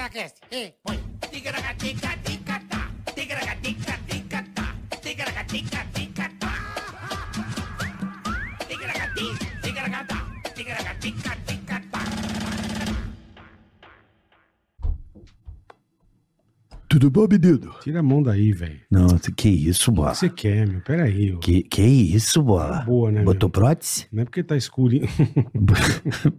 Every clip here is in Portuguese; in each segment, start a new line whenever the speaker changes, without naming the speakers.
Ticaracast. E põe.
Ticaracatica-ticatá, ticaracatica-ticatá, ticaracatica-ticatá. Ticaracati, ticaracatá, ticaracatica-ticatá.
Tudo bom, menino?
Tira a mão daí, velho.
Não, que isso,
O
bola.
que você quer, meu? Pera aí. ó.
Que, que isso, bola?
Boa, né,
Botou prótese?
Não é porque tá escuro. hein?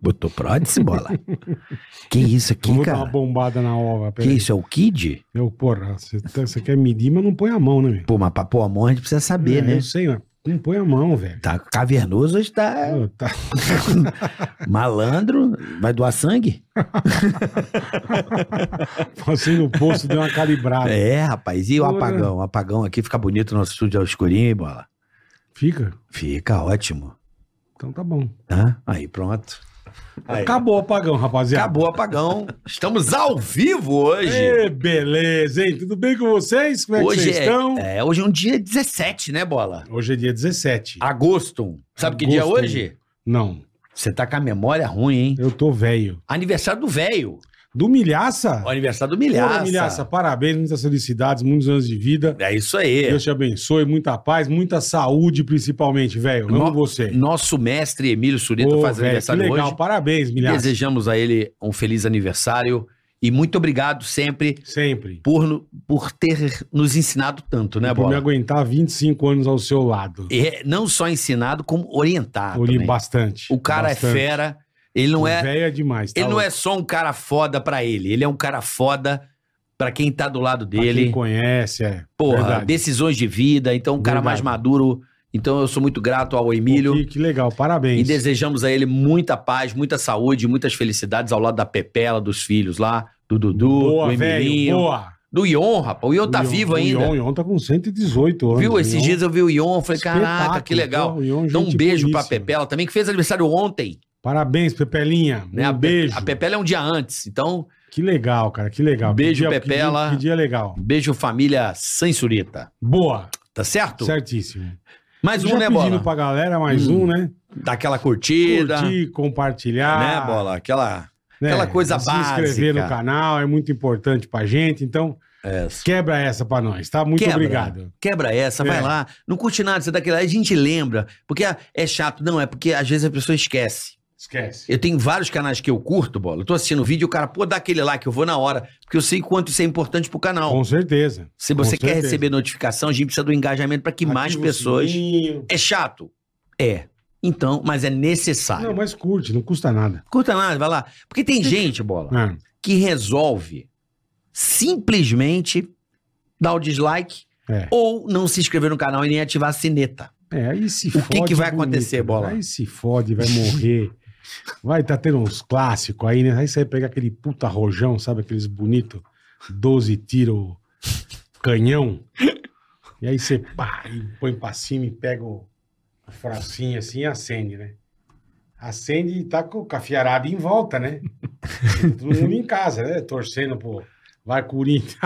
Botou prótese, bola? que isso aqui,
Vamos dar uma
cara?
bombada na ova.
Que
Pera aí.
isso, é o Kid?
Eu, porra, você tá- você quer medir, mas não põe a mão, né, meu?
Pô, mas pra pôr a mão a gente precisa saber,
É,
né?
Eu sei, mas não põe a mão, velho.
Tá cavernoso, hoje tá
Ô, tá-
malandro, vai doar sangue?
Passei no posto, deu uma calibrada.
É, rapaz, e o
Ah. Porra.
apagão? O apagão aqui fica bonito, nosso estúdio é escurinho, hein, bola?
Fica?
Fica ótimo,
Então tá bom.
tá? Aí, pronto. Aí.
Acabou o apagão, rapaziada.
Acabou o apagão. Estamos ao vivo hoje.
Ê, beleza, hein? Tudo bem com vocês? Como é que
hoje,
vocês
é,
estão?
é, hoje é um dia 17, né, bola?
Hoje é dia 17.
Agosto. Sabe que dia é
Agosto.
hoje?
Não,
Você tá com a memória ruim, hein?
eu tô velho.
Aniversário do velho.
Do Milhaça?
O aniversário do
Porra,
Milhaça.
Ah. Milhaça, parabéns, muitas felicidades, muitos anos de vida.
É isso aí.
Deus te abençoe, muita paz, muita saúde, principalmente, velho. Amo
No-
você.
Nosso mestre Emílio Surita
Ô,
faz
velho,
aniversário
que legal,
hoje.
parabéns, milhares.
Desejamos a ele um feliz aniversário e muito obrigado sempre
Sempre.
por, no- por ter nos ensinado tanto, né,
por me
Bola?
aguentar 25 anos ao seu lado.
E é, não só ensinado, como orientado.
Eu li
Ah, também.
bastante.
O cara é
bastante.
fera, ele não
O
é,
Velho é demais. tá
ele não
louco?
é só um cara foda pra ele, ele é um cara foda pra quem tá do lado
Pra
dele.
Quem conhece, é.
Porra,
Verdade.
decisões de vida, então um cara mais
Verdade.
maduro. Então eu sou muito grato ao Emílio
Pô, Que, que legal, parabéns.
e desejamos a ele muita paz, muita saúde, muitas felicidades ao lado da Pepela, dos filhos lá, do Dudu, do
boa, velho,
Emilinho,
boa.
do Ion, rapaz. O Ion tá
O Ion-
vivo
o
ainda.
Ion, o Ion tá com 118 anos.
Viu? Esses dias eu vi o Ion, falei, caraca,
Espetáculo,
que legal.
porra, o Ion,
Então um
gente
beijo pra
boníssima.
Pepela também, que fez aniversário ontem.
Parabéns, Pepelinha. Um
Né? a Pe-
beijo.
A Pepela é um dia antes. Então,
Que legal, cara, que legal.
Beijo,
que dia,
Pepela.
Que dia, que dia legal.
um beijo família Sansurita.
Boa,
Tá certo?
certíssimo.
Mais um,
Já
né,
pedindo
Bola?
pra galera mais
Hum.
um, né?
Dá aquela curtida,
Curtir, compartilhar.
né, Bola? Aquela...
né?
Aquela coisa
Se inscrever
básica.
no canal é muito importante pra gente, então
É,
quebra essa pra nós, tá? Muito
Quebra.
obrigado.
Quebra essa, vai
É.
lá. Não curte nada, você dá aquela. A gente lembra. Porque ah, é chato. Não, é porque às vezes a pessoa esquece.
Esquece.
Eu tenho vários canais que eu curto, bola. Eu tô assistindo o vídeo e o cara, pô, dá aquele like, eu vou na hora. Porque eu sei quanto isso é importante pro canal.
Com certeza.
Se você
com
quer
certeza. tipo assim,
receber notificação, a gente precisa do engajamento para que mais
Ativa o
pessoas.
sininho.
É chato? É. Então, mas é necessário.
Não, mas curte, não custa nada.
Curta nada, vai lá. Porque tem gente, bola,
Ah,
que resolve simplesmente dar o dislike
é.
ou não se inscrever no canal e nem ativar a sineta.
É, aí se
O que que vai acontecer, Bola?
Aí se fode, vai morrer. Vai tá tendo uns clássicos aí, né? Aí você pega aquele puta rojão, sabe? Aqueles bonitos, 12 tiro canhão. E aí você pá, e põe pra cima e pega o o fracinho assim e acende, né? Acende e tá com a fiarada em volta, né? Todo mundo em casa, né? Torcendo pro... Vai, Corinthians!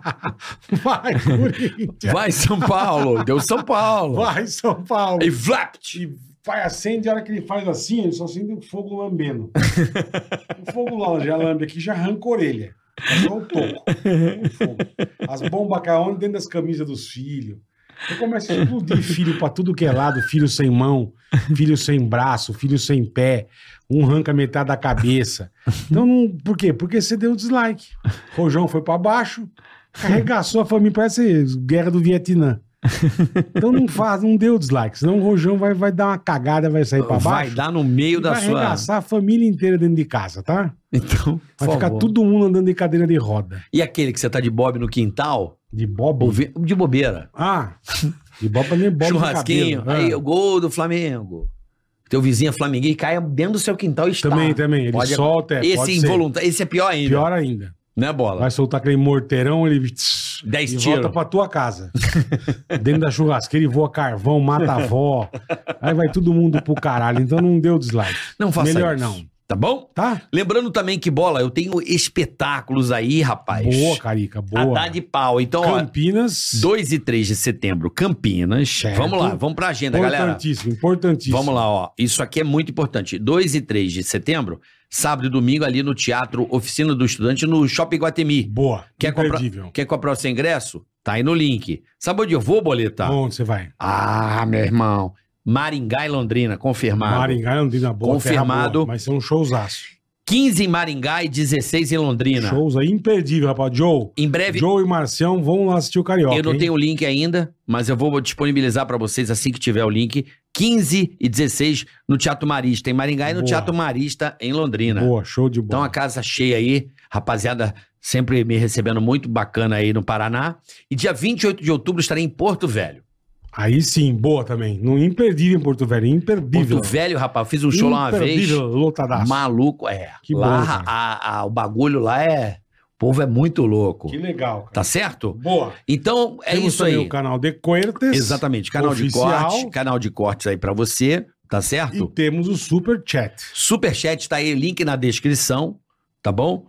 Vai, Corinthians!
Vai, São Paulo! Deu São Paulo!
É. Vai, São Paulo!
E vlapt!
e vai acende, a hora que ele faz assim, ele só acende o fogo lambendo. o fogo lá já lambe aqui, já arranca a orelha. É Só o toco. o fogo. As bombas caem dentro das camisas dos filhos. Então começa a explodir filho pra tudo que é lado, filho sem mão, filho sem braço, filho sem pé, um arranca metade da cabeça. Então, não, por quê? Porque você deu dislike. Rojão foi pra baixo, arregaçou a família, parece guerra do Vietnã. Então não faz, não deu dislike, senão o Rojão vai, vai dar uma cagada, vai sair pra
Vai
baixo.
dar no meio
e
da
vai
sua.
arregaçar a família inteira dentro de casa, tá?
Então,
Vai
por
ficar
favor.
todo mundo andando de cadeira de roda.
E aquele que você tá de bob no quintal,
De bobo.
ouvi- de bobeira.
Ah, de boba nem bobo de
Churrasquinho,
cabelo.
aí
Ah.
o gol do Flamengo. Teu vizinho é flamenguinho e cai dentro do seu quintal e está.
Também, também. Ele
Pode-
solta, é, pode
esse
ser.
involuntário, esse é pior ainda,
Pior ainda.
né, bola?
Vai soltar aquele morteirão, ele...
Dez
e
tiros.
volta pra tua casa. Dentro da churrasqueira, ele voa carvão, mata a avó. Aí vai todo mundo pro caralho. Então não deu dislike.
Não faça
Melhor
isso.
não.
Tá bom?
Tá?
Lembrando também que, bola, eu tenho espetáculos aí, rapaz.
Boa, Carica,
A
boa.
dar de pau. Então, ó,
Campinas.
2 e 3 de setembro, Campinas.
Certo.
Vamos lá, vamos pra agenda, galera.
Importantíssimo, importantíssimo.
Vamos lá, ó. Isso aqui é muito importante. 2 e 3 de setembro sábado e domingo, ali no Teatro Oficina do Estudante, no Shopping Guatemi.
Boa.
Quer comprar,
imperdível.
quer comprar o seu ingresso? Tá aí no link. Sabe onde eu vou, Boleta?
Onde você vai?
Ah, meu irmão. Maringá e Londrina, confirmado.
Maringá é não tem na boa. terra
Confirmado.
Boa, mas são showzaço.
15 em Maringá e 16 em Londrina.
Shows aí imperdível, rapaz. Joe,
Em breve,
Joe e Marcião vão lá assistir o Carioca.
eu não
hein?
tenho o link ainda, mas eu vou disponibilizar pra vocês assim que tiver o link. 15 e 16 no Teatro Marista, em Maringá e no
Boa.
Teatro Marista, em Londrina.
Boa, show de
Então
bola.
a casa cheia aí, rapaziada sempre me recebendo muito bacana aí no Paraná. E dia 28 de outubro estarei em Porto Velho.
Aí sim, boa também. Não imperdível em Porto Velho, imperdível.
Porto Velho, rapaz, eu fiz um show lá uma vez.
Imperdível, lotadaço.
Maluco, é.
Que bom,
lá
cara.
a- a- o bagulho lá é. O povo é muito louco.
Que legal, cara.
Tá certo?
Boa.
Então é
Temos
isso
também
aí.
o canal de Coertes.
Exatamente. Canal
Oficial.
de corte, canal de cortes aí pra você, tá
E
certo?
temos o Super Chat.
Superchat tá aí, link na descrição, tá bom?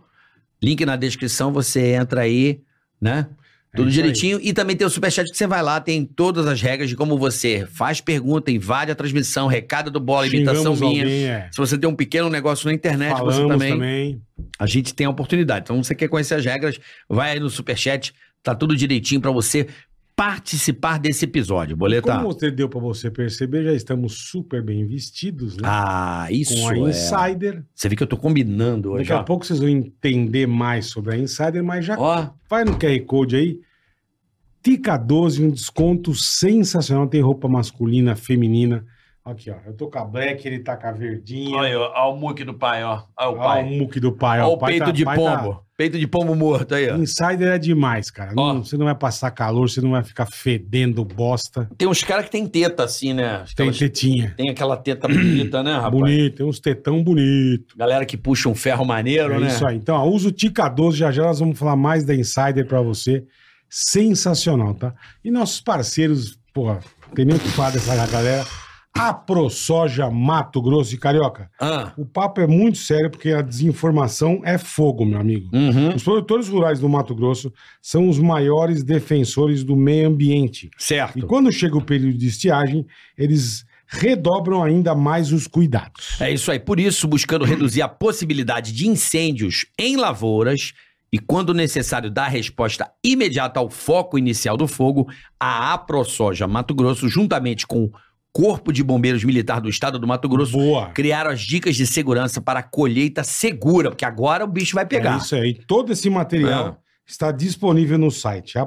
Link na descrição, você entra aí, né?
É
Tudo
isso
direitinho. E também tem o superchat que você vai lá, tem todas as regras de como você faz pergunta, invade a transmissão, recado do bola, imitação
Xingamos
minha.
Alguém, é.
Se você tem um pequeno negócio na internet, você
Falamos
também,
também.
A gente tem a oportunidade. Então, você quer conhecer as regras, vai aí no superchat, tá tudo direitinho pra você participar desse episódio, boleta.
Como você deu pra você perceber, já estamos super bem vestidos, né?
Ah, isso
Com a
é.
Insider.
Você vê que eu tô combinando hoje.
Daqui a
ó.
pouco vocês vão entender mais sobre a Insider, mas já
Ó,
vai no QR Code aí. Tica 12, um desconto sensacional. Tem roupa masculina, feminina. Aqui, ó. Eu tô com a black, ele tá com a verdinha.
olha, ó, ó o muque do pai, ó. Ó o
Olha o
pai.
muque do pai, ó.
Ó o
pai
peito
tá-
de
pai tá-
pombo. Peito de pombo morto aí, ó.
Insider é demais, cara. Não-
Ó.
você não vai passar calor, você não vai ficar fedendo bosta.
Tem uns caras que tem teta assim, né? Acho que
Tem
elas-
tetinha.
tem aquela teta bonita, né, rapaz?
Bonito, tem uns tetão bonito.
Galera que puxa um ferro maneiro,
É
né?
isso aí. Então, ó, usa o Tica 12, já já nós vamos falar mais da Insider pra você. Sensacional, tá? E nossos parceiros, porra, tem nem o que falar dessa galera. A ProSoja Mato Grosso e Carioca.
Ah.
O papo é muito sério porque a desinformação é fogo, meu amigo.
Uhum.
Os produtores rurais do Mato Grosso são os maiores defensores do meio ambiente. E
Certo.
quando chega o período de estiagem, eles redobram ainda mais os cuidados.
É isso aí. Por isso, buscando reduzir a possibilidade de incêndios em lavouras e, quando necessário, dar resposta imediata ao foco inicial do fogo, a AproSoja Mato Grosso, juntamente com o Corpo de Bombeiros Militar do Estado do Mato Grosso,
Boa.
criaram as dicas de segurança para a colheita segura, porque agora o bicho vai
É
pegar.
isso aí. Todo esse material
Ah.
está disponível no site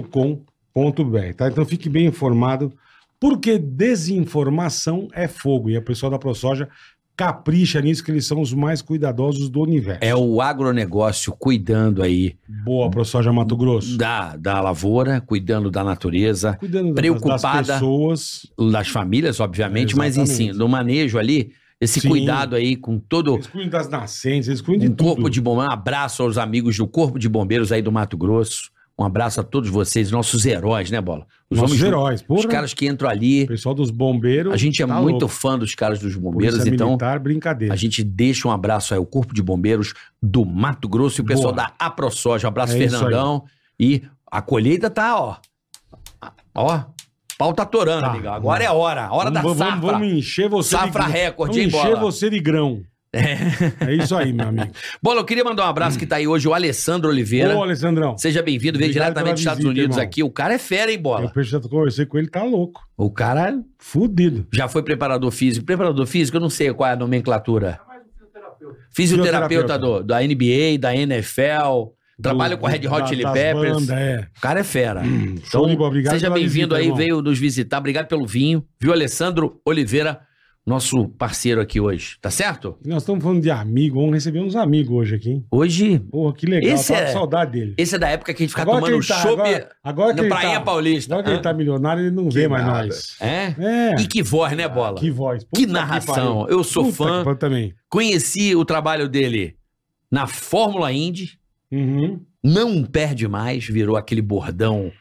aprosoja.com.br. Tá? Então fique bem informado, porque desinformação é fogo. E a pessoa da ProSoja capricha nisso, que eles são os mais cuidadosos do universo.
É o agronegócio cuidando aí
Boa, ProSoja Mato Grosso.
É. da, da lavoura, cuidando da natureza,
Cuidando da-
Preocupada.
das pessoas.
das famílias, obviamente, mas em si,
Exatamente.
no manejo ali, esse
Sim.
cuidado aí com todo
Eles cuidam das nascentes, eles cuidam
o
de tudo.
corpo de bombeiros. Um abraço aos amigos do Corpo de Bombeiros aí do Mato Grosso. Um abraço a todos vocês, nossos heróis, né, Bola? Os
Nossos
homens do-
heróis, porra.
Os caras que entram
O
ali.
pessoal dos bombeiros.
A gente é
tá
muito
louco.
fã dos caras dos bombeiros,
Polícia
então
militar, brincadeira.
A gente deixa um abraço aí ao Corpo de Bombeiros do Mato Grosso e o pessoal
Boa.
da AproSoja. Um abraço,
É isso
Fernandão. E a colheita tá, ó. Ó, pau tá torando,
Tá,
amigão.
vamos.
Agora é a hora. a Hora da
vamos,
safra.
vamos- vamos encher você
safra
de grão.
recorde,
Vamos
hein,
encher
Bola?
você de grão. É. isso aí, meu amigo.
Bola, eu queria mandar um abraço que tá aí hoje, o Alessandro Oliveira.
Ô, Alessandrão.
Seja bem-vindo, veio
Obrigado
diretamente
pela
dos Estados
visita,
Unidos
irmão.
aqui. O cara é fera, hein,
Eu
Bola?
preciso conversei com ele, tá louco.
O cara
Fudido.
já foi preparador físico. Preparador físico, eu não sei qual é a nomenclatura. Fisioterapeuta
Fisioterapeuta.
do, da NBA, da NFL. Trabalha
Do-
com a Red Hot
da-
Chili
das
Peppers.
bandas, é.
O cara é fera.
Show de bola, obrigado
seja
pela
bem-vindo
visita,
aí,
irmão.
veio nos visitar. Obrigado pelo vinho, viu, Alessandro Oliveira, nosso parceiro aqui hoje, tá certo?
E Nós estamos falando de amigo, vamos receber uns amigos hoje aqui, hein?
Hoje,
Porra, que legal.
Esse
tava com
é-
saudade dele.
esse é da época que a gente fica
Agora que
tomando
ele tá,
chopp
agora, agora que
na
ele
Prainha
tá,
Paulista.
agora que ele
Hã?
tá milionário, ele não vê mais
nada.
nós.
É?
É.
E que voz, né, Bola?
Que voz.
Que narração.
pariu.
Eu sou
Puta
fã.
que pariu também.
Conheci o trabalho dele na Fórmula Indy,
Uhum.
não perde mais, virou aquele bordão.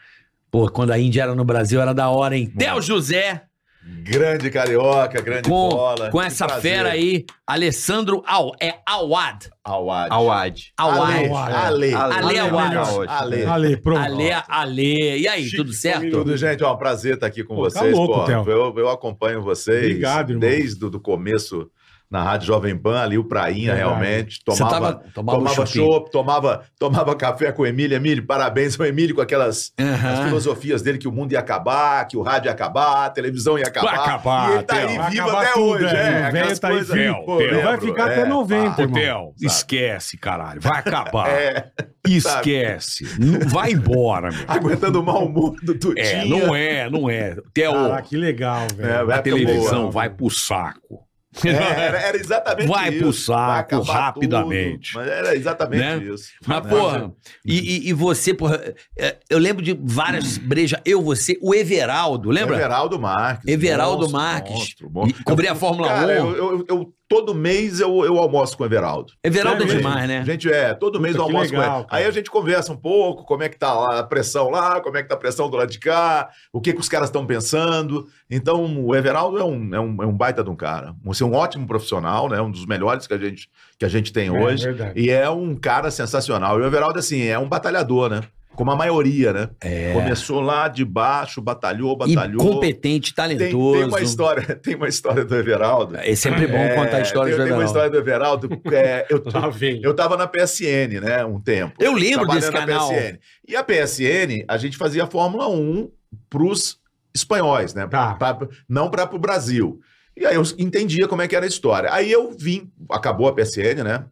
Pô, quando a Indy era no Brasil, era da hora, hein? Theo José,
Grande carioca, grande
Com-
bola.
com
Que
essa
prazer.
fera aí, Alessandro Al, é Awad.
Awad.
Awad.
Awad.
Awad.
Ale. Ale.
Ale Awad.
Ale.
Ale, pronto.
Ale, Ale. E aí,
Chique,
tudo certo?
Tudo, gente, é um prazer estar aqui com
Pô, tá
vocês.
louco,
pô.
Theo.
eu, eu acompanho vocês
Obrigado, irmão.
desde o do começo na Rádio Jovem Pan, ali o Prainha,
Verdade.
realmente.
Você
Tomava,
tava- tomava um
tomava
chopinho.
chopp, tomava, tomava café com o Emílio. Emílio, parabéns ao Emílio com aquelas as
Aham.
filosofias dele que o mundo ia acabar, que o rádio ia acabar, a televisão ia acabar.
Vai acabar,
e ele tá
Theo.
aí
Vai
vivo
acabar
até
tudo,
hoje.
é.
É,
O
aquelas
velho tá aí
coisas-
vivo,
Pô,
Theo.
lembro,
Vai ficar até
é,
90,
pá.
irmão.
Hotel, esquece, caralho. Vai acabar.
É,
esquece. Não- Vai embora, meu.
aguentando o mau humor do Tutinha.
É, não é, não é. Theo,
Caraca, que legal,
É,
velho.
vai
a televisão
boa.
vai pro saco.
É, era, era exatamente
Vai
isso.
pro saco
acabar
rapidamente.
tudo, mas era exatamente
Né?
isso.
Mas,
Né?
porra, e, e- e você, porra, é, eu lembro de várias
Hum.
brejas, eu, você, o Everaldo, lembra?
Everaldo Marques.
Everaldo
monstro,
Marques.
monstro, monstro.
E cobria a Fórmula
Cara,
1.
eu, eu- eu- todo mês eu, eu almoço com o Everaldo.
Everaldo é
Sério,
demais, né?
Gente, é, todo mês eu
Puta, que
almoço
legal,
com ele.
cara.
Aí a gente conversa um pouco, como é que tá lá a pressão lá, como é que tá a pressão do lado de cá, o que que os caras estão pensando. Então, o Everaldo é um, é, um, é um baita de um cara. Você é um ótimo profissional, né? Um dos melhores que a gente, que a gente tem hoje.
É verdade.
E é um cara sensacional. E o Everaldo, assim, é um batalhador, né? Como a maioria, né? Começou lá de baixo, batalhou,
É. E
batalhou.
competente,
tem,
talentoso.
tem uma história, tem uma história do Everaldo.
É sempre bom
É,
contar histórias
tem,
do
tem uma
Everaldo.
história do Everaldo. é, eu,
Lá vem.
eu tava na PSN, né? Um tempo.
Eu lembro desse
Trabalhando
canal.
na PSN. E a PSN, a gente fazia a Fórmula 1 pros espanhóis, né?
Tá.
Pra- não para pro Brasil. E aí eu entendia como é que era a história. Aí eu vim, acabou a PSN, né?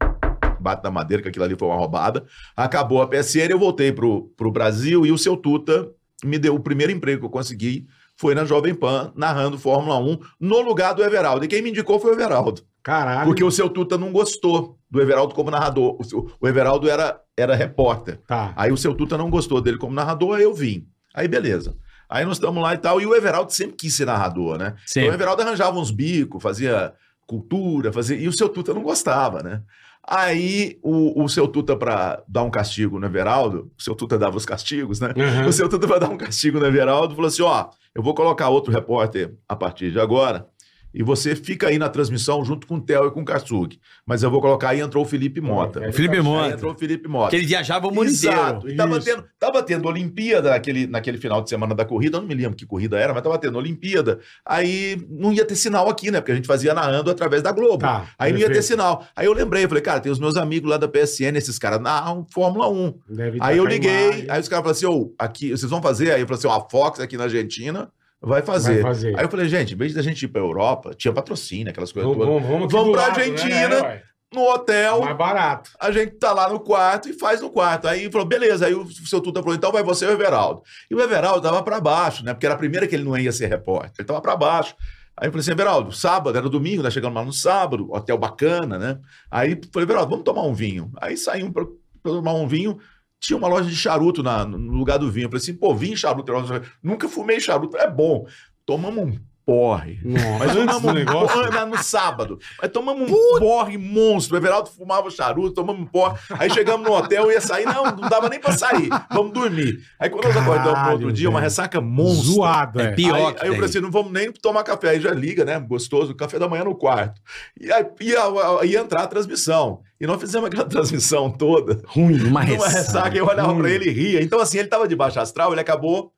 Bate na madeira, que aquilo ali foi uma roubada. Acabou a PSN, eu voltei pro, pro Brasil e o seu Tuta me deu o primeiro emprego que eu consegui. Foi na Jovem Pan, narrando Fórmula 1, no lugar do Everaldo. E quem me indicou foi o Everaldo.
Caralho.
Porque o seu Tuta não gostou do Everaldo como narrador. O, seu- o Everaldo era, era repórter.
Tá.
Aí o seu Tuta não gostou dele como narrador, aí eu vim. Aí beleza. Aí nós estamos lá e tal. E o Everaldo sempre quis ser narrador, né? Então o
Sempre.
Everaldo arranjava uns bicos, fazia cultura, fazia. E o seu Tuta não gostava, né? Aí o, o seu Tuta, pra dar um castigo no Everaldo, o seu Tuta dava os castigos, né?
Aham.
O seu Tuta vai dar um castigo no Everaldo falou assim: ó, eu vou colocar outro repórter a partir de agora. E você fica aí na transmissão junto com o Theo e com o Katsug. Mas eu vou colocar aí, entrou o Felipe
É,
Mota.
Felipe
Tá. Aí
Mota.
entrou o Felipe Mota.
Que ele viajava o mundo inteiro.
Exato. E tava
Isso.
tendo, tava tendo Olimpíada naquele, naquele final de semana da corrida, eu não me lembro que corrida era, mas tava tendo Olimpíada. Aí não ia ter sinal aqui, né? Porque a gente fazia narrando através da Globo.
Tá,
Aí não ia ter
perfeito.
sinal. Aí eu lembrei, eu falei, cara, tem os meus amigos lá da PSN, esses caras narram Fórmula 1.
Deve
Aí eu
tacar
liguei,
imagem.
aí os caras falaram assim: ô, aqui, vocês vão fazer? Aí eu falei assim: ó, a Fox aqui na Argentina vai fazer.
Vai fazer.
Aí eu falei, gente, em vez da gente ir pra Europa, tinha patrocínio, aquelas coisas
Vamos,
todas.
vamos, vamos, aqui
Vamos
do
pra
lado, né?
Argentina. é
É, ué.
No hotel,
Mais barato.
a gente tá lá no quarto e faz no quarto. Aí falou, beleza. Aí o seu Tuta falou, então vai você e o Everaldo. E o Everaldo tava pra baixo, né? Porque era a primeira que ele não ia ser repórter. Ele tava pra baixo. Aí eu falei assim, Everaldo, sábado, era domingo, nós chegamos lá no sábado, hotel bacana, né? Aí falei, Everaldo, vamos tomar um vinho. Aí saímos pra, pra tomar um vinho. Tinha uma loja de charuto na- no lugar do vinho. Eu falei assim, pô, vinho, charuto. Everaldo, Nunca fumei charuto. É bom. Tomamos um porre.
Nossa,
Mas
antes
tomamos
do
um
negócio.
porra na- no sábado. Mas tomamos um porre monstro. O Everaldo fumava charuto, tomamos um porre. Aí chegamos no hotel, ia sair. Não, não dava nem pra sair. Vamos dormir. Aí quando nós acordamos no outro
Caralho,
dia, uma
velho.
ressaca monstro.
Zoado, é.
Aí,
Pior que
aí eu
tem.
falei assim, não vamos nem tomar café. Aí já liga, né? Gostoso, café da manhã no quarto. E aí ia, ia entrar a transmissão. E nós fizemos aquela transmissão toda.
Ruim, uma
Uma ressaca, eu olhava pra ele e ria. Então, assim, ele tava de baixo astral, ele acabou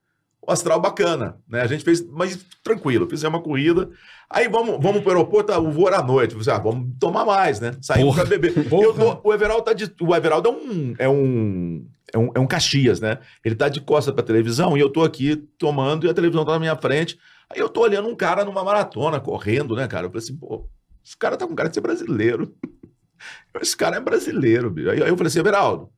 o astral bacana, né? A gente fez, mas tranquilo, fizemos uma corrida. Aí vamos, vamos pro aeroporto, o voo era à noite. Eu falei, ah, vamos tomar mais, né? Saímos pra beber. Eu tô- o Everaldo tá de. O Everaldo é um. É um é um, é um Caxias, né? Ele tá de costa pra televisão e eu tô aqui tomando e a televisão tá na minha frente. Aí eu tô olhando um cara numa maratona correndo, né, cara? Eu falei assim, pô, esse cara tá com cara de ser brasileiro. Esse cara é brasileiro, bicho. Aí aí eu falei assim, Everaldo,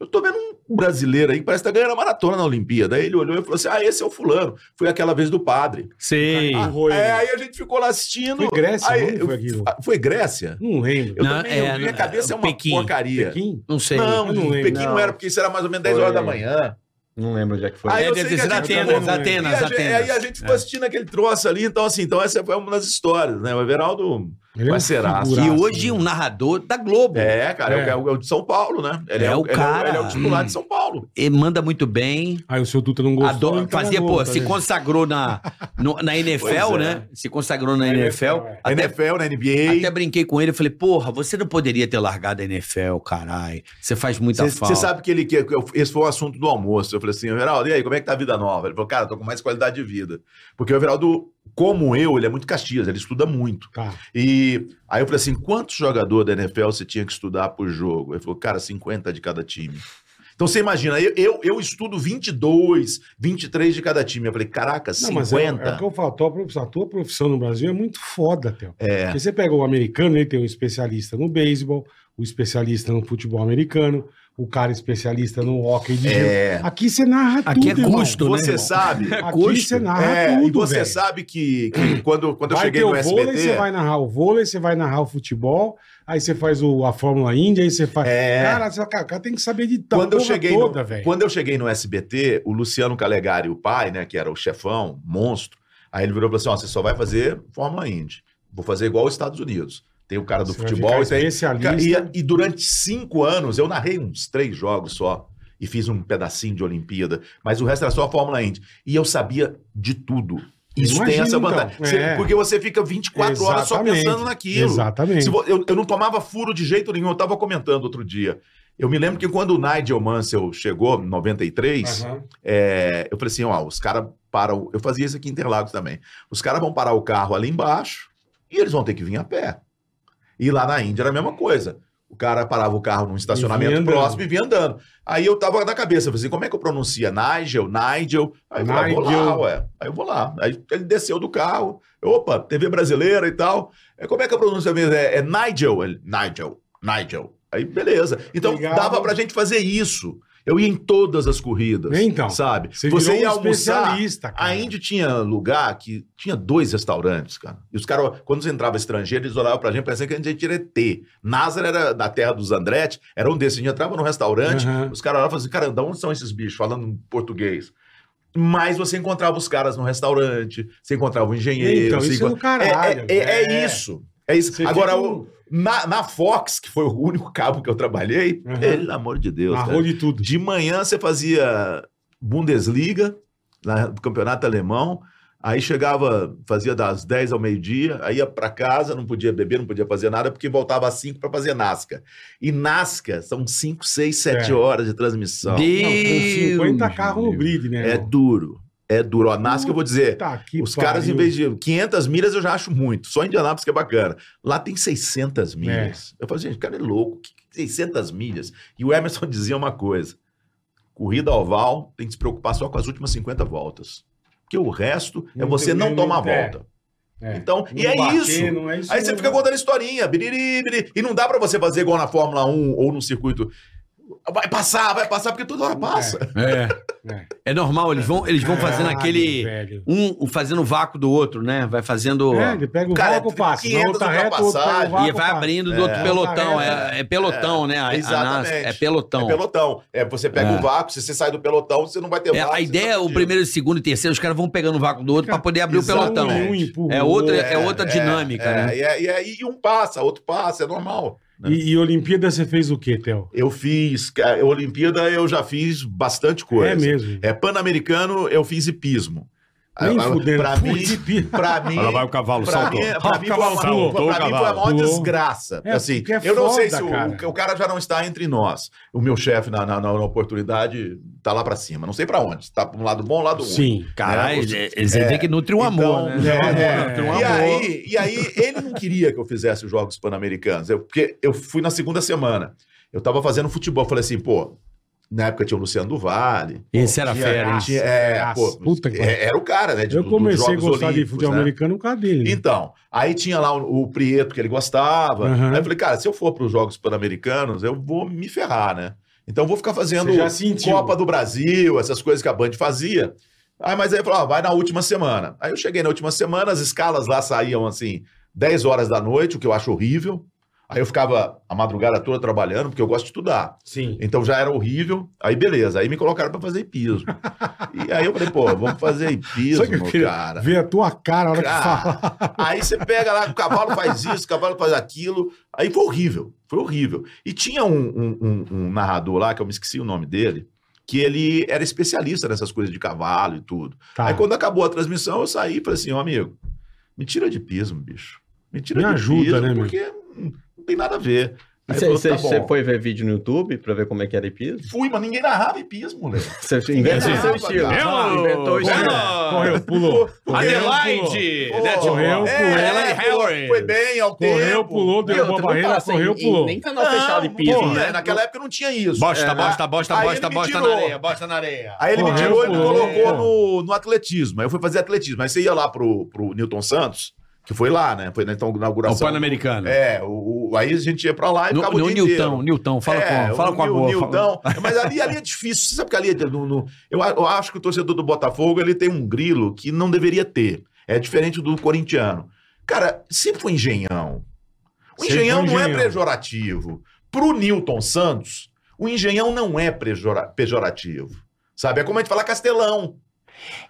eu tô vendo um brasileiro aí que parece que tá ganhando a maratona na Olimpíada. Aí ele olhou e falou assim, ah, esse é o fulano. Foi aquela vez do padre.
Sei.
Ah,
Foi.
é, aí a gente ficou lá assistindo.
Tá Foi Grécia?
Aí,
Onde foi aquilo?
Ah, Foi Grécia?
Não lembro.
Eu
Não,
também,
é,
eu- minha
não,
cabeça é uma
Pequim.
porcaria.
Pequim?
Não sei.
Não,
Eu não lembro.
Pequim não
Não.
era, porque isso era mais ou menos 10 horas
Foi.
da manhã.
Não lembro onde é que foi.
Aí
É,
eu
deve
sei que
ser
a gente
Atenas,
acabou-
Atenas,
e a gente-
Atenas. É.
Aí a gente ficou assistindo aquele troço ali, então assim, então essa foi uma das histórias, né? O Everaldo
Ele é um
parceiraço.
figuraço,
E hoje
né?
um narrador da Globo.
é, cara, é,
É.
o, é o de São Paulo, né? Ele é,
É o
o ele é
cara. Hum.
Ele é o titular de São Paulo.
E manda muito
um
bem.
Aí o seu Tuta não gostou.
adora-
então
fazia,
mandou,
pô,
tá
se
vendo?
consagrou na, no- na NFL,
Pois é.
né? Se consagrou na
Na
NFL.
NFL, é.
Até,
NFL, na
até
NBA.
brinquei com ele, falei, porra, você não poderia ter largado a NFL, caralho. Você faz muita falta.
Você sabe que ele que que eu- esse foi o assunto do almoço. Eu falei assim, Everaldo, e aí, como é que tá a vida nova? Ele falou, cara, tô com mais qualidade de vida. Porque o Everaldo como eu, ele é muito Caxias, ele estuda muito.
Tá.
E aí eu falei assim: quantos jogador da NFL você tinha que estudar por jogo? Ele falou, cara, 50 de cada time. Então você imagina, eu, eu, eu estudo 22, 23 de cada time. Eu falei, caraca,
Não,
50?
mas é, é o que eu falo, a tua, profissão, a tua profissão no Brasil é muito foda, Theo.
É.
Porque você pega o americano, ele tem um especialista no beisebol, o especialista no futebol americano, o cara especialista no hockey de gelo.
É.
Aqui você narra
Aqui é
tudo, né, irmão.
gosto, né?
Você
irmão?
sabe.
Aqui
gosto.
você narra
é,
tudo,
e você
velho.
sabe que, que quando, quando eu
vai
cheguei
ter
no
o vôlei,
SBT.
você vai narrar o vôlei, você vai narrar o futebol, aí você faz o, a Fórmula Índia, aí você faz...
É.
Cara, você, cara, cara tem que saber de tal
Quando eu, cheguei no,
toda, velho.
quando eu cheguei no SBT, o Luciano Calegari, o pai, né, que era o chefão, monstro, aí ele virou e falou assim: ó, você só vai fazer Fórmula Indy. Vou fazer igual os Estados Unidos. Tem o cara do
Você vai
futebol
ficar
e tem.
especialista.
E, e durante cinco anos, eu narrei uns três jogos só. E fiz um pedacinho de Olimpíada, mas o resto era só a Fórmula Indy. E eu sabia de tudo. Isso tem
Imagina,
essa vantagem.
então.
Você-
É.
Porque você fica 24 horas só
Exatamente.
pensando naquilo.
Exatamente.
Se vo- eu, eu não tomava furo de jeito nenhum, eu estava comentando outro dia. Eu me lembro que quando o Nigel Mansell chegou, em 93,
Aham.
é, eu falei assim: ó, os caras param. Eu fazia isso aqui em Interlagos também. Os caras vão parar o carro ali embaixo e eles vão ter que vir a pé. E lá na Índia era a mesma coisa. O cara parava o carro num estacionamento
andando.
próximo e vinha andando. Aí eu tava na cabeça, eu falei assim, como é que eu pronuncia? Nigel, Nigel. Aí eu falei, ah, vou lá,
Nigel.
ué. Aí eu vou lá. Aí ele desceu do carro. Eu, Opa, TV brasileira e tal. É, Como é que eu pronuncio mesmo? É, é Nigel? Ele, Nigel, Nigel. Aí beleza. Então
Obrigado.
dava pra gente fazer isso. Eu ia em todas as corridas.
Então,
sabe?
Você,
Você
virou
ia
um
almoçar.
especialista, cara.
A Índia tinha lugar que tinha dois restaurantes, cara. E os caras, quando você entrava estrangeiro, eles olhavam pra gente pensando que a gente era ET. Nazar era da terra dos Andretti, era um desses. A gente entrava num restaurante,
Aham.
os caras olhavam e falavam assim, cara, de onde são esses bichos? Falando em português. Mas você encontrava os caras no restaurante, você encontrava o engenheiro.
Então,
você
isso é
encont-
do caralho.
é, é- é
velho.
isso. É isso.
Você
Agora,
fica um
o- na, na Fox, que foi o único cabo que eu trabalhei,
Aham.
pelo amor de Deus, cara.
Narrou de tudo.
De manhã você fazia Bundesliga, na- no campeonato alemão. Aí chegava, fazia das 10 ao meio-dia, aí ia pra casa, não podia beber, não podia fazer nada, porque voltava às 5 pra fazer Nasca. E Nasca são 5, 6, 7
É.
horas de transmissão.
Não, com 50 carros no grid, né?
É
irmão?
duro. É duro. A Nasca, eu vou dizer,
Puta que
É, os caras, em
pariu.
vez de 500 milhas, eu já acho muito. Só em Indianápolis que é bacana. Lá tem
É.
600 milhas. Eu falo, gente, o cara é louco. que- 600 milhas. E o Emerson dizia uma coisa. Corrida oval tem que se preocupar só com as últimas 50 voltas. Porque o resto é
Não
você
tem
não
nem-
tomar a
é.
volta.
É.
Então, e
Não
é
bater,
isso.
não é isso
Aí você
não.
fica contando historinha, biriri, biriri. e não dá pra você fazer igual na Fórmula 1 ou no circuito. Vai passar, vai passar, porque toda hora passa.
É, é.
É normal, eles vão, eles vão fazendo
Caralho,
aquele.
velho.
Um fazendo o vácuo do outro, né? Vai fazendo.
É, ele pega o
Cara,
vácuo, passa. Na
500
outra reta, o outro pega o
ultrapassagem.
vácuo,
e vai
passa.
abrindo do outro
É.
pelotão. É, é pelotão, né? A- a
exatamente.
NASA- é pelotão.
É pelotão. É, você pega
É.
o vácuo, se você sai do pelotão, você não vai ter
É,
vácuo.
a
você
ideia,
tá
o
fudido.
primeiro, segundo e terceiro, os caras vão pegando o vácuo do outro pra poder abrir o
exatamente.
pelotão.
Um empurra
É
o
outra,
outro.
é outra dinâmica,
É,
né?
e, é- e, é- e um passa, outro passa, é normal. né?
E, e Olimpíada você fez o quê, Theo?
Eu fiz. ca- Olimpíada eu já fiz bastante coisa.
É mesmo.
É, Pan-Americano eu fiz hipismo.
Nem
Ah, ah,
fudendo.
Pra
Putz,
mim.
de pi-
Pra mim,
Agora vai o cavalo,
pra
saltou.
mim, é, pra mim foi
cavalo
uma-
saltou,
pra mim foi a
cavalo.
maior
Pulou.
desgraça.
É,
assim,
porque é
eu não sei
foda,
se
cara.
o, o cara já não está entre nós. O meu chefe, na, na- na oportunidade, tá lá pra cima. Não sei pra onde. Tá pra um lado bom, um lado ruim.
Sim.
Caralho,
é,
eles têm que
Então,
nutrir
então,
um amor, né?
né?
Nutrir um
E,
amor.
aí, e aí, ele não queria que eu fizesse os Jogos Pan-Americanos, eu- porque eu fui na segunda semana. Eu tava fazendo futebol, falei assim, pô, na época tinha o Luciano do Vale.
Esse era
tinha-
fera, hein?
tinha- é, pô,
Puta que pariu.
é- era o cara, né? de-
Eu
do- dos
comecei a
Jogos
gostar de
Olímpicos,
futebol
né?
americano por causa dele. né?
Então, aí tinha lá o, o Prieto que ele gostava.
Aham.
Aí eu falei, cara, se eu for para os Jogos Pan-Americanos, eu vou me ferrar, né? Então eu vou ficar fazendo
Você já sentiu.
Copa do Brasil, essas coisas que a Band fazia. Aí, mas aí eu falei, ó, vai na última semana. Aí eu cheguei na última semana, as escalas lá saíam assim, 10 horas da noite, o que eu acho horrível. Aí eu ficava a madrugada toda trabalhando, porque eu gosto de estudar.
Sim.
Então já era horrível. Aí beleza, aí me colocaram para fazer hipismo. e aí eu falei, pô, vamos fazer hipismo,
Sabe o que eu queria?
cara.
Vê a tua cara a hora que
Cara,
fala.
Aí você pega lá, o cavalo faz isso, o cavalo faz aquilo. Aí foi horrível, foi horrível. E tinha um, um- um- um narrador lá, que eu me esqueci o nome dele, que ele era especialista nessas coisas de cavalo e tudo.
Tá.
Aí quando acabou a transmissão, eu saí e falei assim, ó amigo, me tira de pismo, bicho. Me tira
Me
de
ajuda,
pismo,
né, meu?
porque hum, não tem nada a ver. Aí falou, tá bom.
Você foi ver vídeo no YouTube pra ver como é que era hipismo?
Fui, mas ninguém narrava hipismo, moleque.
Você inventou o seu
Não,
estilo.
cara.
Ah, Inventou o estilo.
Correu, pulou.
Pô,
né,
Adelaide!
Pô,
That's- Correu,
é,
Então, pulou.
é, foi- Foi bem ao tempo.
Correu, pulou,
E outra,
derrubou a
não
barreira,
assim,
passa em-
correu,
em-
pulou.
Nem canal fechado
Não,
hipismo.
pô, né?
né?
Naquela época não tinha isso.
Bosta,
É,
bosta, bosta,
aí
bosta,
ele me
bosta na
tirou.
areia, bosta na areia.
Aí ele me
Correu,
tirou, ele me
pulou.
colocou no, no atletismo. Aí eu fui fazer atletismo. Aí você ia lá pro, pro Newton Santos, que foi lá, né? Foi na
O
inauguração.
Pan-Americano.
É, o, o- aí a gente ia pra lá e
No,
ficava o
no
dia
Nilton,
inteiro.
Nilton, fala
É,
com, fala
o
com a
Nil-
boa. fala-
Nilton. Mas ali, ali é difícil. Você sabe que ali é no- no- eu, a- eu acho que o torcedor do Botafogo ele tem um grilo que não deveria ter. É diferente do corintiano. Cara, sempre foi engenhão. O
Sempre
engenhão
foi
não é
engenhão.
pejorativo. Pro Newton Santos, o engenhão não é prejora- pejorativo. Sabe? É como a gente fala castelão.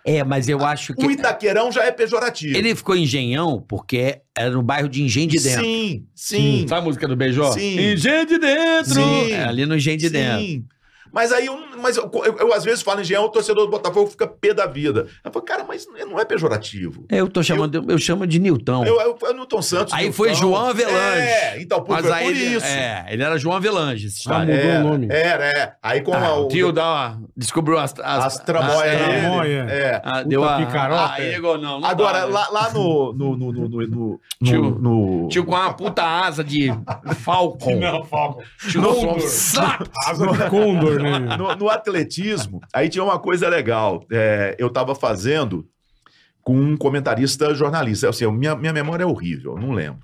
É, mas eu acho que.
O Itaquerão já é pejorativo.
Ele ficou engenhão porque era no bairro de Engenho de Dentro.
Sim, sim.
Sabe a música do Beijó?
Sim.
Engenho de Dentro!
Sim.
É, ali no Engenho de Dentro.
Sim. Mas aí, eu- mas eu, eu- eu às vezes falo engenhão, o torcedor do Botafogo fica pé da vida. Eu falo, cara, mas não é pejorativo.
Eu tô chamando, eu, chamo de Nilton.
Eu, eu, eu Newton Santos.
Aí
Newton.
foi João Avelange.
É, então, por,
mas
foi
aí
por
ele,
isso.
É, ele era João Avelange, esse
Ah,
história.
mudou
Era,
o nome.
Era, é. Aí com a,
o
o,
Ah, tio da, descobriu as, as,
as tramóias
as-
dele,
tramóia.
É.
Ah, deu a,
picaroca.
Aí igual não, não
Agora,
dá, né?
lá, lá no. no, no, no, no, no,
Tio-
no-
Tio com uma puta asa de Falcon.
Não, Falco.
Tio com um saco.
Asa de Condor, né? meu?
no, no atletismo, aí tinha uma coisa legal. É, eu estava fazendo com um comentarista jornalista. Assim, eu- minha, minha memória é horrível, eu não lembro.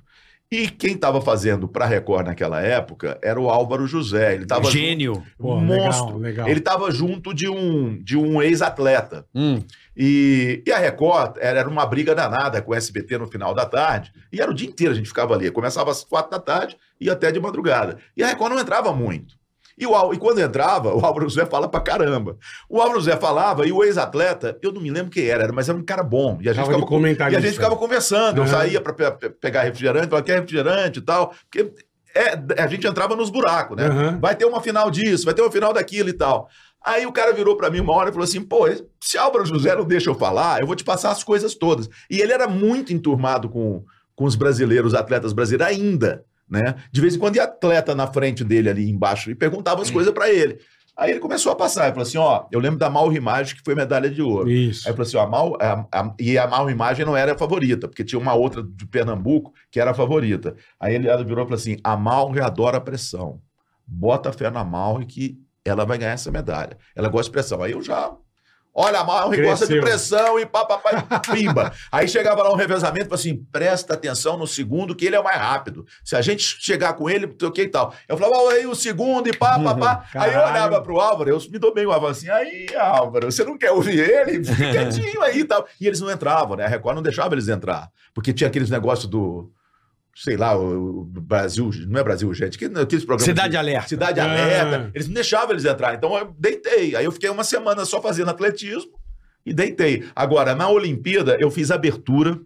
E quem estava fazendo para Record naquela época era o Álvaro José. Ele tava
Gênio.
Pô,
monstro.
Legal, legal.
Ele estava junto de um, de um ex-atleta.
Hum.
E, e a Record era, era uma briga danada com o SBT no final da tarde. E era o dia inteiro a gente ficava ali. Começava às quatro da tarde e até de madrugada. E a Record não entrava muito. E, o, Al- e quando entrava, o Álvaro José falava pra caramba. O Álvaro José falava e o ex-atleta, eu não me lembro quem era, era, mas era um cara bom. E a gente
Tava de
ficava, e
comentarista.
a gente ficava conversando. Eu
Aham.
saía pra pe- pe- pegar refrigerante, falava, quer refrigerante e tal. Porque é, a gente entrava nos buracos, né?
Aham.
Vai ter uma final disso, vai ter uma final daquilo e tal. Aí o cara virou pra mim uma hora e falou assim: pô, se Álvaro José não deixa eu falar, eu vou te passar as coisas todas. E ele era muito enturmado com, com os brasileiros, atletas brasileiros ainda, né? De vez em quando ia atleta na frente dele ali embaixo e perguntava as coisas pra ele. Aí ele começou a passar, ele falou assim: ó, eu lembro da Mal Rimagem que foi medalha de ouro.
Isso. É,
Aí falou assim: ó, a mal, a- a- e a mal imagem não era a favorita, porque tinha uma outra de Pernambuco que era a favorita. Aí ele, ela virou e falou assim: a mal adora pressão. Bota fé na mal e que ela vai ganhar essa medalha. Ela gosta de pressão. Aí eu já. Olha, a mal gosta
Cresceu.
de pressão e papapai, pimba. Aí chegava lá um revezamento, falou assim: presta atenção no segundo, que ele é o mais rápido. Se a gente chegar com ele, não sei o que e tal. Eu falava, "Ó, aí o segundo e pá, pá, pá. aí eu
Caralho.
olhava pro Álvaro, eu me dou bem o Álvaro assim, aí, Álvaro, você não quer ouvir ele? Fica quietinho aí e tal. E eles não entravam, né? A Record não deixava eles entrar. Porque tinha aqueles negócios do. Sei lá, o o Brasil, não é Brasil, gente, que aqueles programas.
Cidade
de-
Alerta.
Cidade
Ah.
Alerta. Eles não deixavam eles entrar. Então eu deitei. Aí eu fiquei uma semana só fazendo atletismo e deitei. Agora, na Olimpíada, eu fiz abertura.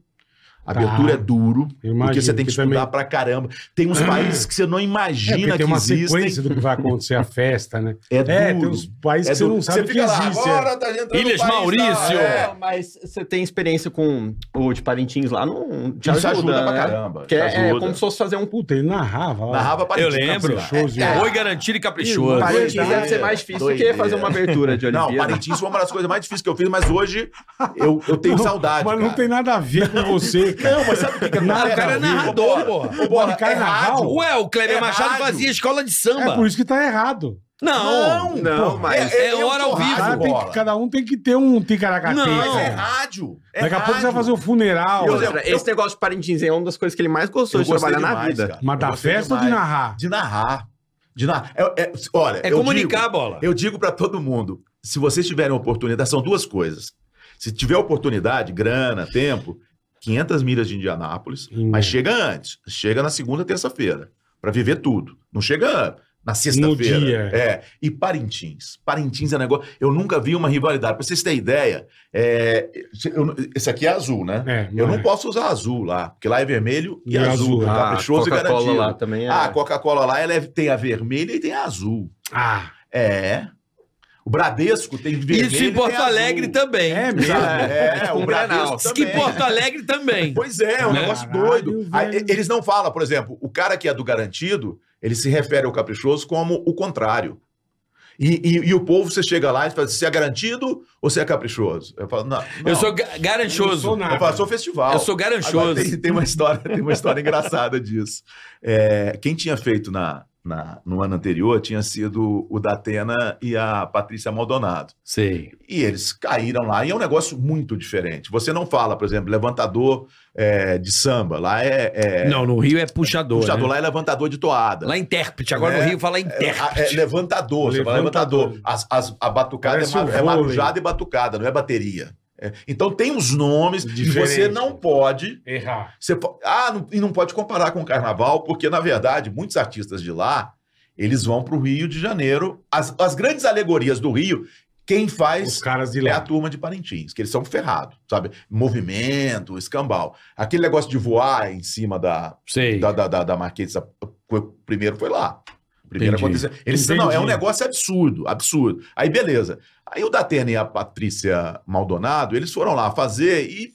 Abertura é duro, porque
Tá. Imagino,
você tem que
porque também-
estudar pra caramba. Tem uns países que você não
É,
imagina
porque
que
tem uma
existem.
sequência do que vai acontecer, a festa, né?
É duro.
É, tem uns países
É
que você
duro.
não sabe que
fica lá,
existe. é.
agora tá entrando
Ilhas
no país,
Maurício.
tá? É.
Não, Mas você tem experiência com o de Parintins lá, não te
Isso
ajuda,
ajuda pra
né?
caramba,
Que é,
te ajuda.
é como se fosse fazer um puto.
Puta, ele narrava lá.
Narrava pra
Eu
gente,
lembro.
tá?
Shows de-
É,
Foi garantido e caprichoso.
Ih,
Parintins
Doideira,
deve ser mais difícil do que fazer uma abertura de
Não,
Olimpíada.
Parintins foi uma das coisas mais difíceis que eu fiz, mas hoje eu, eu tenho
Não,
saudade.
Mas não
cara.
tem nada a ver com você, cara.
Não, mas sabe o que, que
Nada,
acontece?
o cara é
narrador, pô.
Ô, Bola,
O cara
é
é narral.
rádio.
Ué, o Kleber
É
Machado
rádio.
fazia escola de
É
samba.
por isso que tá errado.
Não,
não,
porra.
mas.
É
eu
hora
sou
ao vivo.
rádio,
Cara, tem que-
um Bola.
cada um tem que ter um ticaracatê.
Não.
Mas é
cara.
rádio. é
Daqui a pouco você vai
rádio.
fazer o funeral.
Eu-
Outra, esse negócio de Parintins é uma das coisas que ele mais gostou
Eu
de trabalhar
gostei
na
demais,
vida.
cara.
Mas
Eu
da
gostei
festa ou de
demais.
narrar?
De narrar. De narrar. É, é- olha,
É
eu
comunicar a
digo-
bola.
Eu digo pra todo mundo, se vocês tiverem oportunidade, são duas coisas. Se tiver oportunidade, grana, tempo, 500 milhas de Indianápolis,
Hum.
mas chega antes, chega na segunda, terça-feira, Pra viver tudo. Não chega na
No
sexta-feira.
dia.
É. E Parintins. Parintins é negócio. Eu nunca vi uma rivalidade. Pra vocês terem ideia, é, eu- esse aqui é azul, né?
É,
Eu não
é.
posso usar azul lá, porque lá é vermelho e,
E
azul.
Ah,
azul. Ah,
tá? Caprichoso e garantido.
lá também é.
Ah, a Coca-Cola lá ela é- tem a vermelha e tem a azul.
Ah,
É. O Bradesco tem vermelho
Isso
e
em
tem
Porto
azul.
Alegre também.
É mesmo?
Sabe? É,
tipo
o
um
Bradesco
Grenal.
também.
Que Porto Alegre também.
Pois é, é um
Né?
negócio
Caralho,
doido.
velho.
Aí, e- eles não falam, por exemplo, o cara que é do garantido, ele se refere ao caprichoso como o contrário. E, e- e o povo, você chega lá e fala, você é garantido ou você é caprichoso? Eu falo, não. não.
Eu sou ga-
Eu não sou
garanchoso.
nada.
É Eu falo, sou festival.
Eu sou
Agora,
garanchoso.
tem, tem uma história, tem uma história engraçada disso. É, quem tinha feito na, na- no ano anterior tinha sido o Datena e a Patrícia Maldonado.
Sei.
E eles caíram lá. E é um negócio muito diferente. Você não fala, por exemplo, levantador é, de samba. Lá é. é
Não, no Rio é puxador.
puxador,
né?
lá é levantador de toada.
Lá é intérprete. Agora no
É.
Rio fala
É, a-
intérprete.
é levantador, você fala
Levantador.
levantador. As, as- a batucada é,
Parece
ma-
um
é
vôlei.
marujada e batucada, não é bateria. É, Então tem os nomes e você
Diferente.
não pode
Errar.
Você po- ah, não- e não pode comparar com o carnaval, porque, na verdade, muitos artistas de lá, eles vão para o Rio de Janeiro. As, as grandes alegorias do Rio, quem
Os
faz
caras de
é a
lá.
turma de Parintins, que eles são ferrados, sabe? Movimento, escambau. Aquele negócio de voar em cima da,
Sei.
da, da, da, da Marquesa, foi- primeiro foi lá. Primeiro
Entendi.
aconteceu. Eles disseram, não, é um
Entendi.
negócio absurdo, absurdo. Aí, beleza. Aí o Datena e a Patrícia Maldonado, eles foram lá fazer e.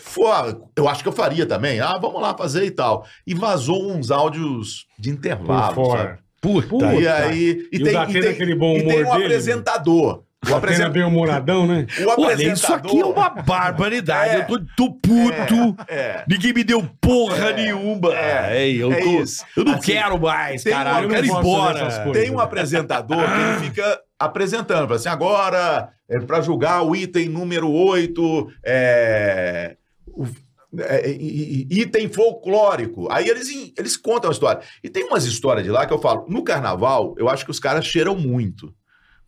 Fora, eu acho que eu faria também. Ah, vamos lá fazer e tal. E vazou uns áudios de intervalo.
Por
sabe?
fora.
Puta, e
Puta.
aí. E,
E o
tem, e
Datena,
tem-
aquele bom
e tem
humor
um
dele?
apresentador. O,
Pena
apresen-
bem humoradão, né?
o
Olha,
apresentador.
isso aqui é uma barbaridade.
É.
Eu tô, tô puto.
É.
Ninguém me deu porra
É.
nenhuma.
É.
Ei, eu,
É
tô-
isso.
eu não
Assim,
quero mais,
tem uma-
caralho. Eu
eu
quero ir
não gosto
embora.
dessas coisas.
Tem um apresentador que ele fica apresentando, fala assim, agora, é, para julgar o item número 8, é, o- é, i- i- item folclórico. Aí eles, em- eles contam a história. E tem umas histórias de lá que eu falo, no carnaval, eu acho que os caras cheiram muito,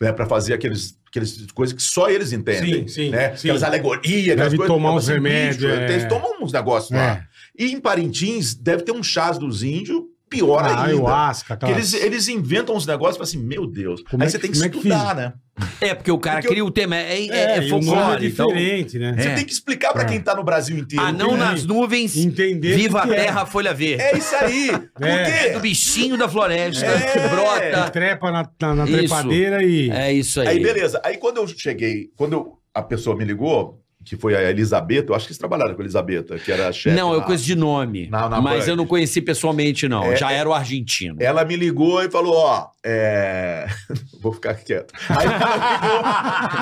né, para fazer aqueles, aqueles coisas que só eles entendem.
Sim, sim,
né?
sim.
Aquelas alegorias, aquelas
Deve
coisas.
tomar
Eu falo
uns remédios,
bicho,
é.
Eles tomam uns negócios lá. E em Parintins, deve ter um chás dos índios pior
Ah,
ainda.
ayahuasca,
Porque eles, eles inventam uns negócios e falam assim, meu Deus.
Como
aí
é
você
que-
tem que
como é que
estudar, né?
É, porque o cara
Porque eu-
cria o tema. É, é, é,
É, e o nome é
folclore. então.
diferente, né?
Você
É.
tem que explicar pra
É.
quem tá no Brasil inteiro.
Ah, não
Que-
nas nuvens.
Entender.
Viva
o
a
que que é.
terra, folha verde.
É isso aí.
É.
do
Por quê?
bichinho da floresta
É.
que brota.
Trepa na, na, na
Isso.
trepadeira e.
É isso aí.
Aí, beleza. Aí, quando eu cheguei, quando eu- a pessoa me ligou, que foi a Elisabetta, eu acho que eles trabalharam com a Elisabetta, que era a chefe.
não, eu
lá.
conheço de nome.
Na- na
mas
Band.
eu não conheci pessoalmente, não.
É.
Já era o argentino.
Ela me ligou e falou, ó, é... Vou ficar quieto. Aí ela ligou,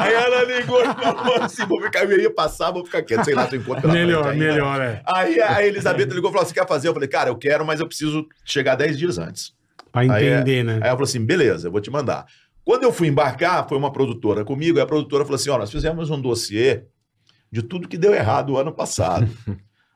aí ela ligou e falou assim, vou ficar, eu ia passar, vou ficar quieto. Sei lá, tu encontra pela
Melhor,
frente ainda.
melhor, é.
Aí a Elizabeth ligou e falou: Você quer fazer? Eu falei: Cara, eu quero, mas eu preciso chegar 10 dias antes.
Pra entender, né?
Aí ela falou assim: Beleza, eu vou te mandar. Quando eu fui embarcar, foi uma produtora comigo, e a produtora falou assim: Ó, nós fizemos um dossiê de tudo que deu errado o ano passado.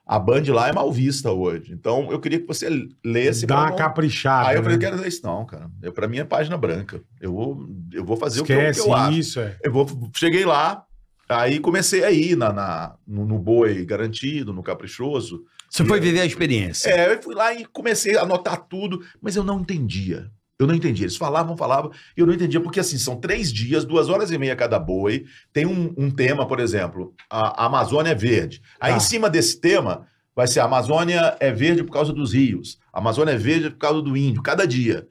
A Band lá é mal vista hoje. Então eu queria que você lesse.
Dá
pra
uma
não-
caprichada.
é Aí eu falei:
né?
Eu quero ler isso, não, cara. Eu, pra mim é página branca. Eu vou, eu vou fazer
Esquece
o que eu, o que eu acho.
isso, é.
Eu vou- cheguei lá, aí comecei a ir na, na- no, no boi garantido, no caprichoso.
Você foi viver a experiência.
É, eu fui lá e comecei a anotar tudo, mas eu não entendia. Eu não entendia. Eles falavam, falavam, e eu não entendia, porque assim, são três dias, duas horas e meia cada boi. Tem um, um tema, por exemplo, a, a Amazônia é verde. Aí
Tá.
em cima desse tema vai ser a Amazônia é verde por causa dos rios, a Amazônia é verde por causa do índio, cada dia.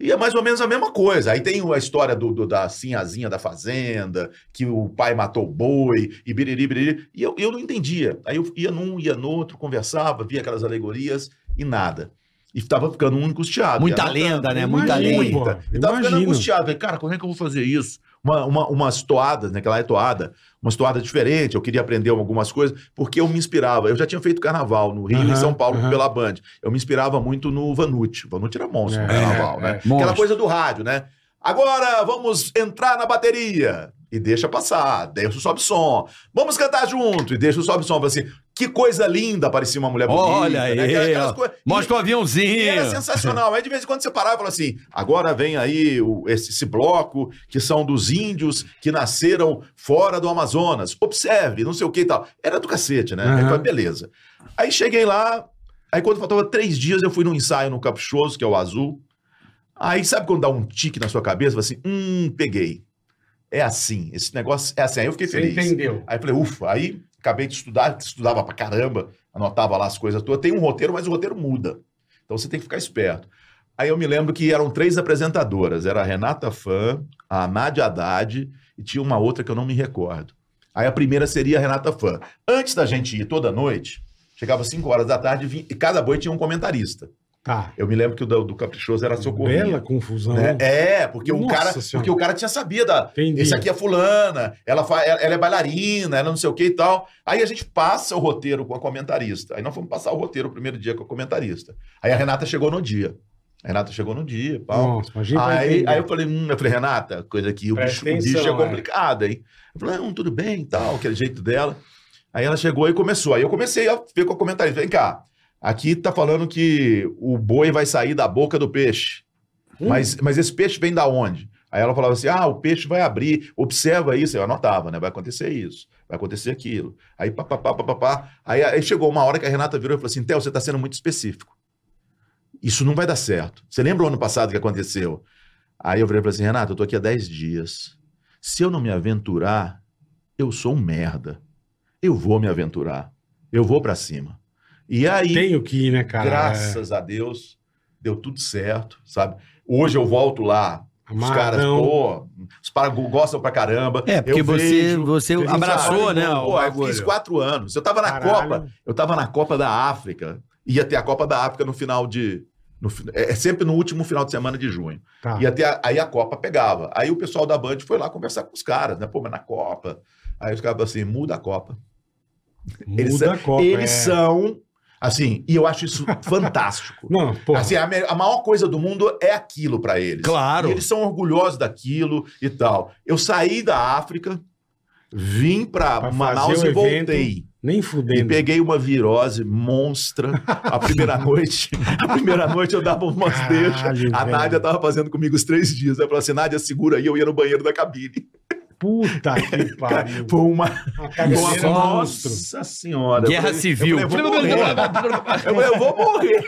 E é mais ou menos a mesma coisa. Aí tem a história do, do- da sinhazinha da fazenda, que o pai matou o boi, e biriri, biriri. E eu, eu não entendia. Aí eu ia num, ia no outro, conversava, via aquelas alegorias e nada. E tava ficando um angustiado.
Muita
Ia anotando.
lenda, né? Muita
Imagina,
lenda.
pô.
Muita. Eu tava ficando
Imagino.
angustiado. Falei, cara, como é que eu vou fazer isso? Uma, uma, umas toadas, né? Aquela é toada. Umas toadas diferentes. Eu queria aprender algumas coisas, porque eu me inspirava. Eu já tinha feito carnaval no Rio e em
Aham,
São Paulo
aham.
pela Band. Eu me inspirava muito no Vanucci. O Vanucci era monstro no
É,
carnaval,
é,
né?
é.
Aquela
Monstro.
coisa do rádio, né? Agora vamos entrar na bateria. E deixa passar, deixa o sobe som. Vamos cantar junto e deixa o sobe som. Fala Assim, que coisa linda, parecia uma mulher bonita.
Olha
né?
aí,
Aquelas- aquelas
ó.
coisas-
Mostra o
e era
aviãozinho.
sensacional. Aí de vez em quando você parava e falava assim: agora vem aí o- esse, esse bloco que são dos índios que nasceram fora do Amazonas. Observe, não sei o que e tal. Era do cacete, né?
Aham.
Aí eu falei, beleza. Aí cheguei lá, aí quando faltava três dias, eu fui num ensaio no Caprichoso, que é o azul. Aí sabe quando dá um tique na sua cabeça, fala assim: hum, peguei. É assim, esse negócio é assim. Aí eu fiquei
Você
feliz.
entendeu.
Aí eu falei, ufa, aí acabei de estudar, estudava pra caramba, anotava lá as coisas todas. Tem um roteiro, mas o roteiro muda. Então você tem que ficar esperto. Aí eu me lembro que eram três apresentadoras. Era a Renata Fã, a Nádia Haddad e tinha uma outra que eu não me recordo. Aí a primeira seria a Renata Fã. Antes da gente ir toda noite, chegava às 5 horas da tarde e vinha- e cada boi tinha um comentarista.
Tá.
Eu me lembro que o do, do Caprichoso era
Bela
Socorrinha.
confusão.
Né? É, porque o,
Nossa
cara,
Senhora.
porque o cara tinha sabido da,
Entendi.
esse aqui é fulana, ela, fa- ela ela é bailarina, ela não sei o que e tal. Aí a gente passa o roteiro com a comentarista. Aí nós fomos passar o roteiro o primeiro dia com a comentarista. Aí a Renata chegou no dia. A Renata chegou no dia, pau.
Nossa, imagina.
Aí, aí eu falei, hum, eu falei, Renata, coisa que o
Presta
bicho, o bicho
atenção, né?"
é complicado, hein? Eu falei, não, tudo bem e tal, aquele jeito dela. Aí ela chegou e começou. Aí eu comecei a ver com a comentarista. Vem cá, aqui tá falando que o boi vai sair da boca do peixe.
Hum.
Mas, mas esse peixe vem da onde? Aí ela falava assim: ah, o peixe vai abrir, observa isso. Eu anotava, né? Vai acontecer isso, vai acontecer aquilo. Aí papapá, papapá. Aí, aí chegou uma hora que a Renata virou e falou assim: Theo, você está sendo muito específico. Isso não vai dar certo. Você lembra o ano passado que aconteceu? Aí eu virei e falei assim: Renata, eu tô aqui há 10 dias. Se eu não me aventurar, eu sou um merda. Eu vou me aventurar. Eu vou para cima. E aí.
Tenho que ir, né, cara?
Graças a Deus, deu tudo certo, sabe? Hoje eu volto lá,
É,
os caras,
amarradão.
pô, os caras gostam pra caramba.
É, porque
eu
você,
vejo,
você
a gente
abraçou,
sabe,
né?
Pô,
o
eu
bagulho.
fiz quatro anos. Eu tava na
Caralho.
Copa, eu tava na Copa da África. Ia ter a Copa da África no final de. no fi- é é sempre no último final de semana de junho.
Tá.
E até a- aí a Copa pegava. Aí o pessoal da Band foi lá conversar com os caras, né? Pô, mas na Copa. Aí os caras falaram assim: muda a Copa.
Muda
assim, eles
a Copa.
Eles
é.
são. Assim, e eu acho isso fantástico.
Não, pô.
Assim, a, me- a maior coisa do mundo é aquilo pra eles.
Claro.
E eles são orgulhosos daquilo e tal. Eu saí da África, vim pra,
Pra
Manaus
fazer
e
o evento.
voltei.
nem
E
fudendo.
peguei uma virose monstra a primeira noite. A primeira noite eu dava umas
Caralho,
deixas. A
velho.
Nádia tava fazendo comigo os três dias. Eu falei assim, Nádia, segura aí. Eu ia no banheiro da cabine.
Puta que pariu.
Foi uma...
Uma
Foi
cagaceira
uma...
só-
monstro.
Nossa senhora.
Guerra
Eu falei-
Civil.
Eu falei, eu vou morrer. Eu falei, eu vou morrer.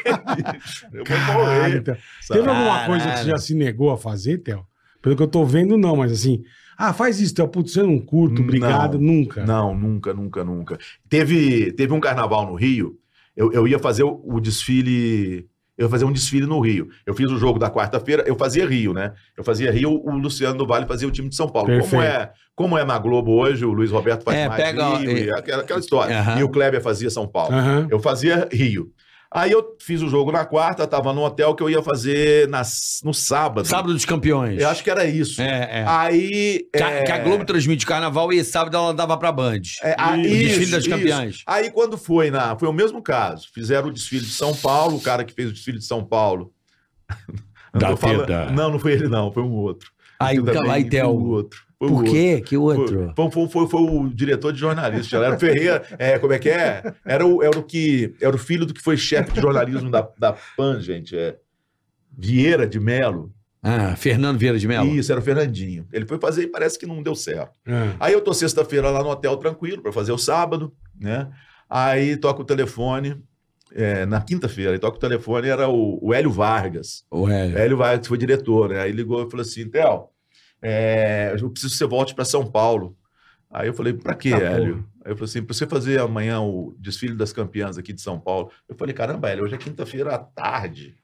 bicho. Eu vou
Caralho,
morrer.
Theo.
sabe?
Teve alguma
Caralho.
coisa que você já se negou a fazer, Theo? Pelo que eu tô vendo, não, mas assim. Ah, faz isso, Theo. Putz, eu não curto,
Não.
obrigado, nunca.
Não, nunca, nunca, nunca. Teve, teve um carnaval no Rio. Eu, eu ia fazer o, o desfile. Eu ia fazer um desfile no Rio. Eu fiz o jogo da quarta-feira, eu fazia Rio, né? Eu fazia Rio, o Luciano do Vale fazia o time de São Paulo. Como
Perfeito.
é, como é na Globo hoje, o Luiz Roberto faz
É,
mais
pega-
Rio, e aquela, aquela história.
Aham.
E o Kleber fazia São Paulo.
Aham.
Eu fazia Rio. Aí eu fiz o jogo na quarta, tava num hotel que eu ia fazer nas- no sábado.
Sábado dos campeões.
Eu acho que era isso.
É, é.
Aí.
Que, a-
é,
que a Globo transmite o carnaval e sábado ela dava pra Band.
é, a-
o desfile
isso,
das
isso.
campeãs.
Aí quando foi na, foi o mesmo caso. Fizeram o desfile de São Paulo, o cara que fez o desfile de São Paulo. Não
Da
tô falando-
Teta.
Não, não foi ele não, foi um outro.
Aí,
Ainda
então,
bem,
aí
Foi um
Theo.
outro. Foi
Por
um
quê? Que
Outro.
outro?
Foi, foi, foi- foi o diretor de jornalismo, era o Ferreira, é, como é que é? Era o, era o que era o filho do que foi chefe de jornalismo da, da PAN, gente, é. Vieira de Melo.
Ah, Fernando Vieira de Mello.
Isso, era o Fernandinho. Ele foi fazer e parece que não deu certo.
Ah,
Aí eu tô sexta-feira lá no hotel tranquilo para fazer o sábado, né? Aí toca o telefone, é, na quinta-feira, aí toca o telefone, era o, o Hélio Vargas.
Ué.
Hélio Vargas foi diretor, né? Aí ligou e falou assim, Theo, é, eu preciso que você volte para São Paulo. Aí eu falei, para quê,
Tá,
Hélio? Aí eu falei assim, para você fazer amanhã o desfile das campeãs aqui de São Paulo. Eu falei, caramba, Hélio, hoje é quinta-feira à tarde.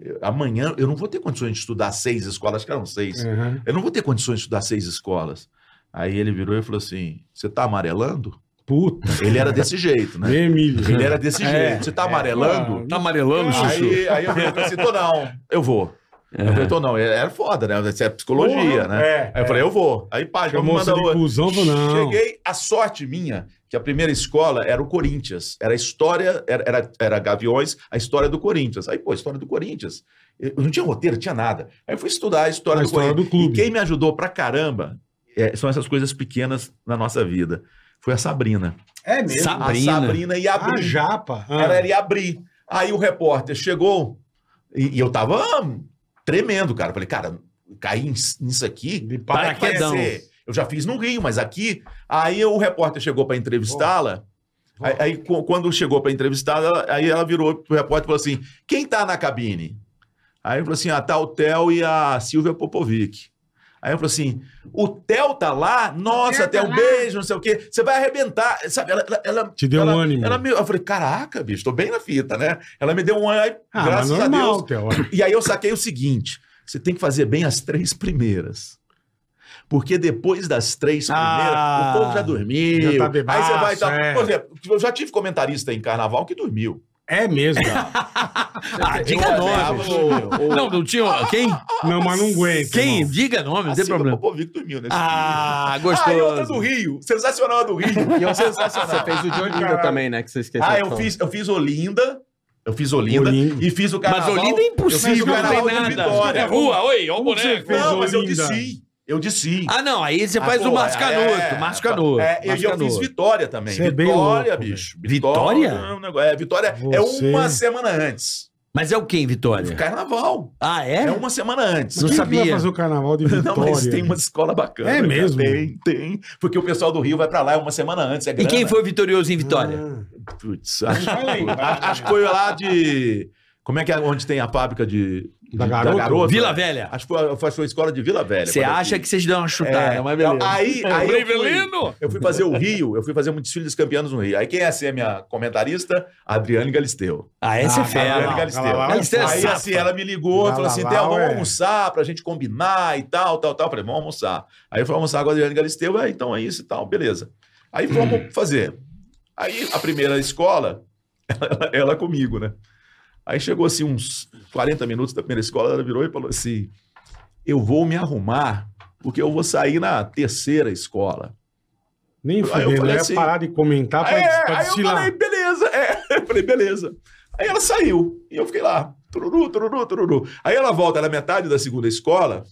Eu- amanhã eu não vou ter condições de estudar seis escolas, acho que eram seis.
aham.
Eu não vou ter condições de estudar seis escolas. Aí ele virou e falou assim: Você tá amarelando?
Puta,
Ele era desse jeito, né?
Emílio.
Ele era desse
É,
jeito. Você tá amarelando?
Tá amarelando, Chuchu?
Aí, aí eu falei assim: Tô não, eu vou. Eu falei: Tô não, era foda, né? Isso é psicologia, né?
É.
Aí eu falei: Eu vou. Aí pá, já me
Chamou você
manda
de
outra.
cuzão, falou, não.
Cheguei, a sorte minha, que a primeira escola era o Corinthians. Era a história, era, era, era Gaviões, a história do Corinthians. Aí, pô, a história do Corinthians. Eu não tinha roteiro, tinha nada. Aí eu fui estudar a história
A
do
história do
Corinthians.
clube.
E quem me ajudou pra caramba é, são essas coisas pequenas na nossa vida. Foi a Sabrina.
É
Sa-
A
Sabrina.
Sabrina e
A
abrir.
japa. Ah,
Ela era ia abrir. Aí o repórter chegou e, e eu tava hum, tremendo, cara. Eu Falei, cara, cair nis- nisso aqui.
de
como é
para...
que vai
paraquedão.
ser? Eu já fiz no Rio, mas aqui. Aí o repórter chegou pra entrevistá-la. Aí, aí, qu- quando chegou pra entrevistá-la, ela- aí ela virou pro repórter e falou assim: quem tá na cabine? Aí ele falou assim: ah, tá o Theo e a Silvia Popovic. Aí eu falo assim: o Theo tá lá, nossa, Theo, um beijo, não sei o quê, você vai arrebentar. Sabe, ela, ela- ela-
Te deu
ela-
um ânimo.
ela me- eu falei: caraca, bicho, tô bem na fita, né? Ela me deu um ânimo, aí,
Ah,
graças
mas
a Deus.
normal, Theo.
E aí eu saquei o seguinte: você tem que fazer bem as três primeiras. Porque depois das três primeiras,
Ah,
o povo já dormiu.
já tá bebaço,
aí
Ah,
você vai estar.
é.
Por exemplo, eu já tive comentarista em carnaval que dormiu.
É mesmo, cara.
Ah, diga
tá
nome. Não, não tinha. Quem?
Não, mas não aguento.
Quem?
irmão.
Diga nome, não tem
Assim,
problema.
O Popovic dormiu nesse
Ah,
dia. Ah, e outra do
gostoso.
Rio. Sensacional a do Rio.
Você fez o de Olinda também, né? Que você esqueceu.
Ah,
de
eu
falar.
fiz, eu fiz Olinda. Eu fiz Olinda,
Olinda.
e fiz o
Mas
carnaval.
Olinda é
Fiz
impossível,
o
não
Mas
carnaval
tem
de
nada.
Vitória.
É rua, oi, ó o
Como que você
boneco.
fez?
Não, mas eu
Olinda.
desci. Eu desci.
Ah, não, aí você faz
Ah,
o
pô,
mascanuto,
é,
mascanuto.
É, e eu
mascanuto.
fiz Vitória também.
Você é bem
Vitória,
louco,
bicho.
Vitória?
É, um negócio- é, Vitória é
Você-
uma semana antes.
Mas é o quem, Vitória?
Carnaval.
Ah,
É,
é?
uma semana antes.
Não
Quem que vai
sabia.
fazer o carnaval de Vitória?
Não, mas tem uma escola bacana.
É
cara.
mesmo?
Tem, tem. Porque o pessoal do Rio vai pra lá é uma semana antes. É
E
grana. Hum,
quem foi o vitorioso em Vitória?
Ah,
Putz, acho,
vai lembrar,
acho- acho que foi lá de. Como é que é onde tem a fábrica de.
Da
de-
Garoto?
Vila Velha.
Acho que foi, foi a sua escola de Vila Velha.
Você
quando eu
acha
fui.
que vocês dão uma chutada,
É,
mas beleza.
Aí, aí eu, fui,
Rivelino?
eu fui fazer o Rio, eu fui fazer um desfile dos campeões no Rio. Aí quem é assim, a minha comentarista? Adriane Galisteu.
Ah, essa é
Ah,
Adriane
não,
fera.
galera.
Galisteu.
ela lá
é foda.
aí assim, ela me ligou
Lá,
e falou
lá,
assim:
lá,
Theo, vamos
ué.
almoçar pra gente combinar e tal, tal, tal. Eu falei, vamos almoçar. Aí eu fui almoçar com a Adriane Galisteu, ah, então é isso e tal, beleza. Aí vamos
Hum.
fazer. Aí a primeira escola, ela, ela comigo, né? Aí chegou assim uns 40 minutos da primeira escola, ela virou e falou assim: Eu vou me arrumar, porque eu vou sair na terceira escola.
Nem
Aí eu
fudendo, eu
falei
ia
assim-
parar de comentar pra,
Aí, é,
pra
aí eu
desfilar.
falei, beleza. É, eu falei, beleza. Aí ela saiu. E eu fiquei lá. Tururu, tururu, tururu. Aí ela volta, ela é metade da segunda escola.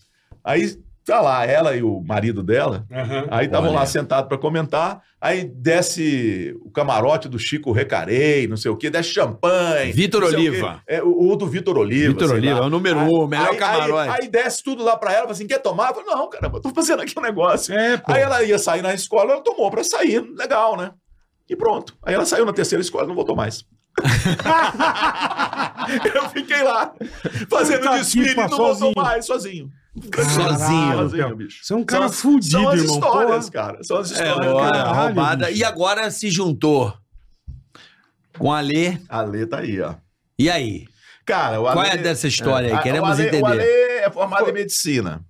Aí tá lá, ela e o marido dela.
Aham.
Aí estavam
Olha.
lá sentados para comentar. Aí desce o camarote do Chico Recarei, não sei o quê, desce champanhe.
Vitor
não sei o quê.
Oliva.
É, o, o do Vitor Oliva.
Vitor
sei
Oliva,
lá.
é o número um, o melhor
Aí- aí-
camarote.
Aí, desce tudo lá pra ela, fala assim: quer tomar? Eu falo, não, caramba, tô fazendo aqui um negócio.
É, pô.
Aí ela ia sair na escola, ela tomou pra sair, legal, né? E pronto. Aí ela saiu na terceira escola e não voltou mais. eu fiquei lá, fazendo
Puta
desfile
que
e não
pa-
voltou
sozinho.
mais, sozinho.
Sozinho.
Sozinho, bicho.
Você é um cara
São as-
fudido,
São as
irmão,
histórias, cara. São as
É,
histórias.
agora,
cara.
caralho,
roubada.
bicho.
E agora se juntou com a Lê.
A Lê tá aí, ó.
E aí?
Cara, o
Qual
Ale-
é dessa história
a-
aí? Queremos
o Ale,
entender.
O Ale é formado em medicina.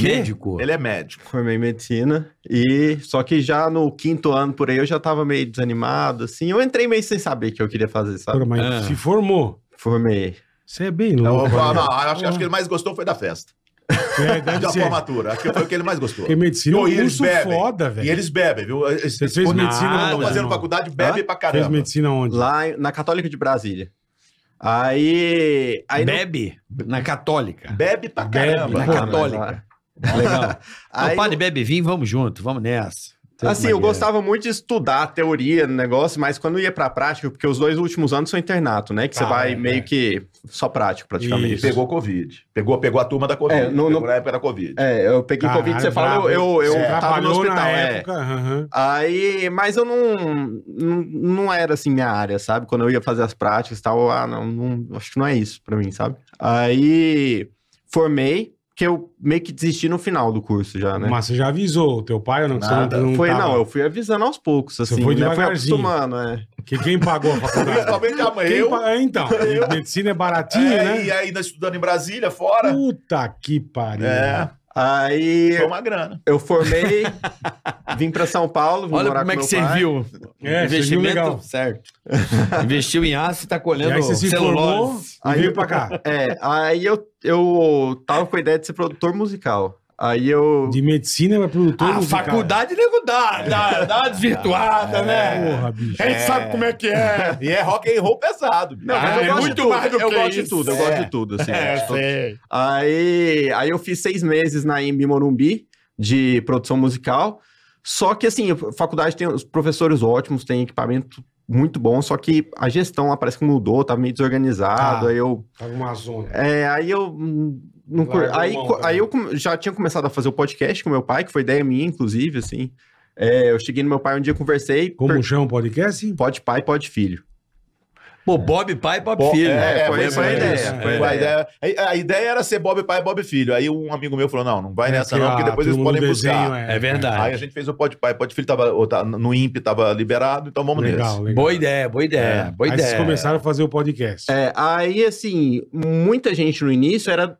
Médico.
Ele é médico.
Formei em medicina. E só que já no quinto ano por aí eu já tava meio desanimado, assim. Eu entrei meio sem saber o que eu queria fazer, sabe?
Pô, mas
Ah.
se formou.
Formei.
Você é bem
Não,
louco.
não,
né?
ah, acho, que- acho que ele mais gostou foi da festa.
É,
Da
deve ser.
formatura. Acho que foi o que ele mais gostou.
Porque medicina é um
Não, e eles
curso
bebem.
foda, velho.
E eles bebem, viu? Eles,
Você fez medicina
Estão
onde,
fazendo
irmão?
faculdade, bebe pra caramba.
Ah, Fez medicina onde?
Lá em- na Católica de Brasília. Aí. aí não-
Bebe na católica.
Bebe pra
Bebe,
caramba.
na
Ah, mas
Católica.
lá-
Legal.
Aí
o padre bebe vinho, vamos junto, vamos nessa.
Assim, eu gostava muito de estudar a teoria no negócio, mas quando ia pra prática, porque os dois últimos anos são internato, né? Que você
Ah,
vai
é,
meio
é.
que só prático, praticamente.
E pegou Covid. Pegou, pegou a turma da Covid.
É, não-
pegou
não-
na época da Covid.
É, eu peguei
Caralho,
Covid, você
brabo,
fala, eu, eu, eu
Você
tava no
trabalhou
hospital,
na
é.
época, aham.
Aí, mas eu não, não, não era assim minha área, sabe? Quando eu ia fazer as práticas e tal, ah, não, não- acho que não é isso pra mim, sabe? Aí formei, que eu meio que desisti no final do curso já, né? Ah,
Mas você já avisou o teu pai ou não? Que você
Nada.
não, não
foi,
tava-
não, eu fui avisando aos poucos, assim,
foi
né? Fui
devagarzinho.
acostumando, é.
Que quem pagou a faculdade?
Principalmente a mãe.
Quem
Eu,
pa- é, Então, medicina é baratinha,
é,
né?
E ainda estudando em Brasília, fora.
Puta que pariu.
É,
Aí
foi uma grana.
eu formei, vim pra São Paulo, vim
Olha
morar
como é
com
que
meu pai.
serviu.
É, serviu legal.
certo. Investiu em aço e tá
E
colhendo
aí você se formou
celulose.
e
Aí
veio
eu-
pra cá.
É, aí eu, eu tava com a ideia de ser produtor musical. Aí eu
De medicina pra produtor
A
musical.
Ah, faculdade, nego, dá, dá, dá uma desvirtuada,
É.
né?
Porra, bicho.
A gente sabe como é que é.
E é rock and roll pesado. bicho.
Não, mas
Ah,
eu
é
gosto
muito-
de tudo. eu
que
gosto de
isso.
tudo, eu
É.
gosto de tudo, assim. acho que- aí, aí eu fiz seis meses na IMB Morumbi de produção musical. Só que assim, a faculdade tem os professores ótimos, tem equipamento muito bom, só que a gestão lá parece que mudou, tá meio desorganizado.
Tá.
Aí eu.
Tava uma zona.
é, aí eu. hum, Não, cur-
Largou
aí
mão
co-
também.
aí eu come- já tinha começado a fazer o podcast com meu pai, que foi ideia minha, inclusive, assim. É, eu cheguei no meu pai um dia, conversei.
Como chama o podcast?
Pode pai, pode filho.
Pô, Bob pai, Bob
Bo-
filho.
É,
É,
foi,
foi
essa a
bem
ideia.
isso, É.
Foi a, ideia. a- a ideia era ser Bob Pai e Bob Filho. Aí um amigo meu falou: não, não
É,
vai nessa, não, porque depois eles podem buscar.
É verdade.
Aí a gente fez o Pode Pai, Pode Filho tava, ou tá- no INPE estava liberado, então vamos
Legal,
nesse.
legal.
Boa ideia, boa ideia,
É.
boa
Aí vocês
ideia.
começaram a fazer o podcast.
É, aí, assim, muita gente no início era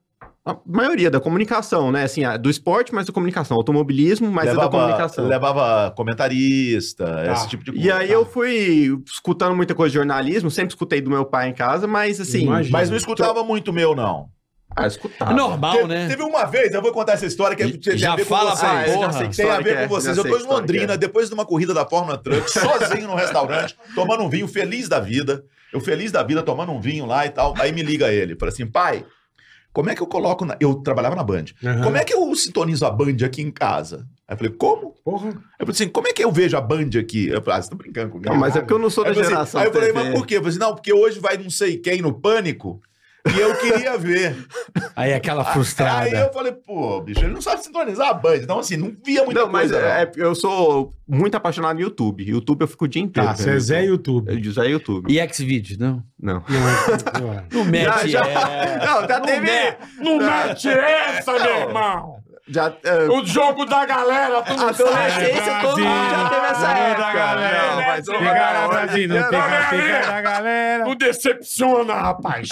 a maioria da comunicação, né? Assim, a- do esporte, mas da comunicação. Automobilismo, mas é da comunicação.
levava comentarista,
Tá.
esse tipo de coisa.
E aí eu fui escutando muita coisa de jornalismo, sempre escutei do meu pai em casa, mas assim.
Imagina.
Mas não escutava muito meu, não.
Ah, escutava.
É normal,
Teve-
né?
Teve uma vez, eu vou contar essa história que é- tem
Já
a ver com
fala
vocês.
pra
Ah, eu
porra.
já sei que
Tem a
história que
ver
é,
com vocês.
já
Eu
sei
tô
que
em
história
Londrina,
que
depois de uma corrida da Fórmula Truck, sozinho no restaurante, tomando um vinho, feliz da vida. Eu feliz da vida, tomando um vinho lá e tal. Aí me liga ele. Fala assim, pai, como é que eu coloco... na- Eu trabalhava na Band.
Aham.
Como é que eu sintonizo a Band aqui em casa? Aí eu falei, como?
Porra.
Eu falei assim, como é que eu vejo a Band aqui? Eu falei, ah, você tá brincando comigo?
Não, mas é porque eu não sou da
Aí eu falei assim,
geração.
aí eu falei,
TV.
mas por quê? Eu falei assim, não, porque hoje vai não sei quem no pânico e eu queria ver.
Aí aquela Tá frustrada.
Ah, Aí eu falei, pô, bicho, ele não sabe sintonizar a Band. Então, assim, não via muita
Não, mas
coisa. não.
é- é- eu sou muito apaixonado no YouTube. YouTube eu fico o dia inteiro.
Tá, você é Zé YouTube.
Eu digo Zé YouTube.
E X-Videos, não?
Não.
Não, não é.
Não mete.
já-
é.
Não, já teve.
Não mete essa, meu irmão!
Já, é,
O jogo da galera, tu
Ah,
não
adolescência, todo mundo já teve essa
Brasil,
época. né?
galera,
Não, mas eu-
Pegaram a Brasil, não
Não,
pegaram,
não,
pegaram
não.
a galera.
Não decepciona, rapaz.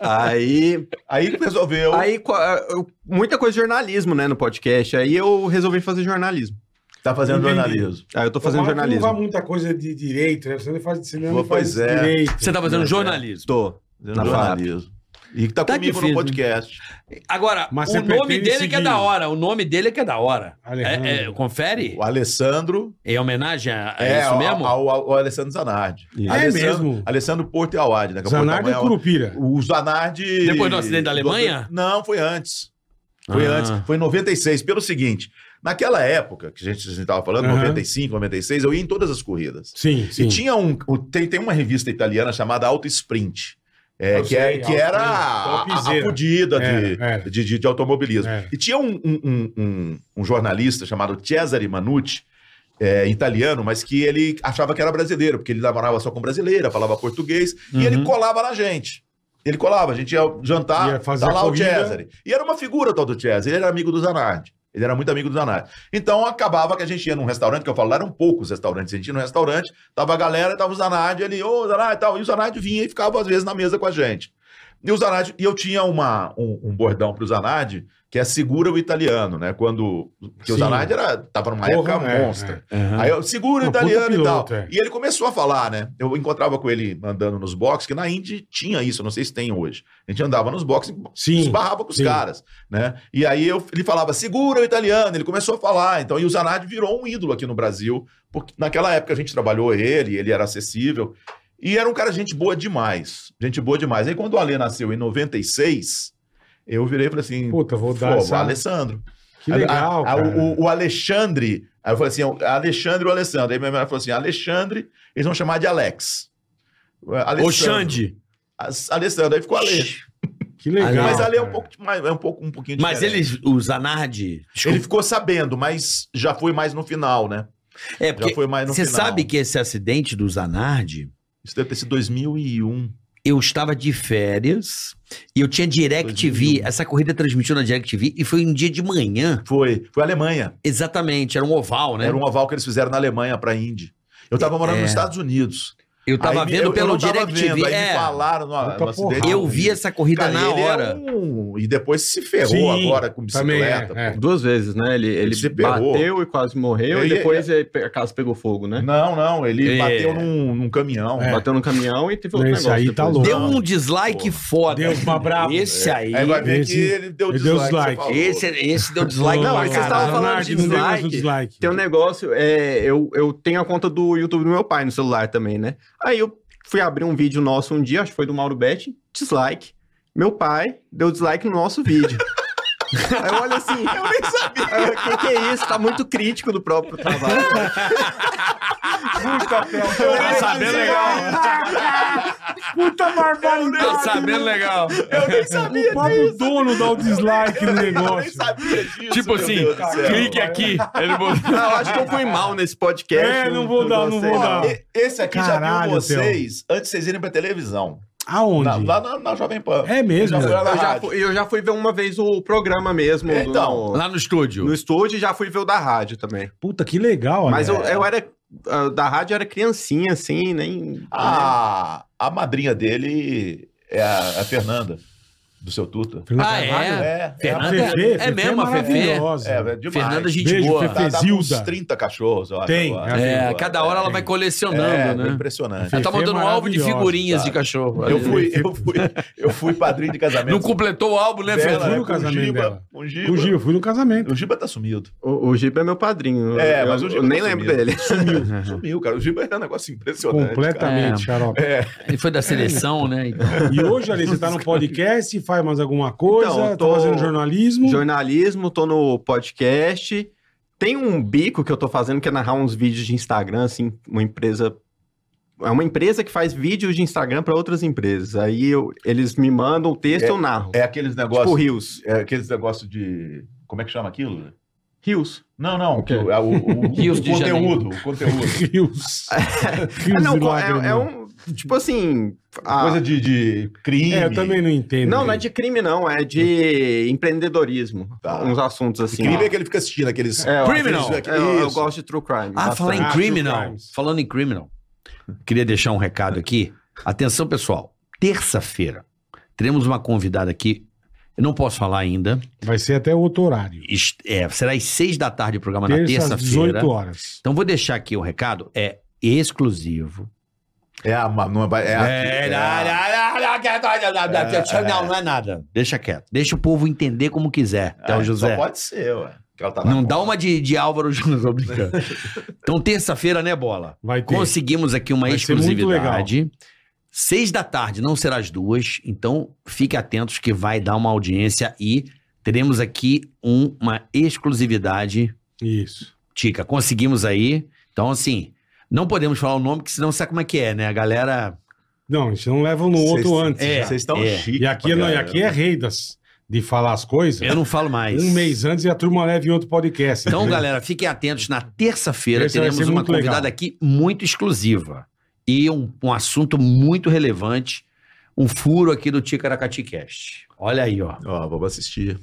Aí,
Aí ele resolveu.
aí co- eu- muita coisa de jornalismo, né, no podcast. Aí eu resolvi fazer jornalismo.
tá fazendo
Entendi.
jornalismo.
Aí eu tô fazendo
Tomara que Não vai
jornalismo.
muita coisa de direito, né? Você não faz de cinema, não
Pois
faz
é.
direito.
Você tá fazendo jornalismo.
Tô.
Fazendo
Na
jornalismo. E que tá,
Tá
comigo
né?
difícil,
no podcast.
Agora,
Mas
o
você
nome
pretende
dele que é
seguir-
da hora. O nome dele que é da hora.
Alejandro.
É- é, confere?
O Alessandro.
Em homenagem a, a
É,
isso
ao-
mesmo?
Ao, ao- ao Alessandro Zanardi.
Isso.
Ah, é
Alessandro-
mesmo?
Alessandro Porto e Awad, né? que é o
Zanardi
Porto
ou
Amanhã.
Curupira?
O Zanardi.
Depois do acidente da Alemanha?
Não, foi antes. Foi
Ah.
antes. Foi em 96. Pelo seguinte, naquela época que a gente estava falando,
Aham.
95, 96, eu ia em todas as corridas.
Sim, sim.
E tinha um. o- Tem, tem uma revista italiana chamada Auto Sprint. é,
Eu
que,
Ah, sei,
é, que
Auto
era a,
Sprint,
a, a
topzera. É,
fudida de,
Era, era.
De, de- de automobilismo.
Era.
E tinha um, um- um- um- um jornalista chamado Cesare Manucci, é, italiano, mas que ele achava que era brasileiro, porque ele namorava só com brasileira, falava português, e ele colava na gente. Ele colava, a gente ia jantar,
Uhum. Ia fazer
tá lá
a
o
corrida.
Cesare. E era uma figura o tal do Cesare, ele era amigo do Zanardi. Ele era muito amigo do Zanardi. Então acabava que a gente ia num restaurante, que eu falo, lá eram poucos restaurantes. A gente ia num restaurante, tava a galera, tava o Zanardi ali, ô Zanardi e tal. E o Zanardi vinha e ficava às vezes na mesa com a gente. E o Zanardi, e eu tinha uma, um, um bordão pro Zanardi, que é segura o italiano, né? Quando. Porque o
Sim.
Zanardi era, tava numa
Porra,
época
é,
monstra.
Aham.
Aí eu seguro
Uma puta
italiano e tal.
piloto, é.
E ele começou a falar, né? Eu encontrava com ele andando nos boxes, que na Indy tinha isso, eu não sei se tem hoje. A gente andava nos boxes e
Sim,
esbarrava com os
sim.
caras, né? E aí eu- ele falava, segura o italiano, ele começou a falar. Então, e o Zanardi virou um ídolo aqui no Brasil, porque naquela época a gente trabalhou ele, ele era acessível. E era um cara gente boa demais, gente boa demais. Aí quando o Alê nasceu em 96, eu virei e falei assim,
Puta, vou dar
pô,
essa-
Alessandro.
Que
A-
legal,
a- a-
cara.
o, o Alexandre. Aí eu falei assim: Alexandre ou Alessandro? Aí minha mulher falou assim: Alexandre, eles vão chamar de Alex. Alexandre.
Ô, Xande.
As- Alessandro, aí ficou Ale.
Que legal.
mas Ale é um
cara.
pouco mais, é um pouco um pouquinho
Mas
diferente.
eles, o Zanardi.
Ele ficou sabendo, mas já foi mais no final, né?
É,
Já
porque
foi mais no
você
final.
sabe que esse acidente do Zanardi,
Isso deve ter sido 2001.
eu estava de férias e eu tinha DirecTV.
2001.
Essa corrida transmitiu na DirecTV e foi um dia de manhã.
Foi. Foi a Alemanha.
Exatamente, era um oval, né?
Era um oval que eles fizeram na Alemanha pra Indy. Eu tava morando
É.
nos Estados Unidos.
Eu tava
Aí me-
vendo
eu- eu
pelo
não tava
DirecTV.
vendo, Aí me
É,
falaram no,
Puta
no acidente.
porra.
eu vi essa corrida
Cara,
na
ele é
hora.
um- E depois se ferrou
Sim,
agora com
também
bicicleta.
é, é.
Duas vezes, né? Ele, ele
se ferrou.
bateu e quase morreu,
Ele-
e depois ele- a casa pegou fogo, né?
Não, não, ele
É.
bateu num, num caminhão.
É.
Bateu no caminhão e teve
Não,
outro
esse
negócio.
aí tá
depois.
louco.
Deu
Não.
um dislike
Porra. um
foda.
Deu uma brava.
Esse aí.
Aí vai ver
Esse-
que ele deu
ele deu
dislike. você
dislike.
falou.
Esse, é esse deu dislike.
Não,
pra
mas vocês
caralho.
estavam falando
Leonardo,
de
não deu
dislike.
o dislike.
Tem um negócio, é, eu, eu tenho a conta do YouTube do meu pai no celular também, né? Aí eu fui abrir um vídeo nosso um dia, acho que foi do Mauro Betti, dislike. Meu pai deu dislike no nosso vídeo. Aí eu olho "Ah, assim, eu nem sabia. O que, que é isso? Tá muito crítico do próprio trabalho.
Puta,
Tá sabendo legal.
Puta
Tá
barbaridade.
sabendo legal.
Eu nem sabia
O próprio dono dá o dislike no
Eu nem
negócio.
sabia disso.
Tipo
meu
assim,
Deus do céu.
clique aqui. Ele botou-
Ah, eu acho que eu fui mal nesse podcast. né?
É, não vou dar, não vou
Ó,
dar.
e- esse aqui já
Caralho,
viu vocês antes de vocês irem pra televisão. Na-
Aonde?
lá na, na Jovem Pan.
É mesmo?
Eu já fui lá na
Eu já,
rádio.
fui, eu já fui ver uma vez o programa mesmo.
É,
do-
Então,
Lá no estúdio.
no estúdio e já fui ver o da rádio também.
Puta, que legal.
Mas
olha. é.
eu, eu era. ah, Da rádio eu era criancinha, assim, nem.
Ah,
A, a madrinha dele é a, a Fernanda, do seu Tuta.
Fernanda
Ah, é?
Carvalho?
É, é,
Fernanda?
a-
Fefe,
É
Fefe
mesmo, a Fefe.
maravilhosa.
é, é demais.
Fernanda, gente
Beijo,
boa.
Fefe.
Tá, tá com uns
Zilda.
30 cachorros, eu acho.
Tem,
agora.
É, a
Agora,
cada hora ela vai colecionando, né?
é, Impressionante.
Ela tá
Fefe é
mandando um álbum de
maravilhosa,
figurinhas
cara.
de cachorro.
Eu fui, eu fui, eu fui padrinho de casamento.
Não completou o álbum, né,
dela,
Fernanda?
né,
Fernando?
No
com o
casamento
Giba.
dela.
Com o
O Gil,
Giba.
eu fui no casamento.
O Giba tá sumido.
O, o Giba é meu padrinho.
É,
eu,
mas o
eu
Giba
nem
tá
lembro
sumido.
dele.
Sumiu, cara. O Giba é um negócio
Tá
impressionante. cara.
É.
Completamente, xarope.
Ele foi da seleção, né? Então.
E hoje, ali, você tá no podcast, faz mais alguma coisa,
Então, eu tô-
tá fazendo jornalismo.
Jornalismo, tô no podcast. Tem um bico que eu tô fazendo que é narrar uns vídeos de Instagram, assim, uma empresa. É uma empresa que faz vídeos de Instagram para outras empresas. Aí eu- eles me mandam o texto e eu narro.
É aqueles
tipo
negócios.
Rios.
é aqueles negócios de. Como é que chama aquilo?
Rios.
Não, não.
O quê?
O, o- o- o
Rios de
conteúdo. O conteúdo.
Rios.
É,
Rios
não,
de
co-
lágrimas.
é, é um. Tipo assim. a-
né? Coisa né, de, de crime.
É, eu também não entendo.
Não, não é de crime, não. É de empreendedorismo.
Tá.
Uns assuntos assim.
Crime é que ele fica assistindo aqueles.
É, ó,
Criminal.
aqueles-
É, eu, eu
Isso.
gosto de true crime.
Ah,
bastante.
falar em
Ah, True
criminal.
Crimes.
Falando em criminal, queria deixar um recado aqui. Atenção, pessoal. Terça-feira, teremos uma convidada aqui. Eu não posso falar ainda.
Vai ser até outro horário.
Est- é, será às seis da tarde o programa na
Terça às
terça-feira.
18 horas.
Então vou deixar aqui o recado. É exclusivo.
É a. ma- Não, é, é, a- é a-
Não, não é nada. Deixa quieto. Deixa o povo entender como quiser. Então,
é,
José.
Só pode ser, ué. que ela tá na
Não
conta.
dá uma de, de Álvaro Júnior, tô brincando. Então, terça-feira, né, bola?
Vai ter.
Conseguimos aqui uma
Vai ser muito
exclusividade. Seis da tarde, não será às duas. Então, fique atentos que vai dar uma audiência e teremos aqui um- uma exclusividade.
Isso.
Tica, conseguimos aí. Então, assim, não podemos falar o nome, que senão sabe como é que é, né? A galera.
Não, a gente não leva no
Vocês-
outro antes.
é.
já.
Vocês estão
É.
chiques.
E aqui,
pra
não, e
caramba.
aqui é rei das, de falar as coisas.
Eu não falo mais.
Um mês antes e a turma leva em outro podcast.
Então,
entendeu?
galera, fiquem atentos. Na terça-feira
Terça vai
teremos
ser
uma
muito legal.
convidada aqui muito exclusiva. E um, um assunto muito relevante. Um furo aqui do Ticaracati Cast. Olha aí, ó.
Ó, vamos assistir.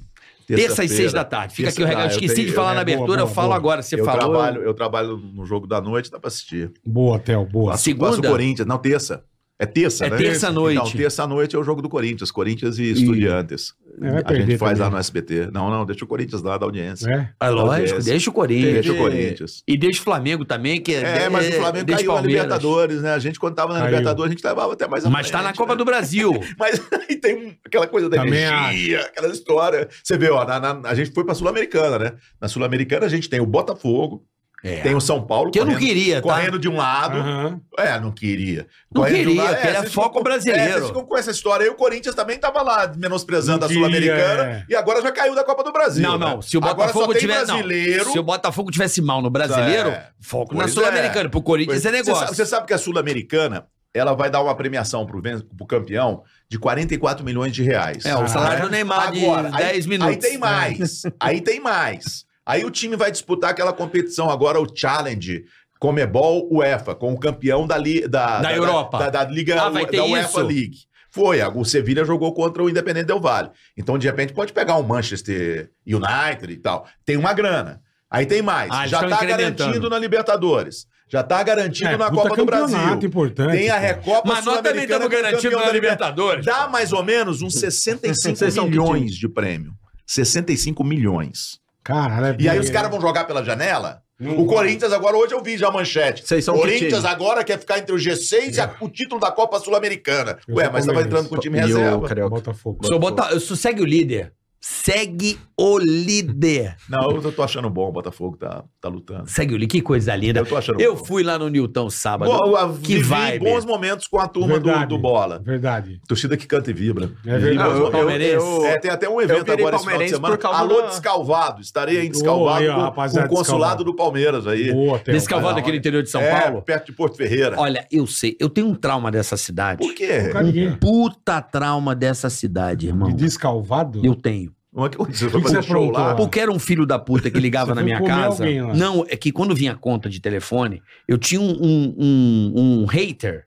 Terça às seis
Terça-feira.
da tarde. Fica aqui o
Terça-
recado.
Ah, eu
Esqueci
tenho-
de falar
eu-
na
é,
abertura,
boa,
eu
boa,
falo
boa.
agora. Você
eu
falou.
Trabalho, eu trabalho no jogo da noite, dá pra assistir.
Boa, Theo, boa.
Nossa, Segunda?
Passa o Corinthians. Não, terça. É terça,
É
né?
terça-noite.
Não, terça-noite é o jogo do Corinthians. Corinthians e, Estudiantes.
É, vai
a gente
perder
faz
também.
lá no SBT. Não, não, deixa o Corinthians lá da audiência.
É.
É lógico,
Acontece.
deixa o Corinthians.
Deixa o
Teve-
Corinthians.
E deixa o Flamengo também, que
É, mas o Flamengo
deixa
caiu
Palmeiras.
na Libertadores, né? A gente, quando tava na
Caiu.
Libertadores, a gente levava até mais à
Mas tá na
frente,
Copa
né?
do Brasil.
Mas aí tem um- aquela coisa da
Também
energia, aquela história. Você vê, ó, na- na- a gente foi pra Sul-Americana, né? Na Sul-Americana a gente tem o Botafogo,
É.
tem o São Paulo,
Que eu não
correndo,
queria, tá?
correndo de um lado.
Aham.
É, não queria.
Não
Correndo de um
queria,
lado-
que era
vocês
foco
ficam-
brasileiro.
É, vocês ficam com essa história aí, o Corinthians também tava lá menosprezando
Não
a Sul-Americana
queria, é.
e agora já caiu da Copa do Brasil.
Não, não.
né?
Se o
agora só
Botafogo
tem
tivesse.
brasileiro.
Não, se o Botafogo tivesse mal no brasileiro,
É.
foco na
Pois
Sul-Americana. Pro Corinthians é
Você
negócio.
sabe, você sabe que a Sul-Americana, ela vai dar uma premiação pro, ven- pro campeão de 44 milhões de reais. Tá?
É, o salário do Neymar de
Agora,
10
aí,
minutos. né?
Aí tem mais. aí tem mais. Aí o time vai disputar aquela competição agora, o Challenge. Comebol UEFA, com o campeão da, li, da,
Da Europa.
Da, da Liga
Ah, vai ter
da UEFA
isso?
League. Foi, o Sevilha jogou contra o Independente Del Vale. Então, de repente, pode pegar um Manchester United e tal. Tem uma grana. Aí tem mais.
Ah, eles
Já
estão
tá
incrementando.
garantido na Libertadores. Já tá garantido
É,
na
puta
Copa do
campeonato
Brasil.
importante.
Tem a
pô.
Recopa
Mas nós também
Sul-Americana
estamos
com o
garantidos
campeão
na
da Liber-
Libertadores.
Dá mais ou menos uns 65
Vocês são
milhões de prêmio. 65 milhões.
Caralho, é
E aí
bem-
os caras vão jogar pela janela?
Não
O
vai.
Corinthians agora, hoje eu vi já a manchete.
Vocês são
O
que
Corinthians
time?
agora quer ficar entre o G6 e a- o título da Copa Sul-Americana.
Eu
Ué,
sou
mas tava
palmeirense.
entrando com o time
E o
reserva.
Carioca.
é, Botafogo.
Sou bota... Eu sou- segue o líder. Segue o líder.
Não, eu tô achando bom, o Botafogo tá, tá lutando.
Segue o líder. Que coisa linda.
Eu tô achando
Eu
bom.
fui lá no Newton sábado.
Bo- a-
que
vivi
vibe.
bons momentos com a turma do,
Verdade.
do Bola.
É Verdade.
Torcida que canta e vibra.
É
Vivi
verdade.
bons
Eu-
momentos.
Palmeirense.
É, tem até um evento
eu virei
agora esse final de
palmeirense
semana.
por causa
Alô,
da-
Descalvado. Estarei em Descalvado
Ô, aí, ó,
com- com
rapaziada,
o consulado
Descalvado.
do Palmeiras aí.
Boa, Theo.
Nesse cavalo
cara,
aqui no
olha.
interior de São
É,
Paulo.
perto de Porto Ferreira.
Olha, eu sei. Eu tenho um trauma dessa cidade.
É. Por quê?
Nunca ninguém.
Puta trauma dessa cidade, irmão. um
De descalvado?
Eu tenho.
Não é que Você
que
foi fazer
você
show lá?
aprontou lá?
Porque era um filho da puta que ligava
Ah.
na
Você foi
minha
comer
casa.
alguém lá.
Não, é que quando vinha a conta de telefone, eu tinha um, um, um- um hater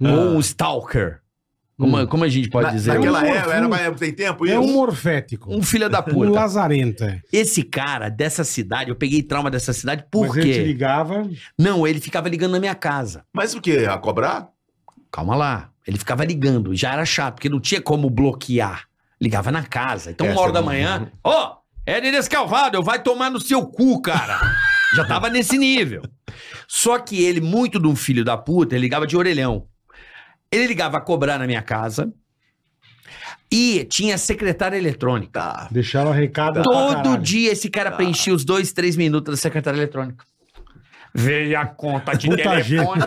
Ah.
ou um stalker. Como,
Hum.
como a gente pode
Na-
dizer?
Naquela
Um
época, era,
morfum.
mas tem tempo isso?
É um morfético.
Um filho da
Um
puta.
lazarento, é.
Esse cara dessa cidade, eu peguei trauma dessa cidade, por
Mas ele te
quê?
ligava.
Não, ele ficava ligando na minha casa.
Mas o quê? A cobrar?
Calma lá. Ele ficava ligando, já era chato, porque não tinha como bloquear. Ligava na casa. Então,
Essa
uma hora da
não-
manhã, ó, é Éder Escalvado, vai tomar no seu cu, cara. já tava nesse nível. Só que ele, muito de um filho da puta, ele ligava de orelhão. Ele ligava a cobrar na minha casa e tinha secretária eletrônica.
Deixava
Tá
recado. pra
Todo
caralho.
dia esse
Tá.
cara preenchia os dois, três minutos da secretária eletrônica. Veio a conta de
Puta
telefone.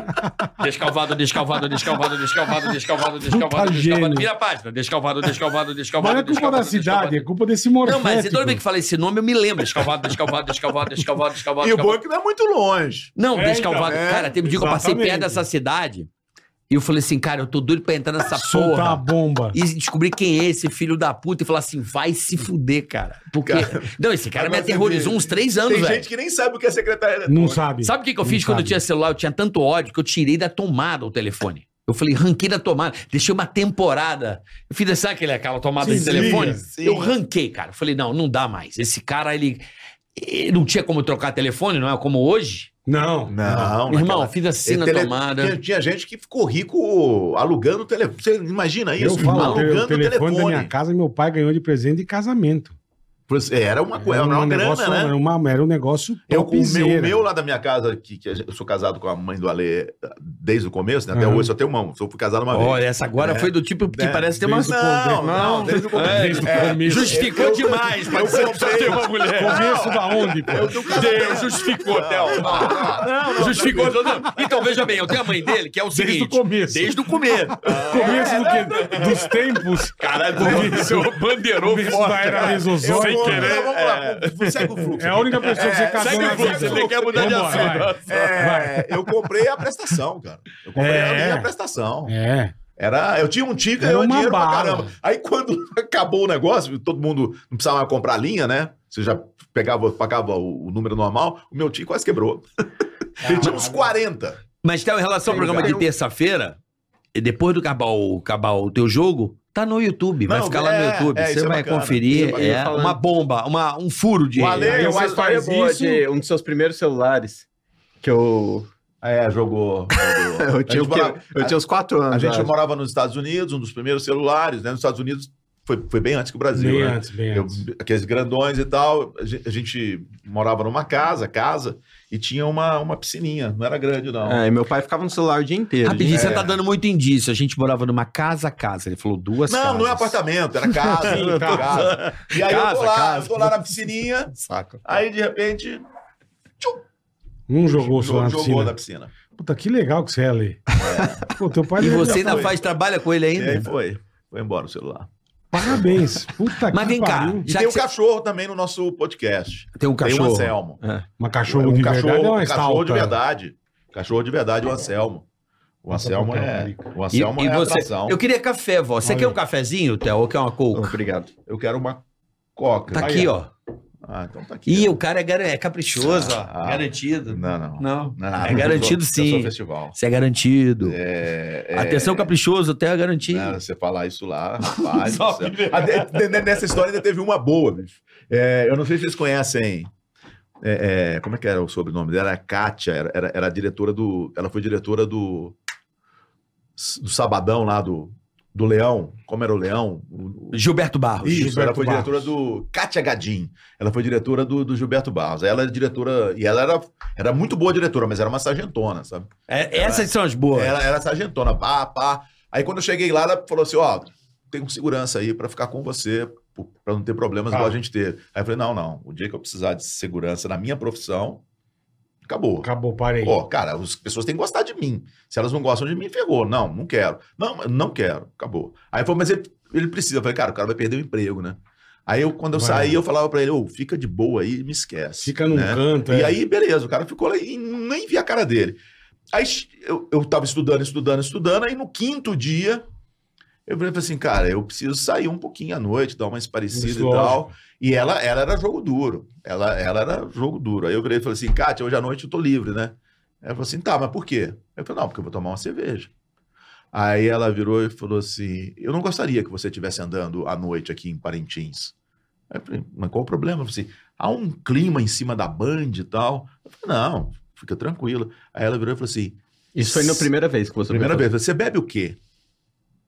Descalvado, descalvado, descalvado, descalvado, descalvado, descalvado, descalvado.
gênio.
Vira a página. Descalvado, descalvado, descalvado.
Mas não é culpa
descalvado,
da cidade,
descalvado.
é culpa desse
Não,
morfético.
mas toda vez que fala esse nome, eu me lembro. Descalvado, descalvado, descalvado, descalvado, descalvado.
E o
descalvado.
banco não é muito longe.
Não,
É,
descalvado.
então, é,
cara, teve um dia que eu passei
exatamente.
perto dessa cidade e eu falei assim, cara, eu tô doido pra entrar nessa
Soltar a
porra.
bomba.
E descobrir quem é esse filho da puta e falar assim, vai se fuder, cara. Porque.
Cara,
não, esse cara me
agora você
aterrorizou
vê.
uns três anos,
Tem
velho.
gente que nem sabe o que é secretária eletrônica.
Não sabe.
Sabe o que, que eu
Não
fiz quando eu
sabe.
tinha celular? Eu tinha tanto ódio que eu tirei da tomada o telefone. Eu falei, ranquei da tomada. Deixei uma temporada. Eu fiz, sabe aquele, aquela tomada de
Sim,
telefone?
sim.
Eu ranquei, cara. Eu falei, não, não dá mais. Esse cara, ele, ele não tinha como trocar telefone, não é como hoje.
Não.
Não,
Irmão,
naquela- É
fiz assim na
Tele-
tomada.
Tinha, tinha gente que ficou rico alugando o telefone. Você imagina
Eu
isso?
falo, o
alugando
telefone,
o telefone.
da minha casa, meu pai ganhou de presente de casamento.
Pois é, Era uma, coisa, era uma grana,
negócio,
né?
Era, uma- era um negócio
Eu, o, meu, o
topzera.
meu lá da minha casa, que, que eu sou casado com a mãe do Ale desde o começo, né? Até
Aham.
hoje só tem uma, só fui casado uma vez.
Olha, essa agora
É.
foi do tipo que
É.
parece ter uma.
Desde o convênio.
não, desde o começo.
É,
É,
Desde o começo.
Justificou demais,
Eu
mas você
comprei-
precisa ter uma mulher.
Começo da onde, pô?
Eu tô
Deus, justificou, Théo. Ah, Justificou. Não, não. Então, veja bem, eu tenho a mãe dele que é o
Desde o
seguinte.
começo.
Desde o começo.
começo do quê? Dos tempos.
Caralho, o senhor bandeirou
Começo
forte.
da era
Eu
mesozoica.
vou- Não, vamos lá, segue o fluxo.
É a única pessoa que você casou
segue
na
o fluxo,
vida.
você quer mudar de
Vambora,
assunto.
vai.
É, eu comprei a prestação, cara. Eu comprei a
É.
minha prestação.
É.
Era, eu tinha um tico e
Era
eu
É uma
dinheiro pra
bala.
caramba. Aí quando acabou o negócio, todo mundo não precisava mais comprar linha, né? Você já pegava, pagava o, o número normal, o meu tio quase quebrou.
Ah,
Ele tinha
é.
uns 40.
Mas, Théo, em relação ao
Sim,
programa
cara.
de terça-feira, e depois do acabar o, acabar o teu jogo, tá no YouTube. Vai
Não,
ficar lá no
é,
YouTube.
é,
Você
isso é
vai
bacana,
conferir.
isso
É,
é
bacana.
uma bomba, uma, um furo de.
O Ale-
Aí
Eu
uma
acho
história
que
boa
isso-
de um dos seus primeiros celulares que eu.
É, jogou. jogou.
Eu tinha,
a
o
gente,
quê?
morava,
eu tinha uns 4 anos.
a gente
eu acho.
morava nos Estados Unidos, um dos primeiros celulares, né? Nos Estados Unidos foi, foi bem antes que o Brasil.
Bem
né?
antes, bem
Eu-
antes.
aqueles grandões e tal. A gen- a gente, morava numa casa, casa, e tinha uma, uma piscininha. Não era grande, não.
É, e meu pai ficava no celular o dia inteiro. É,
Rapidinho,
gente.
você tá dando muito indício. A gente morava numa casa a casa. Ele falou duas
Não,
casas.
não é apartamento, era casa.
Sim, tá.
casa. E aí eu
Casa,
tô lá,
casa.
eu tô lá na piscininha,
Saco.
aí de repente
Não Um jogou o
jogou,
celular na
jogou na
piscina.
piscina.
Puta, que legal que você é, Ale. Pô, teu pai
E
deve-
você ainda
Foi. É.
faz, trabalha com ele
E aí
ainda?
foi. Foi embora o celular.
Parabéns. Puta
Mas
que
vem cá,
pariu.
E
Já que
tem um
cê-
cachorro também no nosso podcast.
Tem um
Tem o
cachorro.
Anselmo.
Mas cachorro de
um
verdade é uma
um cachorro
estalta.
de verdade. Cachorro de verdade, o Anselmo. O Anselmo é. O
E,
Anselmo
e
é
você?
atração.
Eu queria café, vó. Você
Olha
quer
aí.
um cafezinho, Theo? Ou quer uma coca?
Obrigado.
Eu quero uma coca.
Tá
Aí,
aqui, ó.
Ah, então tá aqui.
Ih, o cara é, gar- é caprichoso, ó.
Ah, ah.
garantido.
Não, não.
Não.
Não,
É
eu
garantido
sou- Eu sou
sim.
festival.
Você é garantido.
É, é,
Atenção, caprichoso, até a garantia.
Não, Né, você falar isso lá, rapaz.
Só
do céu. Ah, de- de- Nessa história ainda teve uma boa, bicho. É, eu não sei se vocês conhecem. é, é, como é que era o sobrenome dela? Era Kátia, era, era, era a diretora do. Ela foi diretora do. Do Sabadão lá do, do Leão. Como era o Leão? O- o-
Gilberto Barros.
isso,
Gilberto
ela foi
Barros.
diretora do. Kátia Gadim. Ela foi diretora do, do Gilberto Barros. Ela era diretora. E ela era, era muito boa diretora, mas era uma sargentona, sabe?
É, essas são as boas.
Ela
é.
é era sargentona, pá, pá. Aí quando eu cheguei lá, ela falou assim: ó, tem um segurança aí pra ficar com você, para não ter problemas
Ah.
igual a gente teve. Aí eu falei, não, não, o dia que eu precisar de segurança na minha profissão, acabou.
Acabou, parei.
Ó, cara, as pessoas têm que gostar de mim. Se elas não gostam de mim, ferrou. Não, não quero. Não, não quero. Acabou. Aí eu falei, mas ele, ele precisa. Eu falei, cara, o cara vai perder o emprego, né? Aí eu, quando eu
Vai.
saí, eu falava pra ele, ô, fica de boa aí, me esquece.
Fica num
né?
canto.
E
é.
aí, beleza, o cara ficou lá e nem vi a cara dele. Aí eu, eu tava estudando, estudando, estudando, aí no quinto dia eu falei assim, cara, eu preciso sair um pouquinho à noite, dar uma esparecida e
Lógico.
tal. E ela, ela era jogo duro. Ela, ela era jogo duro. Aí eu virei e falei assim, Kátia, hoje à noite eu tô livre, né? Ela falou assim, tá, mas por quê? Eu falei, não, porque eu vou tomar uma cerveja. Aí ela virou e falou assim, eu não gostaria que você estivesse andando à noite aqui em Parintins. Aí eu falei, mas qual o problema? Eu falei assim, há um clima em cima da Band e tal. Eu falei, não, fica tranquila. Aí ela virou e falou assim,
Isso foi na primeira vez que você
primeira
bebeu.
vez, você bebe o quê?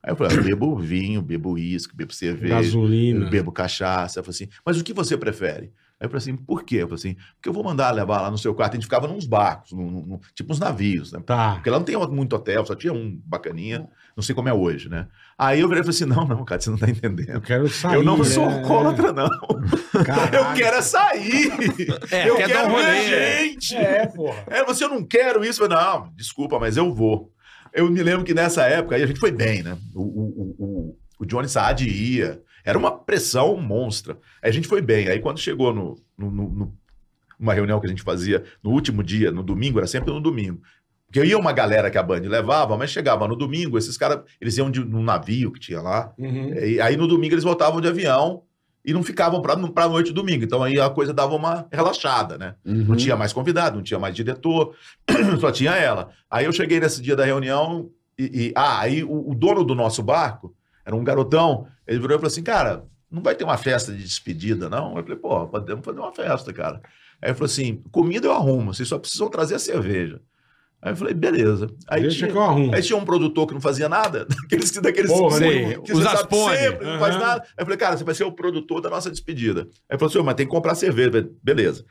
Aí eu falei, "Ah, eu bebo vinho, bebo uísque, bebo cerveja,
Gasolina.
bebo cachaça. Eu falei assim, mas o que você prefere? Aí eu falei assim, por quê? Eu falei assim, porque eu vou mandar levar lá no seu quarto. A gente ficava nos barcos, num- num- num- tipo uns navios, né?
Tá.
Porque lá não tem muito hotel, só tinha um bacaninha. Não sei como é hoje, né? Aí eu virei e falei assim, não, não, cara, você não tá entendendo.
Eu quero sair.
Eu não sou
é.
alcoólatra, não. Eu
Caralho.
quero é sair.
É,
eu
quer dar
quero
um rolê,
ver
é.
gente.
É, porra.
É, você eu não quero isso. Eu falei, não, desculpa, mas eu vou. Eu me lembro que nessa época aí a gente foi bem, né? O, o, o, o- o Johnny Saad ia. Era uma pressão monstra. Aí A gente foi bem. Aí quando chegou no, no, no- no- uma reunião que a gente fazia no último dia, no domingo, era sempre no domingo. Porque ia uma galera que a Band levava, mas chegava no domingo, esses caras, eles iam de, num navio que tinha lá.
Uhum.
E aí no domingo eles voltavam de avião e não ficavam pra, pra noite de domingo. Então aí a coisa dava uma relaxada, né?
Uhum.
Não tinha mais convidado, não tinha mais diretor, só tinha ela. Aí eu cheguei nesse dia da reunião e. e- ah, aí o, o dono do nosso barco, era um garotão, ele virou e falou assim: cara, não vai ter uma festa de despedida, não? Eu falei: pô, podemos fazer uma festa, cara. Aí ele falou assim: comida eu arrumo, vocês só precisam trazer a cerveja. Aí eu falei: beleza. Aí
Deixa
tinha-
que eu arrumo.
Aí tinha um produtor que não fazia nada, daqueles que daqueles
Porra,
que,
né?
que
Os
você sabe
Aspone.
sempre, não faz
Aham.
nada. Aí eu falei, cara, você vai ser o produtor da nossa despedida. Aí ele falou assim, "Ô, mas tem que comprar cerveja. Eu falei, Beleza.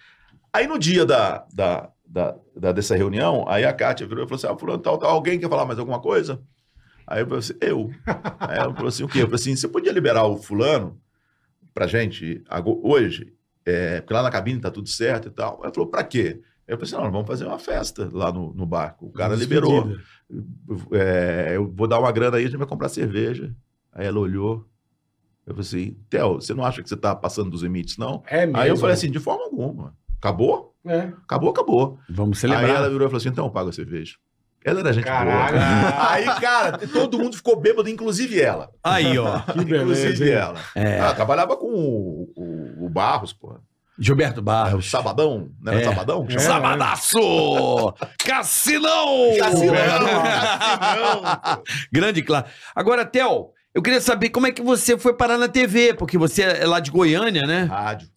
Aí no dia da, da, da, da- dessa reunião, aí a Kátia virou e falou assim: ah, fulano, tal, tal, alguém quer falar mais alguma coisa? Aí eu falei assim, eu. Aí ela falou assim, o quê? Eu falei assim, você podia liberar o fulano pra gente ago- hoje? É, porque lá na cabine tá tudo certo e tal. Ela falou, pra quê? Eu falei assim, não, vamos fazer uma festa lá no, no barco. O cara liberou.
Despedida.
É, eu vou dar uma grana aí, a gente vai comprar cerveja. Aí ela olhou. Eu falei assim, Theo, você não acha que você tá passando dos limites, não?
É mesmo.
Aí eu falei assim, de forma alguma. Acabou?
É.
Acabou, acabou.
Vamos
Aí ela
celebrar.
virou e falou assim, então eu pago a cerveja. Ela era gente boa.
Caralho.
cara. Aí, cara, todo mundo ficou bêbado, inclusive ela.
Aí, ó.
Que beleza.
Inclusive
hein?
ela.
É.
Ela trabalhava com o, o- o Barros, pô.
Gilberto
O
Barros.
Sabadão, né? Era
É.
Sabadão? que
Ah, É.
chamava?
Sabadaço! Cassinão!
Cassinão,
É.
Cassinão! Grande, claro. Agora, Theo, eu queria saber como é que você foi parar na TV, porque você é lá de Goiânia, né?
Rádio.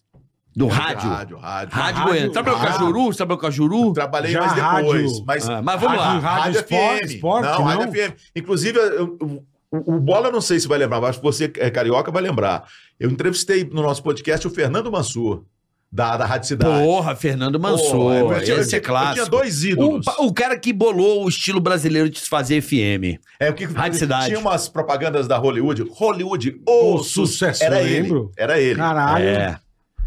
Do rádio. Rádio,
Rádio, rádio.
Goiânia. Trabalhou com o
rádio.
Cajuru? Trabalhou com o Cajuru?
Trabalhei
Já
mais depois.
rádio.
Mas
Ah, mas vamos lá.
Rádio Esporte, esporte,
não, Rádio
não?
FM. Inclusive, eu- eu- o, o Bola eu não sei se vai lembrar, mas acho que você que é carioca vai lembrar. Eu entrevistei no nosso podcast o Fernando Mansur, da, da Rádio Cidade.
Porra, Fernando
Pô,
Mansur.
eu tinha- eu
Esse
tinha-
é
eu
clássico.
tinha dois
O,
ídolos.
pa- o cara que bolou o estilo brasileiro de se fazer FM.
é, o que,
Rádio Cidade.
Tinha umas propagandas da Hollywood. Hollywood, o
Ô, sucesso,
sucesso. Era
eu
ele.
lembro.
Era ele.
Caralho.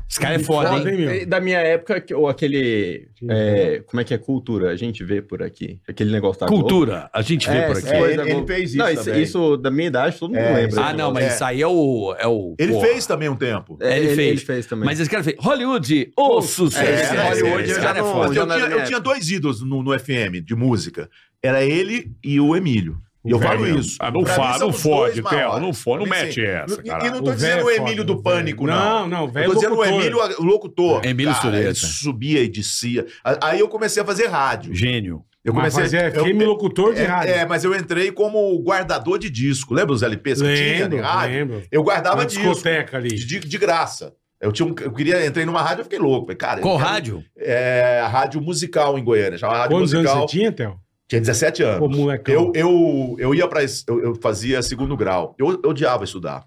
Esse cara é foda,
Foda,
hein?
hein, meu?
Da minha época, que- ou aquele. é, como é que é cultura? A gente vê por aqui. Aquele negócio da Globo.
Cultura. A gente vê
É,
por
sim.
Tá É,
aqui.
Coisa
ele, ele
boa.
fez isso
Não, isso,
também.
isso da minha idade, todo mundo
É,
lembra.
isso
Ah, não, mas
É.
isso aí é o. É o
Ele
porra.
fez também um tempo.
É,
Ele
ele,
fez.
fez. ele fez também.
Mas esse cara fez. Hollywood, o sucesso.
É,
Esse
é,
Hollywood,
é,
esse
é,
cara é
não,
Mas
foda.
eu
já na
tinha,
minha
eu tinha dois ídolos no, no FM de música. Era ele e o Emílio. E eu
velho.
falo isso.
Ah, não
Pra mim
fala,
são
não
os dois
fode,
maiores.
Theo. Não fode, não
Pra mim,
mete
sim.
essa,
E- E
cara.
não tô
O velho
dizendo o
é
Emílio
foda,
do
o velho.
Pânico, não.
Não, não, velho é
Eu tô dizendo o
locutor.
Emílio a- o locutor.
Emílio Sureta.
Ele subia e descia. A- Aí eu comecei a fazer rádio.
Gênio.
Eu
Mas
comecei
fazer
eu-
FM locutor de
é,
rádio.
É, mas eu entrei como guardador de disco. Lembra os LPs que tinha de
Lembro,
né? rádio?
lembro.
Eu guardava
Na
disco
discoteca ali.
de, de graça. Eu, tinha um- eu queria, entrei numa rádio, eu fiquei louco. Falei, cara, eu
Qual
quero-
rádio?
É, a rádio musical em Goiânia. Chamava rádio
Quantos anos
musical.
você tinha, Theo?
Tinha 17 anos.
Pô, molecão.
Eu, eu, eu ia para eu, eu fazia segundo grau. Eu, eu odiava estudar.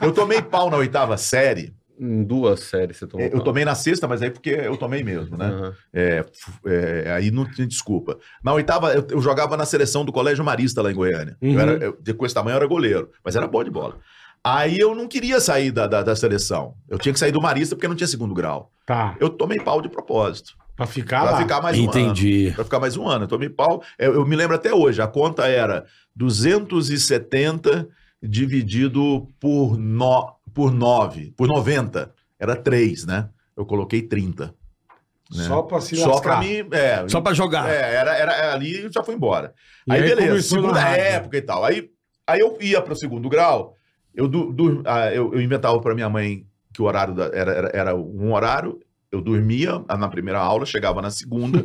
Eu, eu tomei pau na oitava série.
Em duas séries você tomou.
Eu
pau.
tomei na sexta, mas aí porque eu tomei mesmo, né?
Ah.
Aham.
É, f- é, aí não tinha desculpa. Na oitava, eu, eu jogava na seleção do Colégio Marista lá em Goiânia.
Uhum.
Eu era, eu, de com esse tamanho eu era goleiro, mas era bom de bola. Aí eu não queria sair da, da, da seleção. Eu tinha que sair do Marista porque não tinha segundo grau.
Tá.
Eu tomei pau de propósito.
Pra ficar
pra
Ah lá.
ficar mais um ano.
Entendi.
Pra ficar mais um ano. Eu tomei pau. Eu, eu me lembro até hoje, a conta era 270 dividido por, no, por 9, por 90. Era 3, né? Eu coloquei 30. né?
Só pra se
Só pra
lascar.
mim. É,
Só pra jogar.
é, era, era ali e já fui embora.
Ah. E
aí, beleza,
começou na
segunda
rádio.
época e tal. Aí, aí eu ia para o segundo grau, eu, du- du- ah, eu, eu inventava para minha mãe que o horário da- era, era, era um horário, eu dormia na primeira aula, chegava na segunda,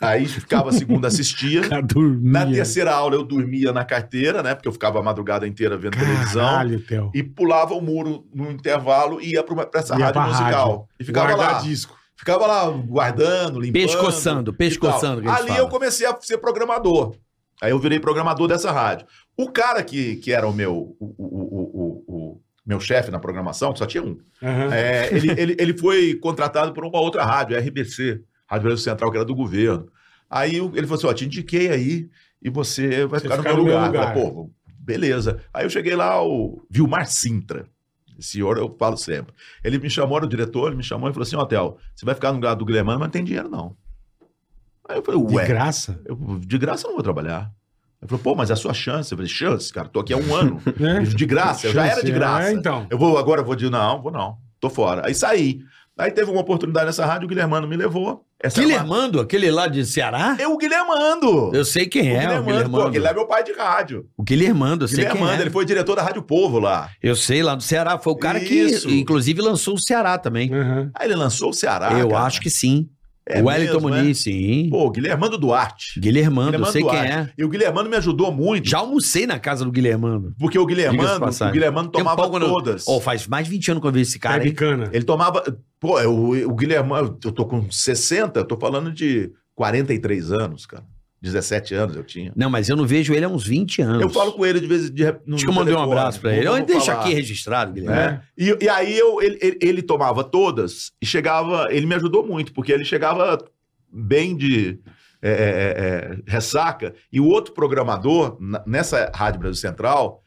aí ficava a segunda, assistia.
Cara, dormia.
Na terceira aula eu dormia na carteira, né? Porque eu ficava a madrugada inteira vendo televisão.
Caralho, Theo.
E pulava o muro no intervalo e ia pra, pra essa
Ia
rádio
pra
musical.
rádio.
E ficava
Guardar
lá.
disco.
Ficava lá guardando, limpando.
Pescoçando,
e tal.
pescoçando. que a gente
Então, Ali
fala.
eu comecei a ser programador. Aí eu virei programador dessa rádio. O cara que, que era o meu o, o- o- o- o- meu chefe na programação, que só tinha um,
Aham.
é, ele, ele, ele foi contratado por uma outra rádio, RBC, Rádio Brasil Central, que era do governo. Aí o- ele falou assim: ó, te indiquei aí e você vai
Você
ficar no
fica
meu
no meu
lugar.
lugar.
Eu falei, Pô, beleza. Aí eu cheguei lá, o Vilmar Sintra. Esse senhor eu falo sempre. Ele me chamou, era o diretor, ele me chamou e falou assim: ó, Theo, você vai ficar no lugar do Guilherme, mas não tem dinheiro, não. Aí eu falei,
De
É, ué.
graça.
Eu, de graça eu não vou trabalhar. Ele falou, pô, mas é a sua chance. Eu falei, chance, cara, tô aqui há um ano.
Né?
De graça, eu já era de
Chance,
graça.
É, então.
Eu vou agora, eu vou de não, vou não. Tô fora. Aí saí. Aí teve uma oportunidade nessa rádio, o Guilhermano me levou. Essa era uma-
Guilhermando, aquele lá de Ceará?
É o Guilhermando!
Eu sei quem é, o
Guilhermando, pô,
Guilhermando.
Guilherme é o pai de rádio.
O Guilhermando, eu sei quem
Guilhermando,
é.
ele foi diretor da Rádio Povo lá.
Eu sei, lá do Ceará. Foi o cara
Isso.
que, inclusive, lançou o Ceará também.
Aham.
Aí ele lançou o Ceará.
eu acho que sim.
É
o Wellington
mesmo, é?
Muniz, sim.
Pô, Guilhermando Duarte.
Guilhermando, eu
Guilhermando
sei quem
Duarte.
é.
E o Guilhermando me ajudou muito,
Já almocei na casa do Guilhermando.
porque o
Diga-se de
Guilhermando, o
passagem.
Guilhermando
Tem um
tomava
pau quando-
todas.
Ó, faz mais de 20 anos que eu vejo esse cara,
Pé
hein?
de cana.
Ele tomava. Pô, é, o, o Guilherme, eu tô com 60, eu tô falando de 43 anos, cara. 17 anos eu tinha.
Não, mas eu não vejo ele há uns 20 anos.
Eu falo com ele de vez em de, no
Acho que eu mandei um
telefone.
abraço pra
Vou-
ele.
vou
Eu deixa
falar.
aqui né? registrado, Guilherme.
É. E, e aí eu, ele, ele- ele tomava todas e chegava. Ele me ajudou muito, porque ele chegava bem de é, é, é, é, ressaca. E o outro programador, na- nessa Rádio Brasil Central,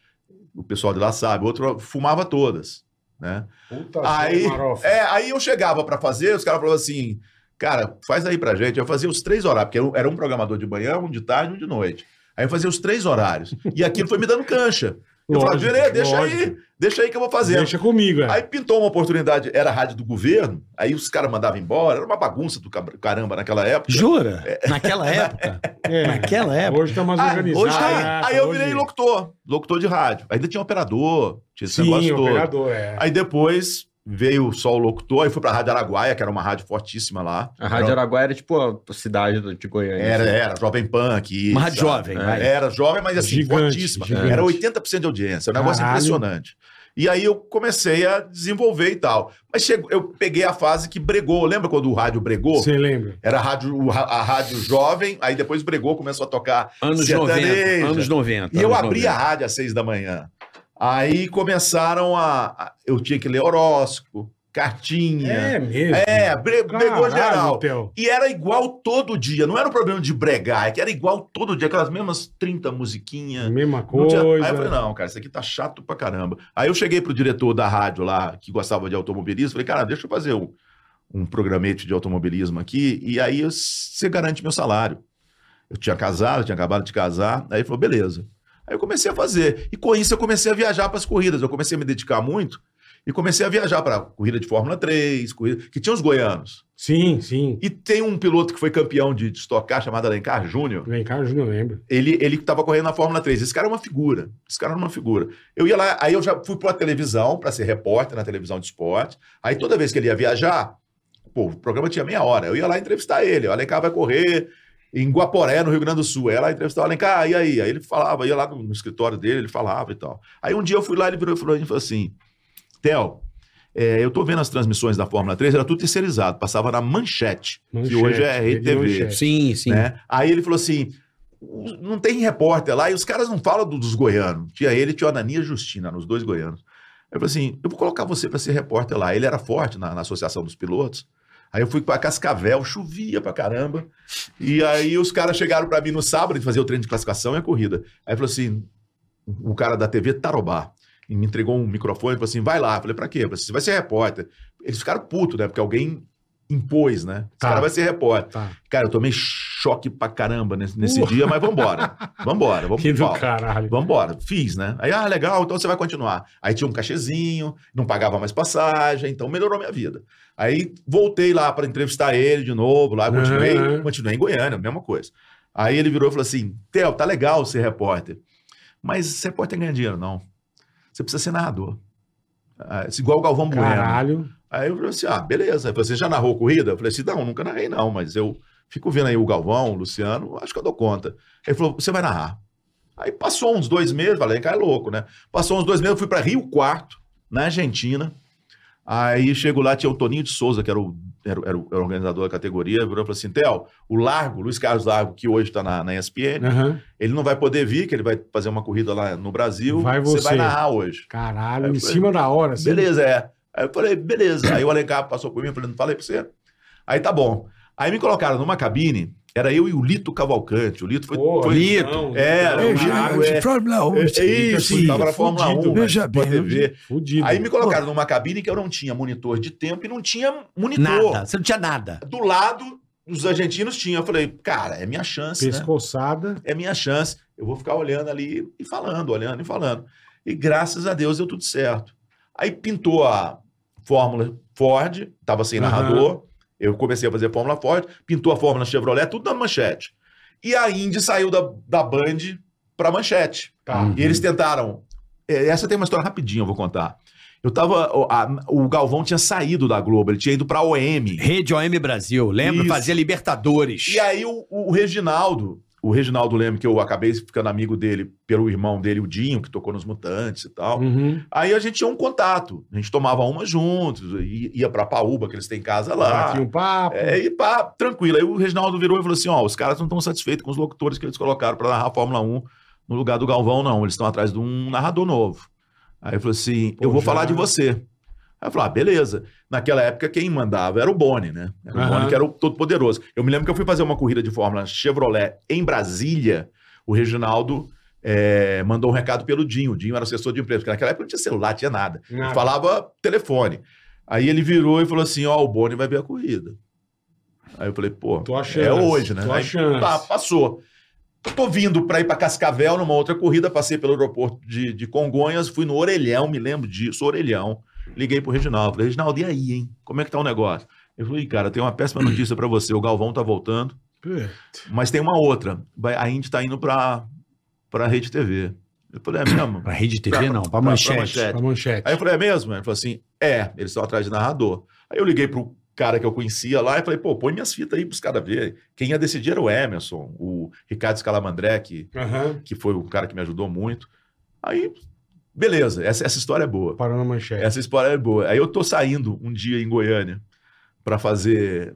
o pessoal de lá sabe, o outro fumava todas. Né?
Puta
Aí,
zé, marofa.
é, aí eu chegava pra fazer, os caras falavam assim, cara, faz aí pra gente. Eu fazia os três horários, porque eu era um programador de manhã, um de tarde, um de noite. Aí eu fazia os três horários. E aquilo foi me dando cancha. Eu falava,
Lógico,
Gerê, deixa aí,
lógico.
deixa aí que eu vou fazer.
Deixa comigo, é.
Aí pintou uma oportunidade, era a rádio do governo, aí os caras mandavam embora, era uma bagunça do cabra- caramba naquela época.
Jura? Naquela época?
É.
Naquela época.
Hoje tá mais
É. Ah,
organizado.
hoje tá aí.
né?
aí eu
Hoje-
virei locutor, locutor de rádio. Ainda tinha operador, tinha esse
Sim,
negócio
o
todo.
operador, é.
Aí depois veio só o locutor, aí fui pra Rádio Araguaia, que era uma rádio fortíssima lá.
A Rádio
era,
Araguaia era tipo a cidade do- de Goiânia.
era,
assim.
era Jovem Punk.
Uma
sabe?
rádio jovem, vai.
Era jovem, mas assim,
Gigante,
fortíssima.
gigante.
Era 80% de audiência, um negócio
Caralho.
impressionante. E aí eu comecei a desenvolver e tal. Mas chegou, eu peguei a fase que bregou. Lembra quando o rádio bregou?
Você lembra?
Era a rádio, o ra- a rádio jovem, aí depois bregou, começou a tocar
Anos
Sertaneja.
90. Anos 90.
E eu
anos
abri a rádio às seis da manhã. Aí começaram a. a- Eu tinha que ler horóscopo, cartinha.
mesmo.
É, bre- bregou
Caralho,
geral.
Theo.
E era igual todo dia. Não era um problema de bregar, é que era igual todo dia, aquelas mesmas 30 musiquinhas.
Mesma
É. Não
coisa.
tinha- Aí eu falei, não, cara, isso aqui tá chato pra caramba. Aí eu cheguei pro diretor da rádio lá, que gostava de automobilismo, falei, cara, deixa eu fazer um, um programete de automobilismo aqui, e aí você garante meu salário. Eu tinha casado, eu tinha acabado de casar, aí ele falou, beleza. Aí eu comecei a fazer. E com isso eu comecei a viajar pras corridas, eu comecei a me dedicar muito, e comecei a viajar pra corrida de Fórmula 3, corrida, que tinha os goianos.
Sim, sim.
E tem um piloto que foi campeão de, de Stock Car, chamado Alencar Júnior,
Vem cá, eu não lembro.
ele, ele tava correndo na Fórmula 3. Esse cara é uma figura. Esse cara é uma figura. Eu ia lá, aí eu já fui pra televisão pra ser repórter na televisão de esporte. Aí toda vez que ele ia viajar, pô, o programa tinha meia hora. Eu ia lá entrevistar ele. O Alencar vai correr em Guaporé, no Rio Grande do Sul. Eu ia lá entrevistar o Alencar, "Ah, e aí? Aí ele falava, ia lá no, no escritório dele, ele falava e tal. Aí um dia eu fui lá, ele virou e falou, ele falou assim: Theo, é, eu tô vendo as transmissões da Fórmula 3, era tudo terceirizado, passava na manchete, que
Manchete,
hoje é
rede
RTV
Manchete.
Sim, sim.
né? Aí ele falou assim: "O- não tem repórter lá, e os caras não falam do- dos goianos. Tinha ele, tinha o Anania e Justina, nos dois goianos. Eu falei assim: eu vou colocar você para ser repórter lá. Ele era forte na, na Associação dos Pilotos. Aí eu fui para Cascavel, chovia pra caramba. E aí os caras chegaram para mim no sábado de fazer o treino de classificação e a corrida. Aí falou assim: o cara da TV Tarobá. e me entregou um microfone e falou assim: vai lá. Eu falei, pra quê? Eu falei, Você vai ser repórter. Eles ficaram putos, né? Porque alguém impôs, né? Esse
Tá.
cara vai ser repórter.
Tá.
Cara, eu tomei choque pra caramba nesse, nesse dia, mas vambora. Vambora, vamos
Que do
vamos.
caralho.
Vambora, fiz, né? Aí, ah, legal, então você vai continuar. Aí tinha um cachezinho, não pagava mais passagem, então melhorou minha vida. Aí voltei lá para entrevistar ele de novo, lá continuei,
Aham.
continuei em Goiânia, mesma coisa. Aí ele virou e falou assim: Theo, tá legal ser repórter, mas ser repórter ganha dinheiro, não. Você precisa ser narrador. Ah, isso igual o Galvão Bueno.
Caralho.
Aí eu falei assim: ah, beleza. Ele falou, Você já narrou corrida? Eu falei assim: não, nunca narrei, não, mas eu fico vendo aí o Galvão, o Luciano, acho que eu dou conta. Ele falou: você vai narrar. Aí passou uns dois meses, falei, cara, é louco, né? Passou uns dois meses, eu fui para Rio Quarto, na Argentina. Aí chego lá, tinha o Toninho de Souza, que era o, era, o- era o- era o organizador da categoria, virou e falou assim: Theo, o Largo, Luiz Carlos Largo, que hoje está na, na ESPN,
Aham.
ele não vai poder vir, que ele vai fazer uma corrida lá no Brasil.
Vai
Você
você.
vai narrar hoje.
Caralho,
Aí eu
em
falei,
cima da hora. assim.
Beleza, é. Aí eu falei, beleza. Aí o Alencar passou por mim, eu falei, não falei pra você. Aí tá bom. Aí me colocaram numa cabine, era eu e o Lito Cavalcante. O Lito foi.
Porra,
foi
Lito.
É,
Não,
o Lito.
né? caralho,
é,
Fórmula 1.
é, isso, ele tava na Fórmula 1, né,
Veja
Sport
bem.
TV.
Fudido.
Aí me colocaram numa cabine que eu não tinha monitor de tempo e não tinha monitor.
Nada, você não tinha nada.
Do lado, os argentinos tinham. Eu falei, cara, é minha chance, né?
Pescoçada.
é minha chance. Eu vou ficar olhando ali e falando, olhando e falando. E graças a Deus deu tudo certo. Aí pintou a Fórmula Ford, estava sem
Aham.
narrador. Eu comecei a fazer Fórmula Ford, pintou a Fórmula Chevrolet, tudo na manchete. E a Indy saiu da, da Band para manchete.
Tá.
E eles tentaram. é, Essa tem uma história rapidinha, eu vou contar. Eu tava. o- a- o Galvão tinha saído da Globo, ele tinha ido para a OM.
Rede OM Brasil, lembra?
Isso.
Fazia Libertadores.
E aí o, o Reginaldo, o Reginaldo Leme, que eu acabei ficando amigo dele pelo irmão dele, o Dinho, que tocou nos Mutantes e tal.
Uhum.
Aí a gente tinha um contato, a gente tomava uma juntos, i- ia pra Paúba, que eles têm casa lá.
Batia um papo.
É, e pá, tranquilo. Aí o Reginaldo virou e falou assim: ó, os caras não estão satisfeitos com os locutores que eles colocaram pra narrar a Fórmula 1 no lugar do Galvão, não. Eles estão atrás de um narrador novo. Aí ele falou assim:
Pô,
eu vou
já.
falar de você. Aí eu falei, ah, beleza. Naquela época, quem mandava era o Boni, né? Era o
Aham.
Boni que era o todo poderoso. Eu me lembro que eu fui fazer uma corrida de Fórmula Chevrolet em Brasília. O Reginaldo eh, mandou um recado pelo Dinho. O Dinho era assessor de empresa, porque naquela época não tinha celular, tinha nada.
Nada.
Falava telefone. Aí ele virou e falou assim: Ó, o Boni vai ver a corrida. Aí eu falei, pô,
Tô achando.
é hoje, né?
Tô
Aí,
achando.
pá, passou. Eu tô vindo pra ir pra Cascavel numa outra corrida, passei pelo aeroporto de, de Congonhas, fui no Orelhão, me lembro disso, Orelhão. Liguei pro Reginaldo, falei, Reginaldo, e aí, hein? Como é que tá o negócio? Ele falou, Ih, cara, tem uma péssima notícia pra você, o Galvão tá voltando, mas tem uma outra, Vai- a Indy tá indo pra, pra Rede TV. Eu falei, é mesmo?
Pra Rede TV, não, pra,
pra
manchete.
manchete.
A manchete.
Aí eu falei, é mesmo? Ele falou assim, é, eles estão atrás de narrador. Aí eu liguei pro cara que eu conhecia lá e falei, pô, põe minhas fitas aí pros caras verem. Quem ia decidir era o Emerson, o Ricardo Scalamandré, que,
Aham.
que foi o cara que me ajudou muito. Aí, beleza, essa, essa história é boa.
Parou na manchete.
Essa história é boa. Aí eu tô saindo um dia em Goiânia pra fazer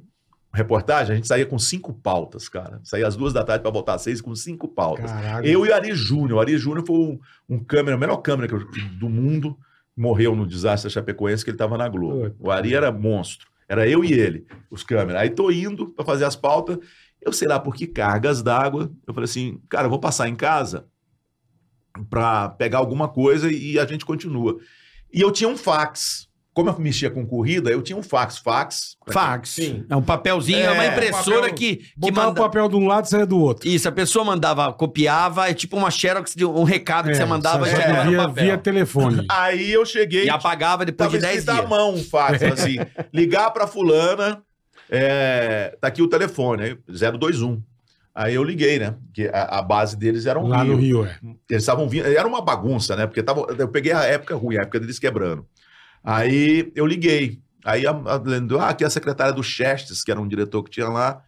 reportagem, a gente saía com cinco pautas, cara. Saía às duas da tarde pra voltar às seis com cinco pautas.
Caralho.
É, Eu e o Ari Júnior. O Ari Júnior foi um, um câmera, a melhor câmera que eu- do mundo. Morreu no desastre da Chapecoense que ele estava na Globo.
Puta.
O Ari era monstro. Era eu e ele, os câmeras. Aí tô indo para fazer as pautas. Eu sei lá por que cargas d'água. Eu falei assim, cara, eu vou passar em casa para pegar alguma coisa e a gente continua. E eu tinha um fax. Como eu mexia com corrida, eu tinha um fax. Fax.
Fax.
Sim.
É um papelzinho, é,
É,
uma impressora
papel-
que, que
Botava
manda-
o papel de um lado e saia do outro.
Isso, a pessoa mandava, copiava, é tipo uma xerox de um recado que
É,
você mandava
só
e
que
é,
jogava no
via,
papel.
via telefone.
Aí eu cheguei.
E apagava depois
Tava
de 10
escrito à
dias.
mão um fax, assim, ligar pra fulana, é, tá aqui o telefone, aí 021. Aí eu liguei, né? Porque a, a base deles era um
lá
Rio.
no Rio, é.
Eles estavam vindo, era uma bagunça, né? Porque tava, eu peguei a época ruim, a época deles quebrando. Aí eu liguei. Aí a, a, ah, aqui é a secretária do Chestes, que era um diretor que tinha lá,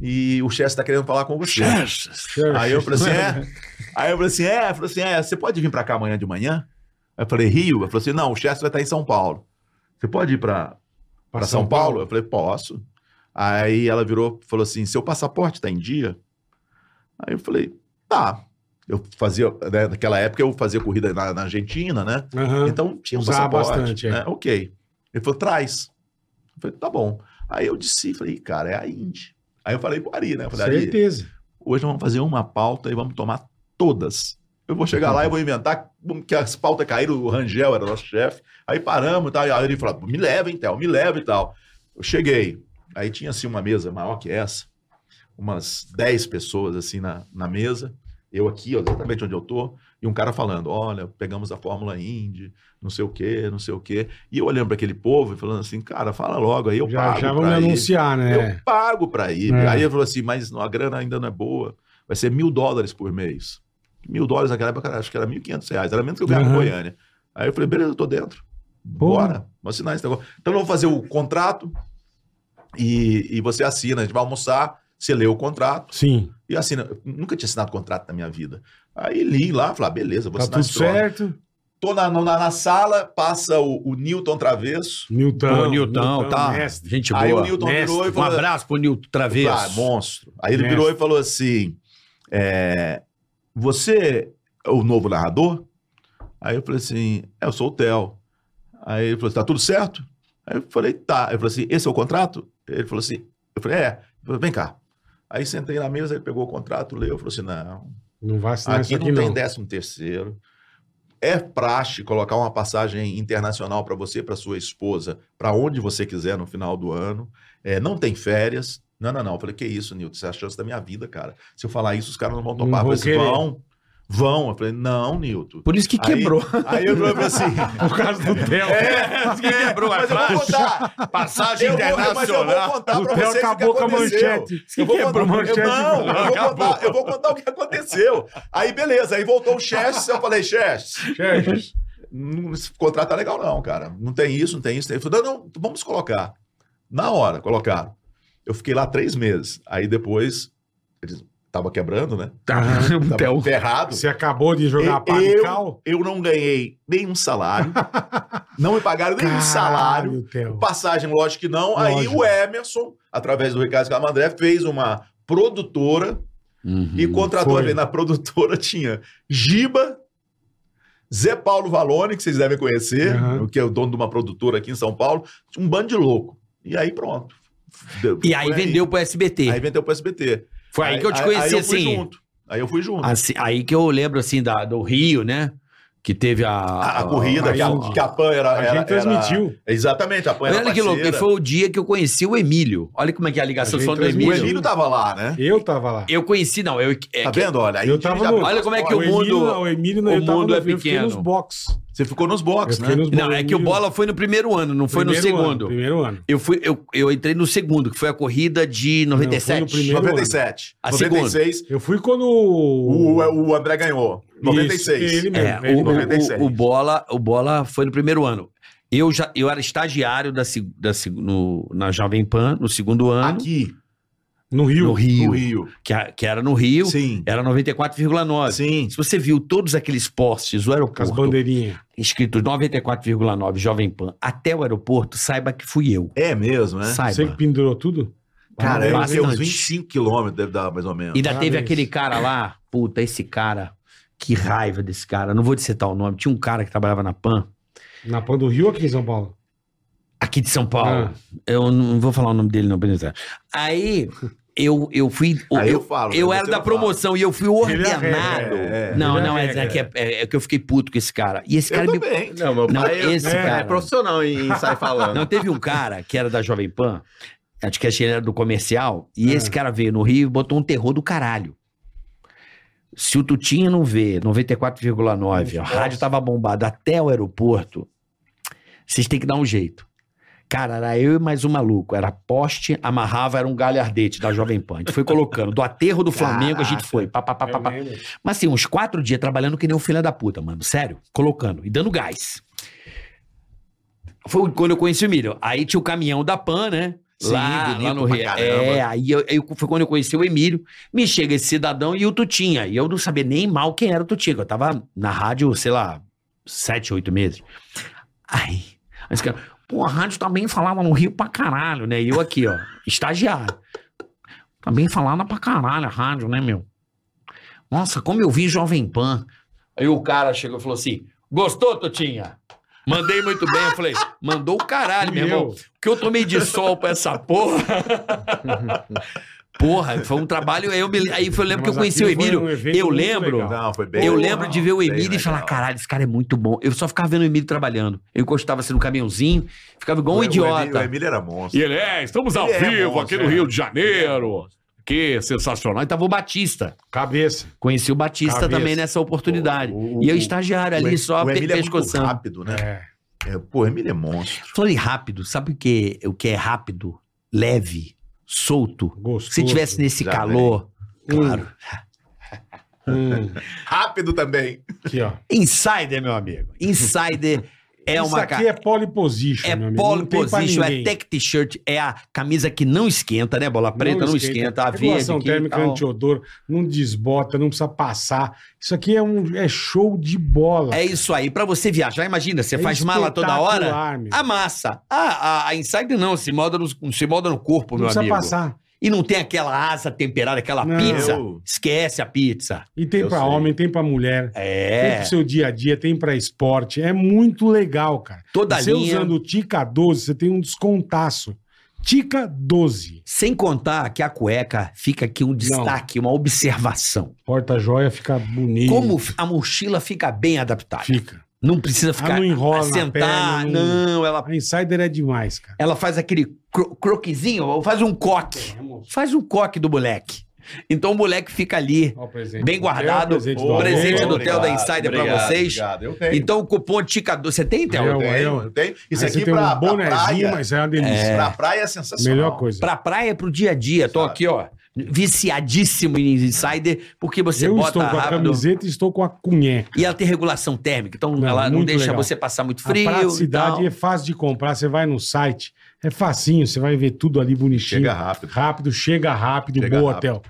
e o Chestes tá querendo falar com você. Aí eu falei assim, é? Aí eu falei assim, é? Eu falei assim, é, você pode vir pra cá amanhã de manhã? Aí eu falei, Rio? Eu falei assim, não, o Chester vai estar em São Paulo. Você pode ir pra, pra São, Paulo? Eu falei, posso. Aí ela virou, falou assim, seu passaporte tá em dia? Aí eu falei, tá. Eu fazia, né, naquela época eu fazia corrida na, na Argentina, né?
Aham.
Então tinha um
Usava
passaporte.
bastante, é.
né? Ok. Ele falou, traz. Eu falei, tá bom. Aí eu disse, falei, cara, é a Indy. Aí eu falei pro Ari, né? Eu falei, Ari,
Certeza.
Hoje nós vamos fazer uma pauta e vamos tomar todas. Eu vou chegar lá e vou inventar que as pautas caíram, o Rangel era nosso chefe. Aí paramos e tal. E aí ele falou: me leva, então, me leva e tal. Eu cheguei. Aí tinha assim uma mesa maior que essa, umas 10 pessoas assim na, na mesa. Eu aqui, ó, exatamente onde eu tô, e um cara falando: olha, pegamos a Fórmula Indy, não sei o quê, não sei o quê. E eu olhando para aquele povo e falando assim: cara, fala logo, aí eu
Já,
pago.
já vamos
pra ir.
anunciar, né?
Eu pago pra ir.
É.
Aí ele falou assim, mas a grana ainda não é boa. Vai ser mil dólares por mês. Mil dólares naquela época, acho que era mil e quinhentos reais. Era menos que eu ganhava em
Aham.
Goiânia. Aí eu falei, beleza, eu tô dentro.
Boa.
Bora, vamos assinar esse negócio. Então vamos fazer o contrato e, e você assina. A gente vai almoçar, você lê o contrato
Sim.
e assina. Eu nunca tinha assinado contrato na minha vida. Aí li lá, falei, ah, beleza, vou
Tá
assinar
tudo
esse troço.
certo.
Tô na, na, na sala, passa o, o Newton Travesso.
Newton.
Pô, Newton, tá.
mestre.
Gente
aí
boa.
o Newton
mestre.
virou e
Um
falou,
abraço pro Newton Travesso.
Ah, monstro. Aí ele
Mestre.
virou e falou assim: é, Você é o novo narrador? Aí eu falei assim: É, eu sou o Theo. Aí ele falou assim: Tá tudo certo? Aí eu falei: Tá. Ele falou assim: Esse é o contrato? Ele falou assim: Eu falei: É. Ele falou: Vem cá. Aí sentei na mesa, ele pegou o contrato, leu, falou assim: Não,
Não vai assinar isso
Aqui não
aqui,
tem
não.
décimo terceiro. É praxe colocar uma passagem internacional para você, para sua esposa, para onde você quiser no final do ano. É, não tem férias. Não, não, não. Eu falei, que isso, Nilton? Isso é a chance da minha vida, cara. Se eu falar isso, os caras não vão
Não
topar.
vão
Eu falei, assim,
querer.
vão, vão. Eu falei, não, Nilton.
Por isso que
Aí-
quebrou.
Aí eu falei assim...
Por causa do Theo.
é,
quebrou, é
mas eu vou contar.
Passagem
Eu vou, mas eu vou
internacional.
contar
O
pra
Theo
vocês o que
acabou com a
aconteceu.
manchete. Tá.
Eu vou contar,
Quebrou a manchete.
eu, não, eu vou,
Acabou.
contar, eu vou contar o que aconteceu. Aí, beleza, aí voltou o Chess, eu falei, Chess,
Churches.
não- esse contrato tá legal não, cara. Não tem isso, não tem isso. Ele falou, não, não, então vamos colocar. Na hora, colocaram. Eu fiquei lá três meses. Aí depois, eles tava quebrando, né?
O
Tava
Theo.
ferrado.
Você acabou de jogar a pá de
Eu-
cal?
Eu não ganhei nenhum salário. não me pagaram nenhum
Caralho,
um salário.
Theo.
Passagem, lógico que não. Aí
Lógico.
o Emerson, através do Ricardo Calamandré, fez uma produtora
Uhum.
e contratou
foi.
ali na produtora tinha Giba, Zé Paulo Valone, que vocês devem conhecer,
Aham.
Uhum.
que é o dono de uma produtora aqui em São Paulo, um bando de louco. E aí pronto. Deu-
E aí
foi
vendeu pro SBT.
Aí vendeu pro SBT.
Foi aí, que eu te conheci,
aí eu fui
assim,
junto. Aí eu fui junto.
assim, Aí que eu lembro, assim, da, do Rio, né? Que teve a...
a, a corrida que
Aí-
a, que a PAN era.
A
era-
gente transmitiu.
era- Exatamente, a PAN era.
Olha que louco, que
parceira.
foi o dia que eu conheci o Emílio. Olha como é que é a ligação
A gente
só do
transmitiu.
O
Emílio.
Emílio tava lá, né?
Eu tava lá.
Eu conheci, não, eu... é
tá
que-
vendo? Olha, aí
Eu tava
já-
no-
Olha como é que o
Emílio-
mundo...
o Emílio, não,
o
eu tava
mundo
no-
é
Eu fiquei
pequeno.
nos box.
Você ficou nos
Eu
box,
fiquei
né?
nos
Não,
box,
é que o
Emílio-
Bola foi no primeiro ano, não foi
primeiro
no
ano,
segundo.
primeiro ano.
Eu, fui, eu, eu entrei no segundo, que foi a corrida de
foi no
97.
primeiro.
97.
A
96.
Eu fui quando.
O, é o André ganhou. 96.
Isso, ele
É,
mesmo. ele
o,
mesmo.
97.
o- o bola, o bola foi no primeiro ano. Eu já eu era estagiário da, se- da, se- no- na Jovem Pan no segundo ano,
Aqui,
No Rio.
no Rio,
no Rio.
Que, a- que era no Rio,
Sim.
era 94,9.
Sim.
Se você viu todos aqueles postes, o
Com as
aeroporto,
bandeirinhas.
escrito 94,9 Jovem Pan, até o aeroporto, saiba que fui eu.
É mesmo, né?
Saiba.
Você que pendurou tudo?
Cara,
Parabéns,
é
bastante.
uns 25 quilômetros, deve dar mais ou menos.
Ainda
Parabéns.
teve aquele cara lá, puta, esse cara, que raiva desse cara. Não vou dissetar o nome. Tinha um cara que trabalhava na Pan,
Na Pan do Rio ou aqui em São Paulo?
aqui de São Paulo.
Ah.
Eu não vou falar o nome dele, não, beleza. Aí eu, eu fui.
Aí eu
eu,
falo.
eu
né?
era
Você
da
não
promoção e eu fui
Ele é
ordenado.
regra, é, é.
não,
Ele é
não, é,
regra.
é que, é, é que eu fiquei puto com esse cara. E esse
fala.
cara
Eu
me.
também.
Não, meu
Não,
pai
esse
é,
cara.
é profissional em sair falando.
Não, teve um cara que era da Jovem Pan, acho que acho que ele era do comercial, e
É.
esse cara veio no Rio e botou um terror do caralho. Se o Tutinha não vê 94,9, a rádio tava bombada até o aeroporto, vocês têm que dar um jeito. Cara, era eu e mais um maluco. Era poste, amarrava, era um galhardete da Jovem Pan. A gente foi colocando. Do aterro do Flamengo, a gente foi. Pá, pá, pá, pá,
É
Eu
pá.
lembro.
Mas assim, uns quatro dias trabalhando que nem um filho da puta, mano. Sério, colocando e dando gás. Foi quando eu conheci o Emílio. Aí tinha o caminhão da Pan, né?
Sim,
lá,
bonito
lá no
pra
Rio.
caramba.
É, aí eu, eu- foi quando eu conheci o Emílio. Me chega esse cidadão e o Tutinha. E eu não sabia nem mal quem era o Tutinha. que Eu tava na rádio, sei lá, sete, oito meses. Aí, aí esse cara, pô, a rádio também falava no Rio pra caralho, né? E eu aqui, ó, estagiário. Também falava pra caralho a rádio, né, meu? Nossa, como eu vi Jovem Pan. Aí o cara chegou e falou assim: Gostou, Totinha? Mandei muito bem. Eu falei: Mandou o caralho, meu irmão.
Eu.
Porque eu tomei de sol pra essa porra. Porra, foi um trabalho. Eu me- aí foi- eu lembro que eu
Mas
conheci o
aquilo foi
Emílio.
um evento
eu
muito
lembro.
legal.
Não, foi bem.
Eu
Porra,
lembro de ver o
bem
Emílio e
legal.
falar: caralho, esse cara é muito bom. Eu só ficava vendo o Emílio trabalhando. Eu encostava assim no caminhãozinho, ficava igual um
O- o Emílio- O
idiota.
Emílio era monstro.
E ele é, estamos ao
Ele é
vivo
monstro,
aqui no
é.
Rio de Janeiro. Que sensacional. E tava o Batista.
Cabeça.
Então, Conheci o Batista
Cabeça.
também nessa oportunidade.
O- o-
e eu
o-
estagiário ali, só
o
pe-
Emílio é muito
pescoçando.
rápido, né?
É.
É, pô, o Emílio é monstro.
Falei rápido, sabe o que, o que é rápido? Leve, solto.
Gostoso.
Se tivesse nesse
Já
calor, claro.
Hum,
Rápido também.
aqui, ó.
Insider, meu amigo. Insider é
Isso
uma
aqui
ca...
é pole position,
é
meu amigo.
pole
Não tem pra
position, é
ninguém.
tech t-shirt, é a camisa que não esquenta, né? Bola preta não, esquenta, a verde
Regulação
aqui, e
térmica,
tal.
antiodor, não desbota, não precisa passar. Isso aqui é, um, é show de bola.
É isso aí, pra você viajar, imagina, você
É
faz mala toda hora,
espetacular, meu.
amassa. Ah, a, a Insider não, se molda no, se molda no corpo,
Não
meu
precisa
amigo.
passar.
E não tem aquela asa temperada, aquela
Não.
pizza.
Eu-
Esquece a pizza.
E tem
Eu
pra
sei.
homem, tem pra mulher. Tem
É,
pro seu dia a dia, tem pra esporte. É muito legal, cara.
toda
Você
linha.
usando o Tica 12, você tem um descontaço. Tica 12.
Sem contar que a cueca fica aqui um destaque, uma observação.
Porta-joia fica bonito.
Como a mochila fica bem adaptada.
fica?
Não precisa
Ah,
ficar
não enrola na né?
sentar,
perna, não-
não, ela
A Insider é demais, cara.
ela faz aquele cro croquezinho, ou faz um coque. Faz um coque do moleque. Então o moleque fica ali
Ó, o presente
Bem
do
guardado,
Theo, presente
Ô,
do
presente
Theo.
do Theo da Insider pra
obrigado,
vocês.
Obrigado, eu tenho.
Então o cupom TICADOR. Você tem, Theo?
Eu-
eu tenho, eu tenho. Isso
Aí
aqui
você tem
pra,
um
pra
bonezinho,
praia.
mas é uma delícia.
É. Pra praia é sensacional.
Melhor coisa.
Pra praia é pro dia a dia. Tô
Sabe.
aqui, ó, viciadíssimo em Insider, porque você
eu
bota
estou com a
rápido.
camiseta e estou com a cunheca.
E ela tem regulação térmica, então
Não,
ela não
muito
deixa
legal.
você passar muito
a
frio. e
praticidade
tal.
é fácil de comprar. Você vai no site, é facinho, você vai ver tudo ali bonitinho.
Chega rápido.
Rápido, chega rápido,
Chega
boa,
rápido.
Theo.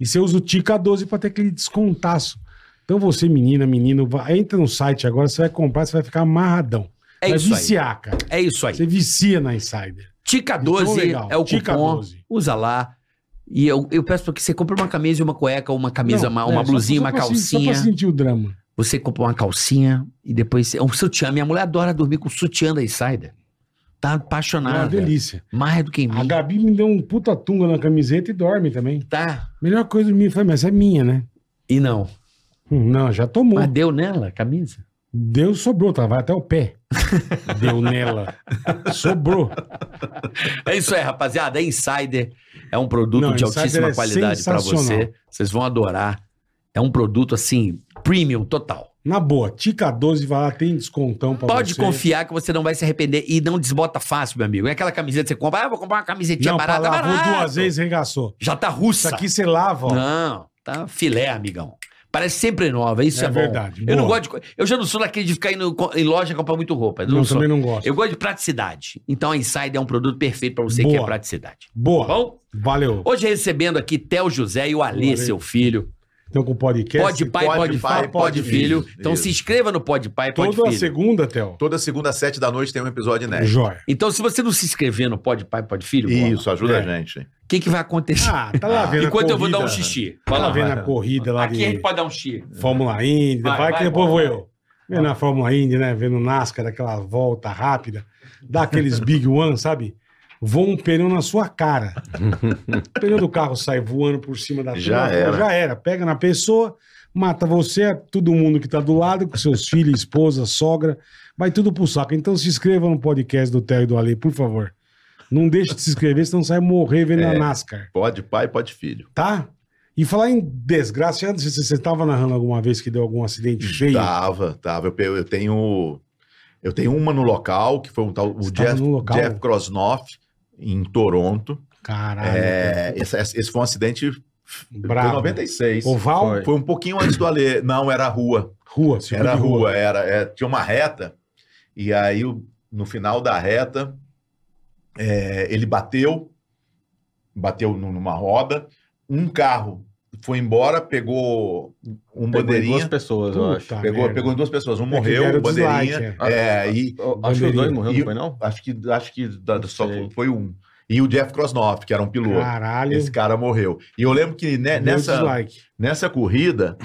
E você usa o Tica 12 para ter aquele descontaço. Então você, menina, menino, vai- entra no site agora, você vai comprar, você vai ficar amarradão.
É
vai
isso aí.
viciar, cara.
É isso aí.
Você vicia na Insider.
Tica
Então,
12
legal.
é o
Tica
cupom.
12.
Usa lá. E eu, eu peço pra que você compre uma camisa e uma cueca, uma camisa, uma,
Não,
uma
é, só-
blusinha,
só
uma
pra sen-
calcinha.
Só pra sentir o drama.
Você compra uma calcinha e depois. você- É um sutiã. Minha mulher adora dormir com o sutiã da Insider. Tá
É uma
apaixonada.
delícia.
Mais do que em
A
mim.
Gabi me deu um puta tunga na camiseta e dorme também.
Tá?
Melhor coisa do mim foi, mas é minha, né?
E não.
Hum, Não, já tomou.
Mas deu nela a camisa?
Deus sobrou, tá? Vai até o pé. Deu nela. Sobrou.
É isso aí, rapaziada. É Insider é um produto
Não,
de
Insider
altíssima
é
qualidade pra
sensacional.
você. Vocês vão adorar. É um produto assim, premium total.
Na boa, Tica 12 vai lá, tem descontão pra
Pode
você.
confiar que você não vai se arrepender e não desbota fácil, meu amigo. É aquela camiseta que você compra, ah, vou comprar uma camisetinha
Não,
barata,
pra lavou
barato.
duas vezes, regaçou.
Já tá
Isso
russa.
aqui você lava, ó.
Não, tá filé, amigão. Parece sempre nova, isso é,
É
bom.
verdade,
Eu
boa.
não gosto de. co- Eu já não sou daquele de ficar indo co- em loja e comprar muito roupa. Eu, não
eu
sou.
também não gosto.
eu gosto de praticidade. Então a Insider é um produto perfeito pra você que
Boa.
quer praticidade. tá
Boa.
Bom,
Valeu.
hoje recebendo aqui Theo José e o Alê,
Valeu.
seu filho.
Então com o podcast.
Pode pai,
pode
pode
pai,
pai, pode
pode
filho.
filho.
Então
Isso.
se inscreva no Pode Pai, Pode
Toda
Filho.
segunda, Theo.
Toda segunda às sete da noite tem um episódio inédito.
Joia.
Então, se você não se inscrever no Pode Pai, Pode Filho, bola,
Isso,
É.
ajuda a gente.
O que, que vai acontecer?
Ah, tá lá vendo a
Enquanto
corrida.
eu vou dar um xixi.
Tá
Vai
lá
lá.
vendo a corrida lá
Aqui a gente
de
pode dar um xixi.
Fórmula Indy.
Vai,
Vai,
vai,
que depois vou
vai.
eu. Vendo a Fórmula Indy, né? Vendo o NASCAR, aquela volta rápida. Dá aqueles Big One, sabe? Voa um pneu na sua cara. o pneu do carro sai voando por cima da
Já
turma,
era.
já era. Pega na pessoa, mata você, todo mundo que tá do lado, com seus filhos, esposa, sogra. Vai tudo pro saco. Então se inscreva no podcast do Theo e do Ale, por favor. Não deixe de se inscrever, senão sai morrer vendo
É.
a NASCAR
Pode pai, pode filho.
tá? E falar em desgraça, antes você- você estava narrando alguma vez que deu algum acidente feio?
Tava, tava. Eu, pe- eu tenho. Eu tenho uma no local, que foi um tal. O
Você tava
Jeff,
no local?
Jeff Krosnoff, em Toronto.
Caralho.
É, esse, esse foi um acidente.
Bravo.
Foi 96.
Oval,
Foi.
Foi um pouquinho antes do Alê. Não, era rua.
rua, circuito
era
de
rua, era. é, tinha uma reta, e aí o- no final da reta é, ele bateu, bateu nu- numa roda, um carro foi embora, pegou um bandeirinha,
duas pessoas, eu
Puta
acho. Ah,
pegou,
Ah, merda.
pegou em duas pessoas, um
É que deram
morreu, um bandeirinha,
dislike,
né?
é, e
Eu acho que os dois morreram,
E-
não foi não?
acho que, acho que da-
Não
só
sei.
foi um. E o Jeff Krosnoff, que era um piloto.
Caralho.
Esse cara morreu. E eu lembro que né,
Deu
nessa,
dislike.
Nessa corrida,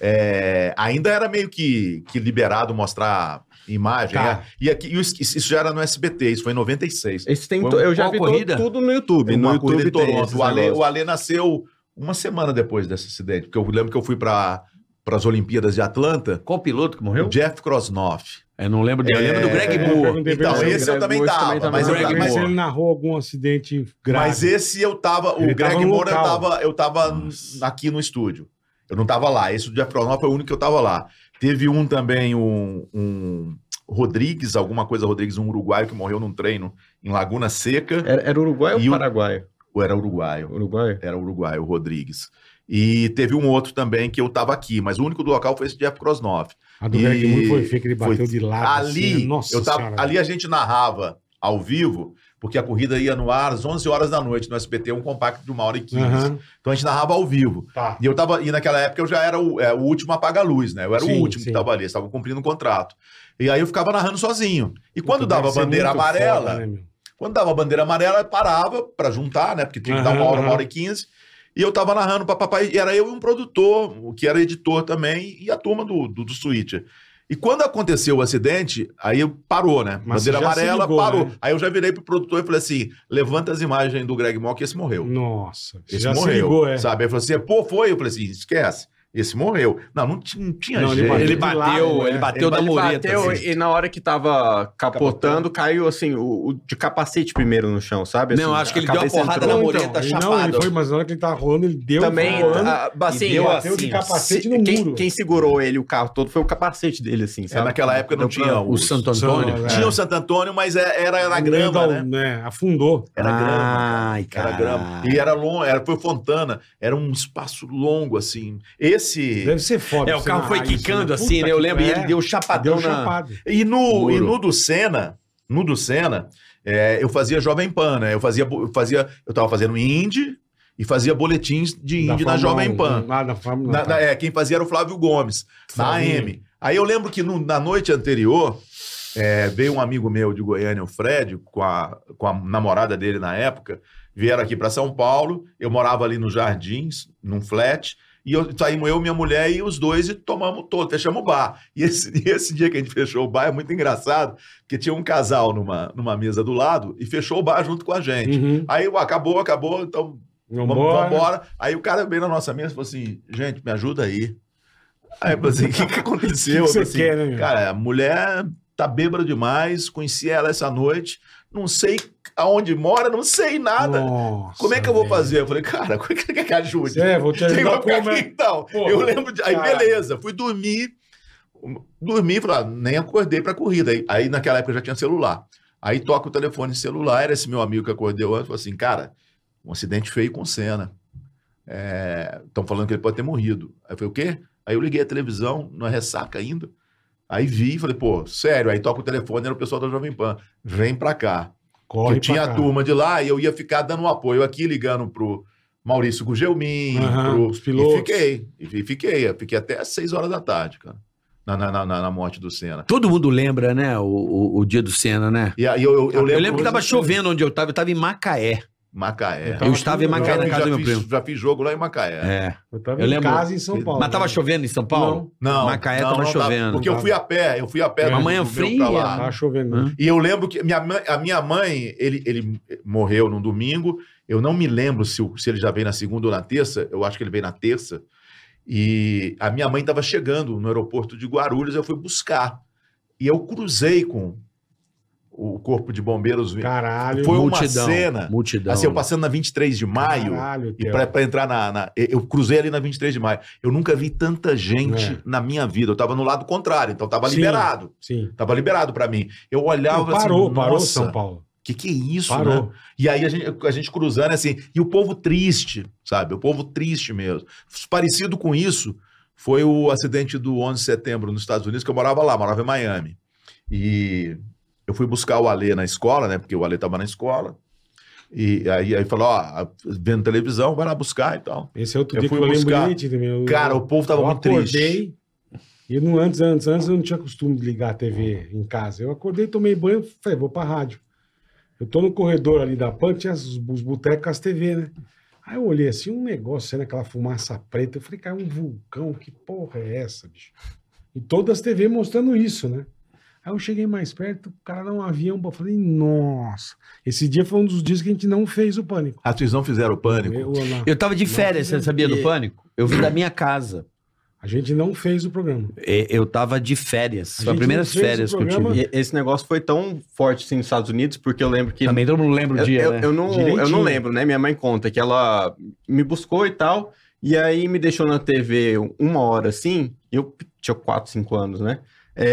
é, ainda era meio que, que liberado mostrar Imagem.
Tá.
é. E, aqui, e isso isso já era no SBT, isso foi em 96.
Esse tem
Foi
to-
um-
eu já
qual
vi to-
corrida?
tudo no YouTube. No
uma corrida
YouTube
em
tem
Toronto.
esses
O Ale,
negócios.
o Ale nasceu uma semana depois desse acidente, porque eu lembro que eu fui para as Olimpíadas de Atlanta,
Qual piloto que morreu?
Jeff Krosnoff.
Eu É, não lembro dele. Eu lembro do Greg
É, eu
Moore.
perguntei pra
Então,
ele.
esse eu
Greg
também
Moore
tava,
também tava
mas,
no
eu-
Greg
mas-
Mas
Moore.
ele narrou algum acidente grave.
mas esse eu tava, o
Ele tava
Greg
no
Moore eu
local.
tava, eu tava aqui no estúdio. Eu não tava lá, esse do Jeff Krosnoff foi o único que eu tava lá. Teve um também, um, um Rodrigues, alguma coisa Rodrigues, um uruguaio que morreu num treino em Laguna Seca,
Era, era Uruguai
E
ou
o-
Paraguai?
ou era uruguaio?
Uruguai?
Era Uruguai, o Rodrigues. E teve um outro também que eu tava aqui, mas o único do local foi esse Jeff Krosnoff.
A do Greg
E-
Moore foi feio que ele bateu
foi-
de lado.
ali,
assim, né? nossa
eu tava,
senhora.
ali a gente narrava ao vivo, porque a corrida ia no ar às 11 horas da noite no SBT, um compacto de uma hora e 15.
Aham,
Então a gente narrava ao vivo.
Tá.
E eu tava, e naquela época eu já era o, é, o último a apagar a luz, né? Eu era
Sim,
o último
sim.
que tava ali, estava cumprindo o contrato. E aí eu ficava narrando sozinho. E quando
Puta,
dava a
deve ser
bandeira
muito
amarela,
foda, né, meu?
quando dava a bandeira amarela, parava pra juntar, né? Porque tinha que dar uma
Aham,
hora, uma
aham.
hora e quinze. E eu tava narrando pra papai. E era eu e um produtor, o que era editor também, e a turma do, do, do Switcher. E quando aconteceu o acidente, aí parou, né?
Mas
bandeira
você já se
amarela
ligou,
parou.
né?
Aí eu já virei pro produtor e falei assim: levanta as imagens do Greg Mock, esse morreu.
Nossa, você
Esse
já
morreu.
se ligou, é.
Sabe? Aí falou assim: pô, foi? Eu falei assim: esquece. Esse morreu. Não, não, ti- não tinha
Não, ele
jeito.
bateu
Ele
de
bateu,
lado,
ele
né?
bateu
Ele
na mureta.
bateu
assim.
e na hora que tava capotando, caiu assim, o, o de capacete primeiro no chão, sabe?
Não,
Assim,
acho que
a
ele deu uma
cabeça
porrada
entrou.
na
Então,
mureta,
ele Não, ele
chapado.
foi, mas na hora que ele tava rolando, ele deu.
Também,
voando,
a- assim,
deu
eu-
a-
bateu
assim,
de
ó,
capacete no
quem,
muro.
quem segurou ele o carro todo foi o capacete dele, assim,
É,
sabe?
naquela época não
Deu
tinha
pra-
Então, O
os-
Santo Antônio.
Santo- é.
Tinha o Santo Antônio, mas é- era, era
No meio
grama, né?
da- né, Afundou.
Era
né,
grama.
Ai, Ah,
Era
cara.
grama. E era longo, era, foi Fontana, era um espaço longo, assim. Esse.
Deve ser foda.
É, o
você
carro
narrar
foi
isso,
quicando
né?
assim,
Puta
né? Eu
que
lembro, e
pariu. É,
ele deu o
Deu
chapadão na...
chapado.
E no,
Muro.
e no do Senna, no do Senna, é, eu fazia Jovem Pan, né? Eu fazia, eu fazia. Eu tava fazendo Indy e fazia boletins de
Da
Indy
Fórmula
na Jovem
1,
Pan.
Ah, da Fórmula
Na-
1,
na-
tá.
é, quem fazia era o Flávio Gomes, na AM. Aí eu lembro que no- na noite anterior, é, veio um amigo meu de Goiânia, o Fred, com a, com a namorada dele na época, vieram aqui para São Paulo. Eu morava ali nos Jardins, num flat. E eu, saímos eu, minha mulher e os dois e tomamos todo, fechamos o bar. E esse, e esse dia que a gente fechou o bar é muito engraçado, porque tinha um casal numa, numa mesa do lado e fechou o bar junto com a gente.
Uhum.
Aí ué, acabou, acabou, então Vamos
Vambora.
embora. Aí o cara veio na nossa mesa e falou assim: gente, me ajuda aí. Aí eu falei assim: o que, que aconteceu?
O que que
Eu falei assim,
você quer, né, meu?
Cara, a mulher tá bêbada demais, conheci ela essa noite, não sei aonde mora, não sei nada.
Nossa,
Como é que eu vou
velho.
fazer? Eu falei, cara, como é que quer que ajude?
É, vou te
Tem
ajudar
uma
como
aqui,
é.
então.
Pô,
eu lembro de. Aí,
caralho.
beleza, fui dormir. Dormi, falei, ah, nem acordei pra corrida. Aí, aí, naquela época eu já tinha celular. Aí toca o telefone celular, era esse meu amigo que acordeu antes, falou assim, cara, um acidente feio com cena. Estão falando que ele pode ter morrido. Aí eu falei, o quê? Aí eu liguei a televisão, não é ressaca ainda. Aí vi e falei, pô, sério, aí toca o telefone, era o pessoal da Jovem Pan. Vem pra cá.
Corre
Eu tinha
pra
a
cá.
turma de lá e eu ia ficar dando um apoio aqui, ligando pro Maurício Gugelmin,
Aham,
pro...
os pilotos.
E fiquei, e fiquei, eu fiquei até às 6 horas da tarde, cara, na, na, na, na morte do Senna.
Todo mundo lembra, né? O, o, o dia do Senna, né?
E aí eu, eu, eu
Eu
lembro...
lembro, que tava chovendo onde eu tava. Eu tava em Macaé.
Macaé.
Tava
eu estava em
tudo
Macaé
legal.
na
né? já,
casa do meu
fiz,
primo.
já fiz jogo lá em Macaé.
É.
Eu tava
Eu
em
lembro-
casa em São Paulo.
Mas tava chovendo em São Paulo?
Não,
Macaé
não,
tava
não tava,
chovendo.
Porque eu fui a pé, eu fui a pé.
É,
do-
amanhã
do meu pra
fria,
lá.
Tava chovendo.
Hã?
E eu lembro que minha mãe- a minha mãe, ele, ele morreu num domingo. Eu não me lembro se, o- se ele já veio na segunda ou na terça. Eu acho que ele veio na terça. E a minha mãe estava chegando no aeroporto de Guarulhos. Eu fui buscar. E eu cruzei com o corpo de bombeiros.
Caralho.
Foi uma
multidão.
cena.
Multidão.
assim, eu passando na 23 de maio.
Caralho,
E
Theo.
pra, pra entrar na, na- Eu eu cruzei ali na 23 de maio. Eu nunca vi tanta gente
É.
na minha vida. Eu tava no lado contrário, então tava
Sim.
liberado.
Sim.
Tava liberado pra mim. Eu olhava
Não, parou,
assim,
parou
nossa,
São Paulo.
que que é isso, né?
Parou.
E aí a gente, a gente cruzando assim, e o povo triste, sabe? O povo triste mesmo. Parecido com isso foi o acidente do 11 de setembro nos Estados Unidos, que eu morava lá, morava em Miami. E eu fui buscar o Alê na escola, né? Porque o Alê tava na escola. E aí, aí falou, ó, vendo televisão, vai lá buscar e tal.
Esse é outro
Eu
dia que
fui
eu lembro
buscar.
direitinho também. Eu-
Cara, o povo tava
eu
muito triste.
acordei. E não, antes, antes, antes eu não tinha costume de ligar a TV em casa. Eu acordei, tomei banho, falei, vou pra rádio. Eu tô no corredor ali da PAN, tinha os, os botecos com as TV, né? Aí eu olhei assim, um negócio, sendo aquela fumaça preta. Eu falei, cara, um vulcão, que porra é essa, bicho? E todas as TV mostrando isso, né? Aí eu cheguei mais perto, o cara dá um avião, eu falei, nossa. Esse dia foi um dos dias que a gente não fez o pânico.
Vocês não fizeram pânico?
Eu, Olá,
Eu tava de férias, você sabia do
E-
pânico? Eu vim da minha casa.
A gente não fez o programa.
E- Eu tava de férias.
A
Foi as
gente
primeiras
fez o
férias que eu
programa-
tive.
E esse negócio foi tão forte assim nos Estados Unidos, porque eu lembro que
Também todo mundo lembra o
Eu,
dia,
eu-
né?
eu não, eu
Direitinho.
não lembro, né? Minha mãe conta que ela me buscou e tal, e aí me deixou na TV uma hora assim. Eu tinha 4, 5 anos, né?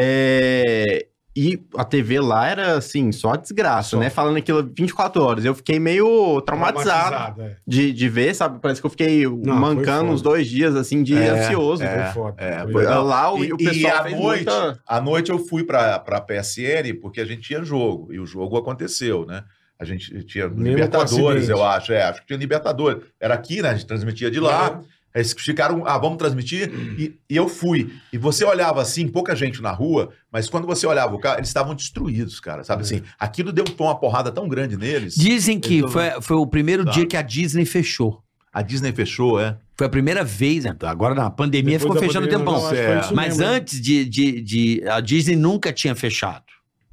É, E a TV lá era assim, só desgraça,
Só.
né? Falando aquilo 24 horas. Eu fiquei meio traumatizado
Traumatizado, é.
de, de ver, sabe? Parece que eu fiquei
foi
mancando
foda.
uns dois dias, assim, de
É,
ansioso.
é.
Foi foda.
é,
Foi-
foi- não,
Lá o,
E,
o
e
pessoal
à
fez
noite,
muita...
Ah.
à noite eu fui pra, pra PSN porque a gente tinha jogo. E o jogo aconteceu, né? A gente tinha
Mesmo com o
Libertadores,
acidente.
eu acho. É, acho que tinha Libertadores. Era aqui, né? A gente transmitia de
Uhum.
lá. Eles ficaram, ah, vamos transmitir. E, e eu fui. E você olhava assim, pouca gente na rua, mas quando você olhava o carro, eles estavam destruídos, cara. Sabe
Uhum.
assim? Aquilo deu um- uma porrada tão grande neles.
Dizem que
Eu tô-
foi, foi o primeiro
Tá.
dia que a Disney fechou.
A Disney fechou, é?
Foi a primeira vez, né? agora na pandemia
Tá, Depois
ficou
da
fechando o
pandemia,
tempão.
não, acho que foi
É.
isso
Mas
mesmo.
antes de, de, de- A Disney nunca tinha fechado.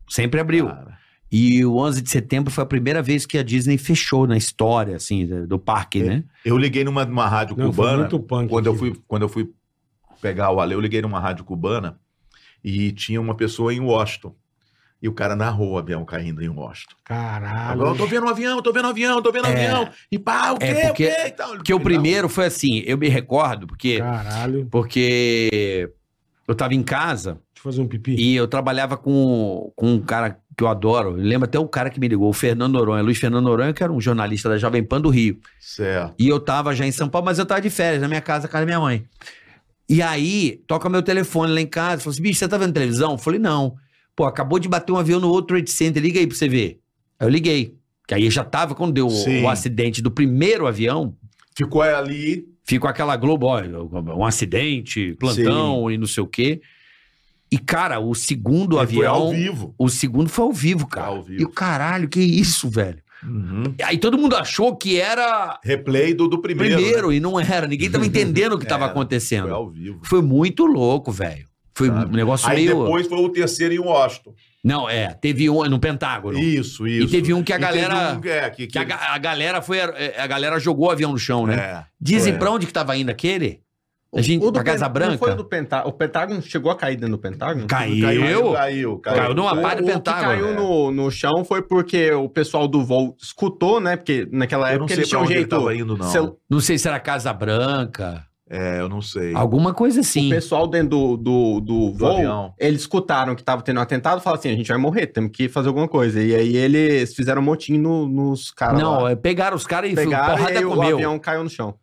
Sempre abriu.
Tá.
Cara.
E o 11 de setembro foi a primeira vez que a Disney fechou na história, assim, do do
É.
parque, né?
Eu liguei numa, numa rádio
Não, foi
cubana.
muito punk.
quando eu
aqui.
fui quando eu fui pegar o Ale, eu liguei numa rádio cubana e tinha uma pessoa em Washington. E o cara narrou o avião caindo em Washington.
Caralho.
Agora eu tô vendo um avião, tô vendo um avião, tô vendo um
Ah, É.
avião. E pá, o quê?
É, porque-
o quê? E tal.
Porque o
Ele
primeiro foi assim, eu me recordo, porque,
Caralho.
porque eu tava em casa
Deixa eu fazer um pipi.
e eu trabalhava com, com um cara que eu adoro. Lembro até o cara que me ligou, o Fernando Noronha, Luiz Fernando Noronha, que era um jornalista da Jovem Pan do Rio.
narrou. Certo.
E eu tava já em São Paulo, mas eu tava de férias na minha casa, casa da minha mãe. E aí, toca meu telefone lá em casa, falou assim: bicho, você tá vendo televisão? Eu falei, não. Pô, acabou de bater um avião no outro Trade Center, liga aí pra você ver. Aí eu liguei. Que aí já tava, quando deu o,
Sim.
o acidente do primeiro avião,
Ficou ali.
ficou aquela Globo, ó, um acidente, plantão e não sei o quê. E, cara, o segundo
e Foi ao
avião.
vivo.
O segundo foi ao vivo, cara.
Ao vivo.
E o caralho, que isso, velho?
Uhum.
Aí todo mundo achou que era
Replay do, do primeiro.
Primeiro,
né?
e não era. Ninguém tava entendendo o que tava
Era. Foi
acontecendo.
ao vivo.
Foi muito louco, velho. Foi um
Sabe?
negócio
Aí
meio.
depois foi o terceiro em Washington.
Não, é. Teve um no Pentágono.
Isso, isso.
E teve um que a
E teve
galera.
um que é, que,
Que a, ga- a galera foi. é, A galera jogou o avião no chão, né?
é.
Dizem
foi.
pra onde que tava indo aquele? A gente,
O do
pra Casa
Pen- Não foi
Branca?
o do Pentágono. O Pentágono chegou a cair dentro do Pentágono?
Caiu.
Caiu,
Caiu,
caiu, caiu.
numa
O-
parte do
o
Pentágono. é.
que caiu no, no chão foi porque o pessoal do voo escutou, né? Porque naquela
Eu não
época
sei
eles
pra
tinham um
onde ele
jeito.
tava indo, não.
cel-
Não sei se era Casa Branca.
É, eu não sei.
Alguma coisa
O
assim.
pessoal dentro do, do, do voo,
avião.
eles escutaram que tava tendo um atentado e falaram assim: a gente vai morrer, temos que fazer alguma coisa. E aí eles fizeram um motim no- nos caras.
Não,
lá.
é, pegaram os caras e
pegaram e
porrada
aí o
comeu.
avião caiu no chão.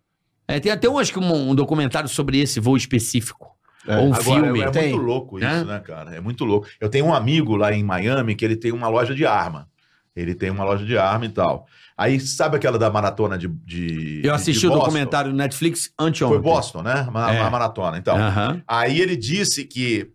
É, tem até um, acho que um, um documentário sobre esse voo específico.
É.
Ou um
Agora,
filme.
É, é
Tem.
muito louco isso,
Né?
né? cara? É muito louco. Eu tenho um amigo lá em Miami que ele tem uma loja de arma. Ele tem uma loja de arma e tal. Aí, sabe aquela da maratona de. de
Eu assisti
de
o
Boston?
documentário no Netflix anteontem.
Foi Boston, né? Ma-
É.
A maratona. Então.
Aham.
Aí ele disse que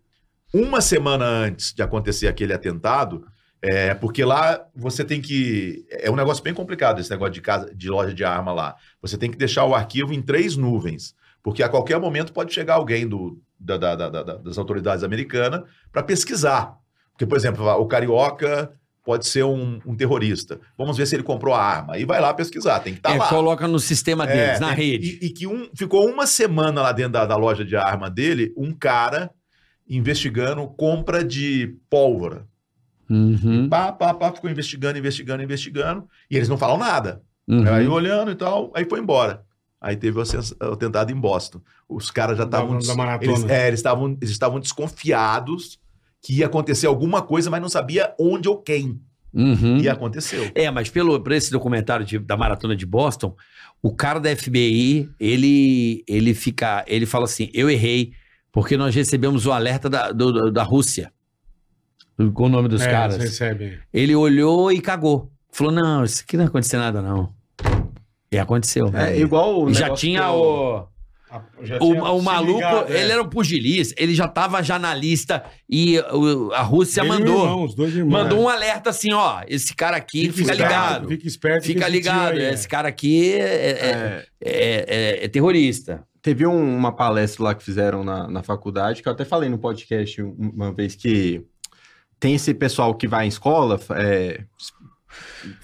uma semana antes de acontecer aquele atentado, é, porque lá você tem que. É um negócio bem complicado esse negócio de casa, de loja de arma lá. Você tem que deixar o arquivo em três nuvens, porque a qualquer momento pode chegar alguém do, da- da- da- da- das autoridades americanas para pesquisar. Porque, por exemplo, o carioca pode ser um, um terrorista. Vamos ver se ele comprou a arma. E vai lá pesquisar, tem que estar
é,
lá.
coloca no sistema deles,
É,
na
tem-
rede.
E, e que um, ficou uma semana lá dentro da, da loja de arma dele, um cara investigando compra de pólvora.
Uhum,
Pá, pá, pá, ficou investigando, investigando, investigando. E eles não falam nada.
uhum.
Aí olhando e tal, aí foi embora. Aí teve o assen- o atentado em Boston. Os caras já
Da-
estavam.
da
des-
maratona.
Eles, é, eles estavam eles estavam desconfiados que ia acontecer alguma coisa, mas não sabia onde ou quem.
uhum.
E aconteceu.
É, mas pelo, por esse documentário de- da Maratona de Boston, o cara da FBI, ele, ele fica, ele fala assim, eu errei, porque nós recebemos o alerta da, do- do- da Rússia. Com o nome dos
É,
caras.
você recebe.
Ele olhou e cagou. Falou, não, isso aqui não vai acontecer nada, não. E aconteceu.
É, igual o
E já
negócio
tinha
que eu-
o...
A- Ah, já
O,
tinha
o
se
maluco,
ligado, é.
ele era um pugilista, ele já tava já na lista e o- a Rússia
Ele e o
mandou.
irmão, os dois irmãos.
mandou um alerta assim, ó, esse cara aqui fica
esperto,
ligado.
Fica esperto. que
Fica
esse tio
ligado,
aí é.
esse cara aqui é, é-
É,
é- é- é terrorista.
Teve um- uma palestra lá que fizeram na, na faculdade, que eu até falei no podcast um- uma vez que tem esse pessoal que vai em escola, é,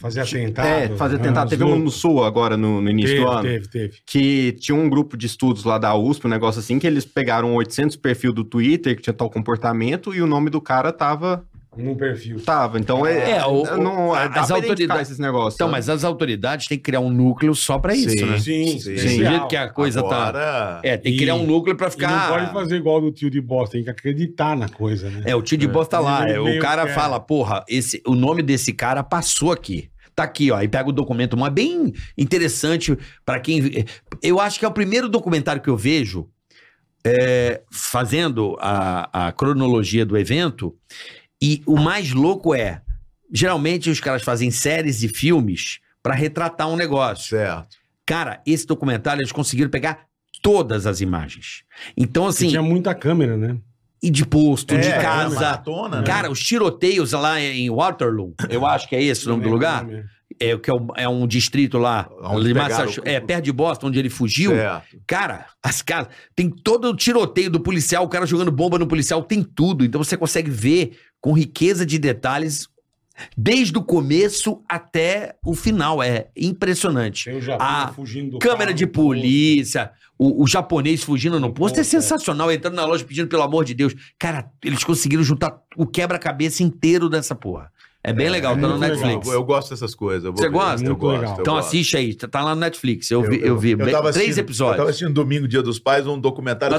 Fazer atentado. Ah,
é, fazer tentar.
os
Teve um no
loucos.
Sul agora, no, no início do
Teve,
ano.
teve, teve.
que tinha um grupo de estudos lá da USP, um negócio assim, que eles pegaram 800 perfil do Twitter que tinha tal comportamento e o nome do cara tava.
Num Um perfil.
tava. Então é.
É, o- o-
não, é, dá
as
pra identificar
autoridades-
esses negócios. né?
Então,
sabe?
mas as autoridades têm que criar um núcleo só pra isso, né?
Sim,
sim.
Do
Sim.
jeito que a coisa tá.
Agora...
É, tem que criar um núcleo pra
E não
ficar.
pode fazer igual do tio de bosta, tem que acreditar na coisa, né?
É, o tio de bosta tá lá.
Meio-
é, o
meio
cara
que é.
fala, porra, esse, o nome desse cara passou aqui. Tá aqui, ó. E pega o documento, mas bem interessante pra quem. Eu acho que é o primeiro documentário que eu vejo é, fazendo a, a cronologia do evento. E o mais louco é: geralmente os caras fazem séries e filmes pra retratar um negócio.
Certo.
Cara, esse documentário eles conseguiram pegar todas as imagens. Então,
Porque
assim,
Tinha muita câmera, né?
e de posto, de
É,
casa.
maratona, né?
Cara, os tiroteios lá em Waterloo, eu acho que é esse o nome do lugar, é, que é um, é um distrito lá,
Onde
de
pegaram
Massachu-
o- É.
é, perto de Boston, onde ele fugiu.
Certo.
Cara, as casas. Tem todo o tiroteio do policial, o cara jogando bomba no policial, tem tudo. Então você consegue ver com riqueza de detalhes, desde o começo até o final. É impressionante.
Tem o Japão
A
fugindo do
Câmera
carro,
de polícia, o, o japonês fugindo no posto é
posto, é.
sensacional. Entrando na loja pedindo pelo amor de Deus. Cara, eles conseguiram juntar o quebra-cabeça inteiro dessa porra. É bem legal, tá no
muito legal.
Netflix.
Eu, eu gosto dessas coisas. eu vou
Você
ver.
gosta?
Eu
Muito
gosto.
legal.
eu
Então
gosto.
assiste aí, tá lá no Netflix. Eu, vi, eu, vi
eu
bem-
tava
três
assistindo- Eu tava
episódios.
assistindo Domingo, Dia dos Pais, um documentário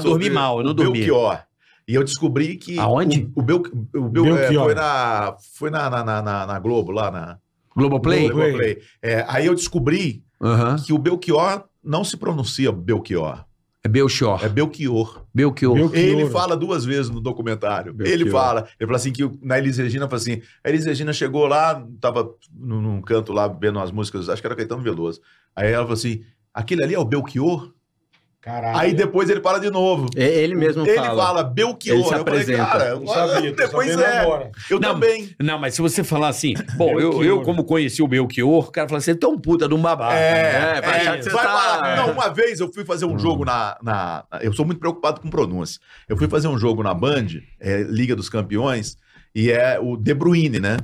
Pra dormir mal, eu não
o
dormi.
Belchior. E eu descobri que...
Aonde?
O, o, Bel, o Bel- é,
Belchior.
foi na, foi na, na, na- na- na Globo, lá na...
Globoplay?
Globo Play. É, aí eu descobri
Aham.
que o Belchior não se pronuncia Belchior.
É Belchior.
É Belchior.
Belchior.
Belchior.
Ele fala duas vezes no documentário. Ele fala. Ele fala assim que o- na Elis Regina fala assim: a Elis Regina chegou lá, tava num, num canto lá vendo umas músicas, acho que era Caetano Veloso. Aí ela falou assim: aquele ali é o Belchior?
Caralho.
Aí depois ele fala de novo.
É, ele mesmo
Ele
fala.
fala, Belchior.
Ele se
Eu falei,
apresenta.
cara,
Não sabia, tô
depois
sabendo
é.
agora.
Eu
Não,
também.
Não, mas se você falar assim, bom, eu,
Belchior.
eu como conheci o Belchior, o cara fala assim, tu é um puta de um babaca.
é, pra achar que você
né? vai
tá-
falar. Não, uma vez eu fui fazer um jogo na, na- Eu sou muito preocupado com pronúncia. Eu fui fazer um jogo na Band, é, Liga dos Campeões, e é o De Bruyne, né?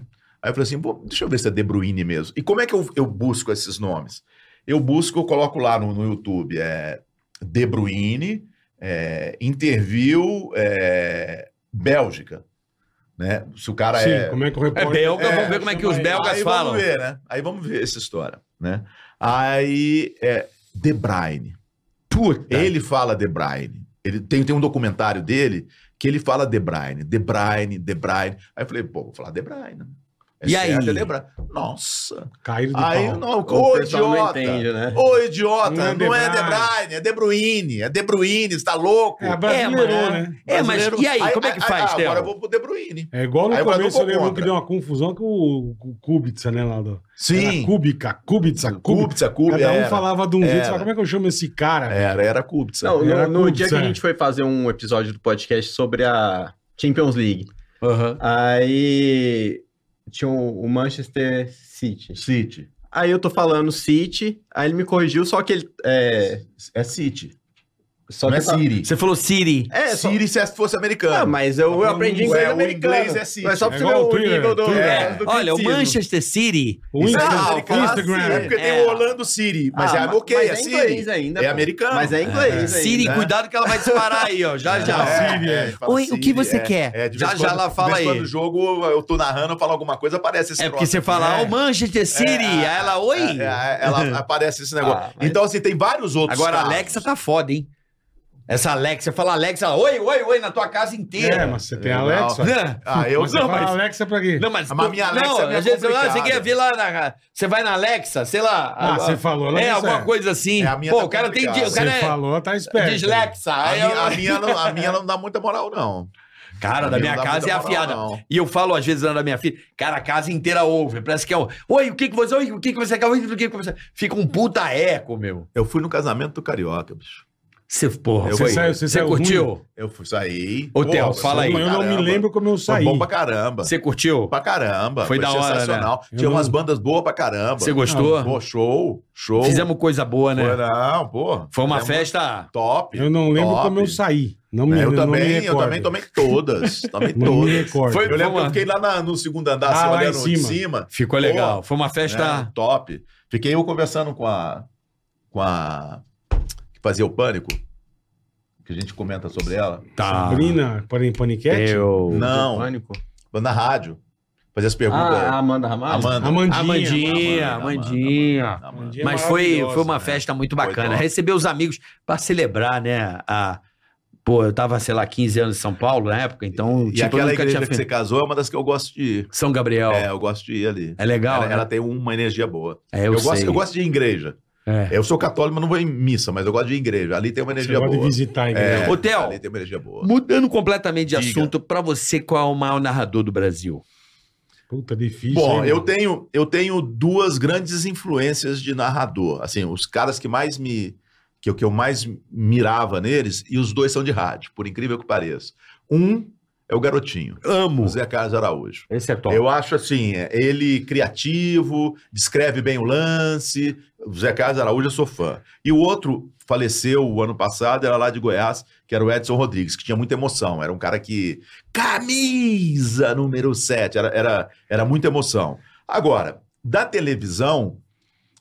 Aí eu falei assim, pô, deixa eu ver se é De Bruyne mesmo. E como é que eu, eu busco esses nomes? Eu busco, eu coloco lá no, no YouTube, é De Bruyne, é, interview, é, Bélgica, né? Se o cara
Sim,
é...
como é que o
É
repórter...
belga,
É,
vamos ver como é que os
chama ele.
belgas
Aí
falam.
vamos ver, né? Aí vamos ver essa história, né? Aí é De Bruyne.
Puta.
Ele fala De Bruyne. Ele tem, tem um documentário dele que ele fala De Bruyne, De Bruyne, De Bruyne. Aí eu falei, pô, vou falar De Bruyne. né? É
E aí?
certo, é De Bruyne. Nossa.
Caído do
Aí,
pau.
não,
O
ô
pessoal não
idiota.
entende, né?
Ô idiota,
Não
não
é
é
De
De Bruyne, é De Bruyne, é De Bruyne, você tá louco?
É, brasileiro,
É,
né?
É, mas
Brasileiro- Ah,
e aí, como é que faz,
Agora eu
Theo?
vou pro De Bruyne.
É igual no
Aí eu falo,
começo
eu
eu
tô
lembro
contra.
que deu uma confusão com o, com o Kubica, né, lá do... Era
Sim.
Kubica, Kubica, Kubica.
Kubica, Kubica.
Cada um
era.
falava de um jeito,
era.
você fala, como é que eu chamo esse cara?
Era, era é. Kubica.
Não,
Era
no, no
culto,
dia que a
sério.
gente foi fazer um episódio do podcast sobre a Champions League,
Aham.
aí tinha o o Manchester City.
City.
Aí eu tô falando City, aí ele me corrigiu, só que ele. É,
É City.
só
não é
que eu
tá-
tava-
Siri.
Você falou Siri.
É, só-
Siri se fosse americano.
Ah, mas eu, eu aprendi inglês
É, o
americano.
inglês é City.
Mas só pra
É
você ver
igual
o
o Twitter,
nível do,
Twitter.
é, do
Olha, o
criticismo.
Manchester City.
O
Isso é
Instagram.
americano,
Instagram.
É porque tem
É.
o Orlando City. Mas
Ah,
é ok, é,
mas
Siri.
inglês ainda.
É
pô.
americano.
Mas é inglês ainda.
Siri,
né?
cuidado que ela vai disparar aí, ó. Já, já.
É,
Siri,
é,
é.
fala
Oi, o que você
é,
quer?
é, de
então. Já,
vez
já
quando-
ela fala
de vez
aí.
quando o jogo, eu tô narrando, eu falo alguma coisa, aparece esse
É porque
troço.
você fala, ó,
É.
o Manchester City. Aí ela, oi.
É, é, ela aparece esse negócio.
Ah, mas-
Então, assim, tem vários outros
Agora, a
casos.
Alexa tá foda, hein? Essa Alexa, fala Alexa, ela, oi, oi, oi, na tua casa
É,
inteira.
mas você tem
É,
a Alexa.
Não.
Ah, eu...
Mas você
Não,
fala
mas-
Alexa pra quê?
Não, mas,
Mas minha Alexa
não,
é meio
às vezes ah, você
complicada.
quer ver lá na- Você vai na Alexa, sei lá.
Ah,
a-
você falou,
É,
Alexa,
alguma
é.
coisa assim.
É, a minha
Pô,
tá
o cara tem...
complicada.
di- O
Você
cara é
falou, tá esperto.
dislexa.
A
aí
minha,
ela-
a minha não, a minha não dá muita moral, não.
Cara,
A
da
minha
minha
não dá
casa é
muita moral,
afiada.
não.
E eu falo às vezes lá da minha filha, cara, a casa inteira ouve. Parece que é um. Oi, o que que você. Oi, o que que você quer? Oi, o que que você. Fica um puta eco, meu.
Eu fui no casamento do Carioca, bicho.
Você, porra,
Eu
foi-
fui.
saiu- você saiu
curtiu?
Eu fui, saí.
Ô, Theo,
Pô,
fala
foi
aí.
bom
Eu
pra
não me
caramba.
lembro como eu
Foi
saí.
bom pra caramba.
Você curtiu?
Pra caramba.
Foi da hora, né?
sensacional.
Eu
Tinha
não-
umas bandas boas pra caramba.
Você gostou?
Pô, show, show.
Fizemos coisa boa, né?
Foi, não, pô.
Foi uma
Fizemos
festa.
top.
Eu não lembro
top.
como eu saí. Não
né?
me,
Eu
não me
também, eu
recordo.
também tomei todas. Tomei
Não me
todas.
recordo.
Foi-
Eu lembro que eu
Vamos
fiquei lá na- no segundo andar,
Ah,
assim,
lá em
olhando de
cima.
cima.
Ficou legal. Foi uma festa.
né? Top. Fiquei eu conversando com a. Com a. Que fazia o pânico. Que a gente comenta sobre ela.
Tá.
Sabrina, porém,
É.
paniquete?
Eu.
Não,
Pânico.
na rádio. Fazia as perguntas.
Ah, Amanda Ramalho?
Amanda.
Amandinha.
Amandinha,
Amandinha,
Amandinha.
Amanda.
Amandinha.
Mas foi,
Maravilhosa,
foi uma
né?
festa muito
Foi
bacana.
top.
Receber os amigos pra celebrar, né? A... Pô, eu tava, sei lá, 15 anos em São Paulo na época, então
E
tipo, eu
aquela
nunca
igreja
tinha
que você
feito.
casou é uma das que eu gosto de ir.
São Gabriel.
É,
É,
eu gosto de ir ali.
legal.
ela,
né?
ela tem uma energia boa.
É,
Eu,
eu,
gosto,
sei.
eu gosto de ir em igreja.
É.
Eu sou católico, mas não vou em missa, mas eu gosto de ir em igreja. Ali tem uma
Você
energia
gosta de
boa.
visitar a igreja.
É,
Ô, Theo.
Ali tem uma energia boa.
Mudando completamente de
Diga.
assunto, pra você, qual é o maior narrador do Brasil?
Puta, difícil.
Bom,
hein,
eu
mano?
tenho, eu tenho duas grandes influências de narrador. Assim, os caras que mais me. Que eu, que eu mais mirava neles, e os dois são de rádio, por incrível que pareça. Um é o Garotinho,
Amo.
o Zé Carlos Araújo.
Esse é top.
Eu acho assim, é, ele criativo, descreve bem o lance. O Zé Carlos Araújo, eu sou fã. E o outro faleceu o ano passado, era lá de Goiás, que era o Edson Rodrigues, que tinha muita emoção. Era um cara que. Camisa número 7. Era, era, era muita emoção. Agora, da televisão,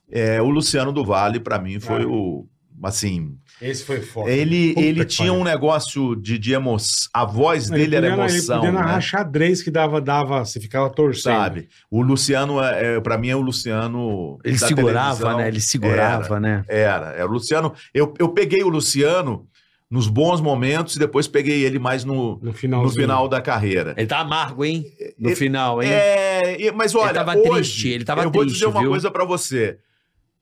é, o Luciano do Vale, pra mim, foi
Ah.
o. Assim,
Esse foi foda.
ele,
Puta
ele
que
tinha
pariu.
um negócio de, de emoção. A voz
Ele
dele era
podia-
emoção.
Ele podia narrar
né?
xadrez que dava, dava, você ficava
né?
torcendo.
sabe? O Luciano, é, é, para mim, é o Luciano.
Ele
da
segurava,
televisão.
né? Ele segurava, né?
Era, era. O Luciano. Eu, eu peguei o Luciano nos bons momentos e depois peguei ele mais no,
No
no
finalzinho.
final da carreira.
Ele tá amargo, hein? No
Ele-
final, hein?
É, e- mas olha,
tava
hoje,
triste, ele tava
eu vou
triste,
dizer uma
viu?
coisa pra você.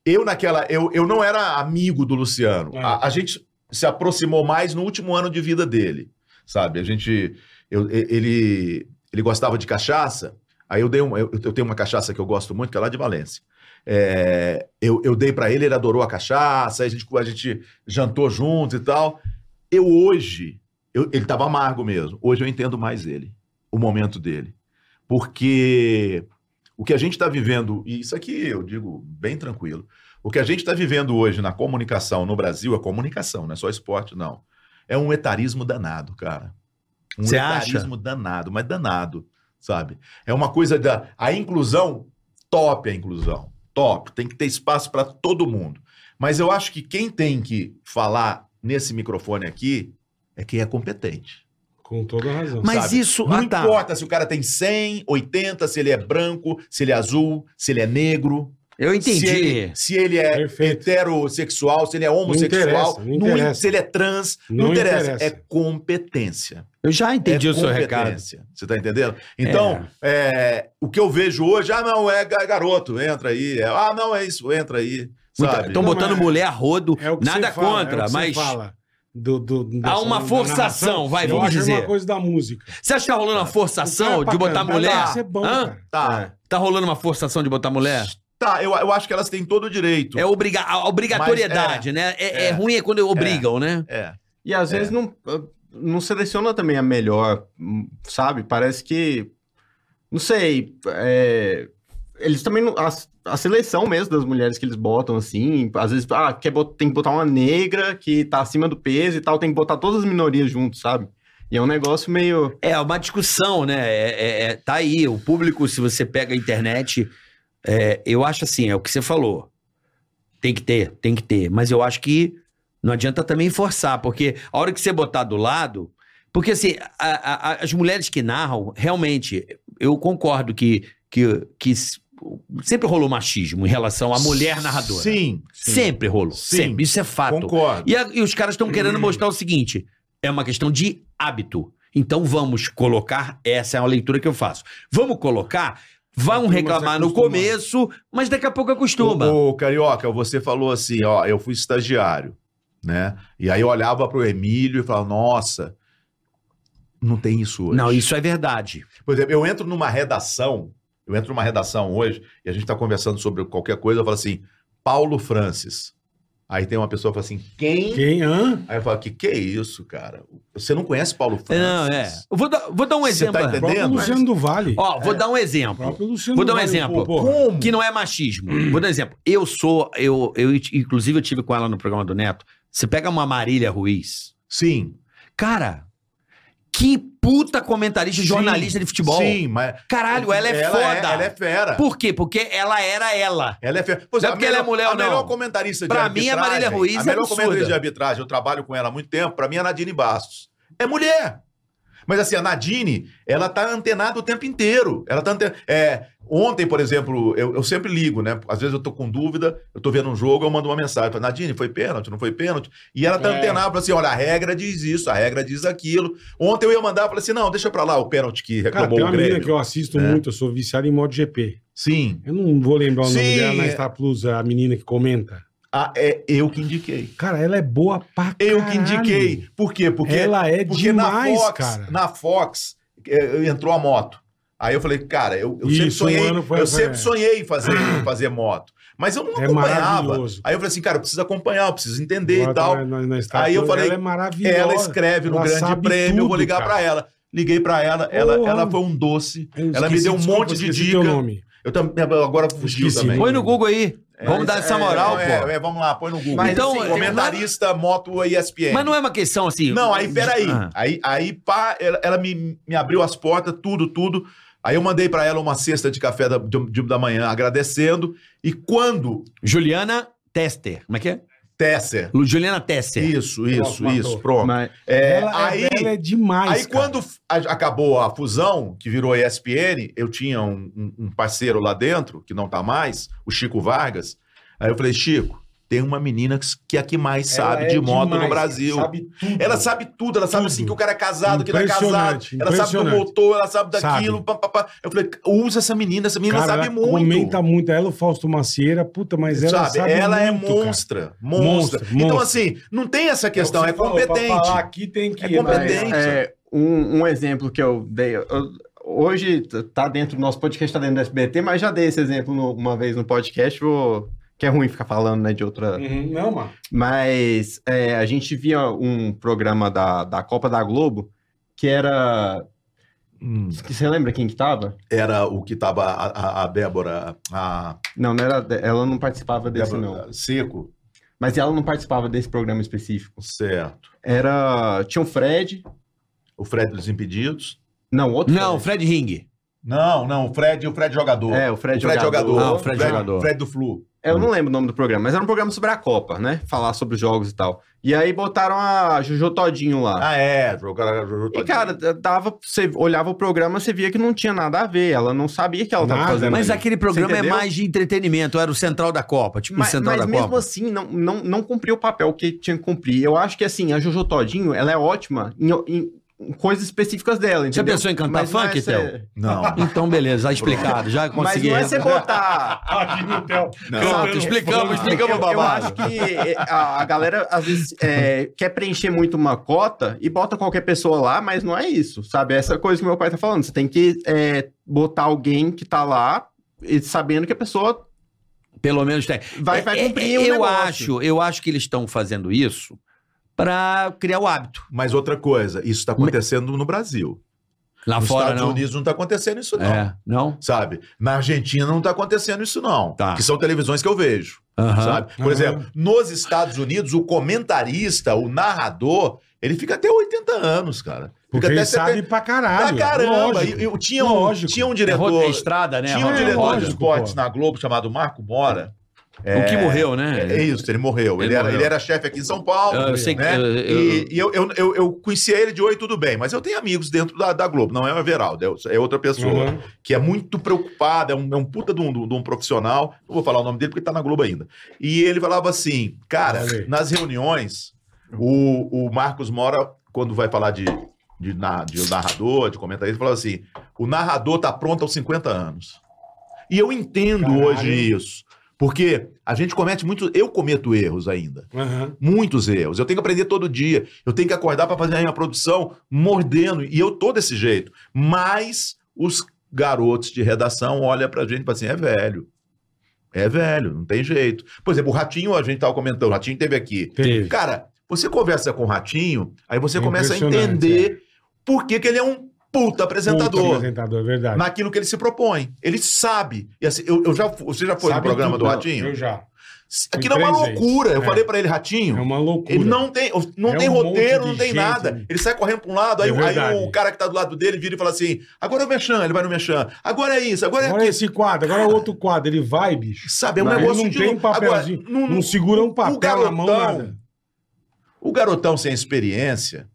Eu naquela, eu, eu não era amigo do Luciano.
É.
A, a gente se aproximou mais no último ano de vida dele, sabe? A gente, eu- e- ele, ele gostava de cachaça. Aí eu dei uma, eu, eu tenho uma cachaça que eu gosto muito que é lá de Valência. É, eu, eu dei pra ele, ele adorou a cachaça. aí A gente, a gente jantou junto e tal. Eu hoje, eu- ele tava amargo mesmo. Hoje eu entendo mais ele, o momento dele porque o que a gente está vivendo, e isso aqui eu digo bem tranquilo, o que a gente está vivendo hoje na comunicação no Brasil é comunicação, não é só esporte, não. É um etarismo danado, cara. Um
Você acha?
etarismo danado, mas danado, sabe? É uma coisa da. A inclusão, top a inclusão. Top. Tem que ter espaço para todo mundo. Mas eu acho que quem tem que falar nesse microfone aqui é quem é competente.
Com toda razão.
Mas
sabe?
isso.
Não
Ah, tá.
importa se o cara tem 100, 80, se ele é branco, se ele é azul, se ele é negro.
Eu entendi.
Se ele, se ele é
Perfeito.
heterossexual, se ele é homossexual,
interessa, não
não
interessa.
se ele é trans, não,
Não
interessa.
interessa.
É competência.
Eu já entendi
É
o seu recado.
competência. Você tá entendendo? Então, é, o que eu vejo hoje, ah, não, é ga- garoto, entra aí. É, ah, não, é isso, entra aí. Sabe?
Estão
Não,
botando
mas-
mulher a rodo.
É o que
nada
você fala,
contra,
é o que você
mas.
fala do, do- dessa-
Há uma
da
forçação,
narração.
vai,
Eu
vamos
acho é
dizer.
uma coisa da música.
Você acha que tá rolando uma
é
forçação
O cara
de
pra
botar
cantar
mulher?
deve ser bom,
Hã?
cara.
Tá,
Tá rolando uma forçação de botar mulher?
tá eu, eu acho que elas têm todo o direito.
É obriga a obrigatoriedade, né? É, é
é.
ruim é quando obrigam, né?
É.
E às vezes não, ah, não seleciona também a melhor, hum, sabe? Parece que. Não sei. é, eles também. não- A, a seleção mesmo das mulheres que eles botam, assim. Às vezes, ah, quer bot- tem que botar uma negra que tá acima do peso e tal. Tem que botar todas as minorias junto, sabe? E é um negócio meio.
É uma discussão, né? É, é- é- tá aí, o público, se você pega a internet, é, eu acho assim, é o que você falou. Tem que ter, tem que ter. Mas eu acho que não adianta também forçar, porque a hora que você botar do lado. Porque assim, a- a- a- as mulheres que narram, realmente, eu concordo que, que, que s- sempre rolou machismo em relação à mulher narradora.
Sim,
Sempre rolou.
Sim.
Sempre. Isso é fato.
concordo.
E, a- e os caras estão querendo mostrar o seguinte: é uma questão de hábito. Então vamos colocar, essa é uma leitura que eu faço. Vamos colocar, vão
turma se
reclamar no
acostumar.
começo, mas daqui a pouco acostuma.
Ô, ô, Carioca, você falou assim, ó, eu fui estagiário, né? E aí eu olhava pro Emílio e falava, nossa, não tem isso hoje.
Não, isso é verdade.
Por exemplo, eu entro numa redação, eu entro numa redação hoje e a gente tá conversando sobre qualquer coisa, eu falo assim, Paulo Francis. Aí tem uma pessoa que fala assim, quem?
Quem? Hã?
Aí eu falo, que que é isso, cara? Você não conhece Paulo Francis?
Não, é. Eu Vou dar, vou dar um
Você
exemplo.
tá
O próprio
Entendendo, É.
Luciano
mas-
do Vale.
Ó, vou dar um
O
exemplo.
próprio Luciano
vou dar um
do Vale,
exemplo.
pô, pô.
Como?
Que não é machismo. Vou dar um exemplo. Eu sou, eu, eu, inclusive, eu tive com ela no programa do Neto. Você pega uma Marília Ruiz.
Sim.
Cara, que puta comentarista, jornalista de futebol.
Sim, mas.
Caralho, ela é foda.
ela é fera.
Por quê? Porque ela era ela.
Ela é fera. Pois
Não é
a
porque ela é mulher ou
A melhor
não.
comentarista de
Pra mim, a Marília
arbitragem,
Ruiz é
A melhor
absurda.
comentarista de arbitragem, eu trabalho com ela há muito tempo, pra mim é a Nadine Bastos. É mulher. Mas assim, a Nadine, ela tá antenada o tempo inteiro. Ela tá antenada. ontem, por exemplo, eu, eu sempre ligo, né? Às vezes eu tô com dúvida, eu tô vendo um jogo, eu mando uma mensagem. Falo, Nadine, foi pênalti? Não foi pênalti? E ela tá
É.
antenada, fala assim: olha, a regra diz isso, a regra diz aquilo. Ontem eu ia mandar, falei assim: não, deixa pra lá o pênalti que
Cara,
reclamou
tem uma
É o Grêmio. né?
menina que eu assisto muito, eu sou viciado em MotoGP.
Sim.
Eu não vou lembrar o
Sim,
nome dela na
é.
Star Plus, a menina que comenta.
Ah, é eu que indiquei.
Cara, ela é boa pra
Eu que
caralho.
indiquei. Por quê? Porque
ela é
Porque
demais,
na Fox,
cara.
na Fox eh, entrou a moto. Aí eu falei, cara, eu, eu sempre
Isso,
sonhei,
um ano foi-
eu
foi-
sempre sonhei em fazer, em fazer moto. Mas eu não
É
acompanhava.
maravilhoso.
Aí eu falei assim, cara, eu preciso acompanhar, eu preciso entender
Agora
e tal.
tá na- na Star
Aí eu
Plus,
falei,
ela é maravilhosa.
Ela escreve no
ela
Grande
sabe
Prêmio, eu vou
tudo,
ligar
cara.
pra ela. Liguei pra ela, ela,
Porra.
ela foi um doce.
Eu
Ela me
esqueci,
deu um
desculpa,
monte de
esqueci
dica.
teu nome.
Eu também agora fugiu
Esqueci.
também.
Põe no Google aí. Vamos
Mas,
dar essa
é,
moral,
é,
pô.
é, vamos lá, põe no Google.
Mas,
Então,
assim,
é-
comentarista moto ESPN.
Mas não é uma questão assim.
Não, aí, peraí.
Ah.
Aí, aí pá, ela, ela me, me abriu as portas, tudo, tudo. Aí eu mandei pra ela uma cesta de café da, de- de- da manhã, agradecendo. E quando.
Juliana Tester. Como é que é?
Tesser.
Lu- Juliana Tester.
Isso, isso,
matou.
isso, pronto.
Mas,
É,
Ela,
aí,
é, ela é demais.
aí
cara.
quando a- acabou a fusão, que virou ESPN, eu tinha um, um- um parceiro lá dentro, que não tá mais, o Chico Vargas. Aí eu falei, Chico, tem uma menina que, que é a que mais
Ela
sabe
é
de moto
demais,
no Brasil.
Sabe tudo.
Ela sabe tudo, ela sabe
Tudo.
assim que o cara é casado, que não é casado.
Impressionante,
Ela sabe do
impressionante.
motor, ela sabe
Sabe.
daquilo. pá, pá, pá. Eu falei, usa essa menina, essa menina
Cara,
sabe
ela
muito.
Comenta muito. Ela, o Fausto Macieira, puta, mas ela
sabe?
sabe,
ela é
muito, cara.
monstra, monstra.
Monstro,
Então,
monstro.
assim, não tem essa questão, é,
o que você falou,
competente.
pra falar aqui tem que
É
ir,
competente.
mas-
mas, é, um, um exemplo que eu dei. eu- hoje t- tá dentro do nosso podcast, tá dentro do SBT, mas já dei esse exemplo no- uma vez no podcast. Vou, que é ruim ficar falando, né, de outra.
Uhum, Não, mano.
Mas é, a gente via um programa da, da Copa da Globo que era.
Hum,
Você lembra quem que tava?
Era o que tava a, a- a Débora, a
Não, não era. Ela não participava desse,
Débora
não.
Seco,
Mas ela não participava desse programa específico.
certo.
Era. Tinha o Fred.
O Fred dos Impedidos.
Não, outro.
Não, Fred
Fred.
Ring.
Não, não, o Fred, o Fred jogador.
É, o Fred, jogador.
Ah, o Fred jogador.
Fred do Flu.
Eu não lembro o nome do programa, mas era um programa sobre a Copa, né? Falar sobre os jogos e tal. E aí botaram a Jojo Todinho lá.
Ah, é, jogador.
E, cara, dava, você olhava o programa, você via que não tinha nada a ver. Ela não sabia que ela estava
Nada,
fazendo.
Mas
aquilo.
aquele programa
Você
é
entendeu?
mais de entretenimento. Era o Central da Copa. Tipo, o
Mas,
Central
mas
da
mesmo
Copa.
assim, não, não, não cumpriu o papel que tinha que cumprir. Eu acho que, assim, a Jojo Todinho, ela é ótima em, em- em coisas específicas dela,
Você
entendeu?
pensou em cantar
não
funk, Theo?
é ser-
Não.
Então, beleza, já explicado, já
Mas
consegui.
não é você botar...
não.
Exato, explicamos, explicamos,
Eu, eu
babado.
acho que eh, a, a galera, às vezes, é, quer preencher muito uma cota e bota qualquer pessoa lá, mas não é isso, sabe? Essa coisa que meu pai tá falando. Você tem que é, botar alguém que tá lá e sabendo que a pessoa
Pelo menos tem.
vai,
É,
vai
é,
cumprir
eu
o negócio.
acho, eu acho que eles estão fazendo isso pra criar o hábito.
Mas outra coisa, isso está acontecendo no Brasil.
Lá
Nos
fora
Estados
não.
Unidos não está acontecendo isso, não.
É, não?
Sabe? Na Argentina não está acontecendo isso, não.
Tá.
Que são televisões que eu vejo.
Aham.
Sabe? Por
Aham.
exemplo, nos Estados Unidos, o comentarista, o narrador, ele fica até 80 anos, cara.
Porque
Fica
ele
até
sabe
70.
pra
Pra
caralho.
caramba!
lógico.
E- e tinha, um,
Lógico.
tinha um
É
diretor.
roda- é estrada, né?
tinha um
Roda-
diretor de
lógico,
esportes
pô.
na Globo chamado Marco Mora.
O que morreu,
É,
né?
é isso, ele morreu. Ele,
Ele
era,
morreu. Ah,
ele era chefe aqui em São Paulo.
Eu sei que-
né?
eu- eu-
E, e eu, eu, eu, eu conhecia ele de oi, tudo bem, mas eu tenho amigos dentro da, da Globo, não é o Everaldo, é o- é outra pessoa
Uhum.
que é muito preocupada, é um, é um puta de um, de um- de um profissional. Não vou falar o nome dele porque tá na Globo ainda. E ele falava assim, cara,
Olha aí.
nas reuniões, o, o Marcos Mora, quando vai falar de, de, na- de narrador, de comentarista, ele falava assim: o narrador tá pronto aos 50 anos. E eu entendo
Caralho.
hoje isso. Porque a gente comete muitos. Eu cometo erros ainda.
Aham.
Muitos erros. Eu tenho que aprender todo dia. Eu tenho que acordar para fazer a minha produção mordendo. E eu tô desse jeito. Mas os garotos de redação olham pra gente e falam assim: é velho. É velho, não tem jeito. Por exemplo, o Ratinho, a gente tava comentando, o Ratinho teve aqui.
Teve.
Cara, você conversa com o Ratinho, aí você
É
começa a
impressionante,
entender por que, que ele é um puta
Puta
apresentador.
apresentador, é verdade.
Naquilo que ele se propõe. Ele sabe. E assim, eu, eu já, fu- você já foi
Sabe
no programa
tudo,
do
não.
Ratinho?
Eu já.
Aquilo é uma
três vezes.
loucura. Eu
É.
falei pra ele, Ratinho.
É uma loucura.
Ele não tem, não
É
tem
um
roteiro,
monte de
não tem
gente,
nada.
né?
Ele sai correndo pra um lado, aí,
É
aí
verdade.
o cara que tá do lado dele vira e fala assim: agora é o Mechan, ele vai no Mechan. Agora é isso, agora é
Agora é
aquilo.
esse quadro, agora é outro quadro. Ele vai, bicho.
Sabe, é um
Ele
negócio
não
de
tem
lou-
papelzinho.
Agora, não-
Não segura um papel na mão,
garotão-
nada.
O garotão sem experiência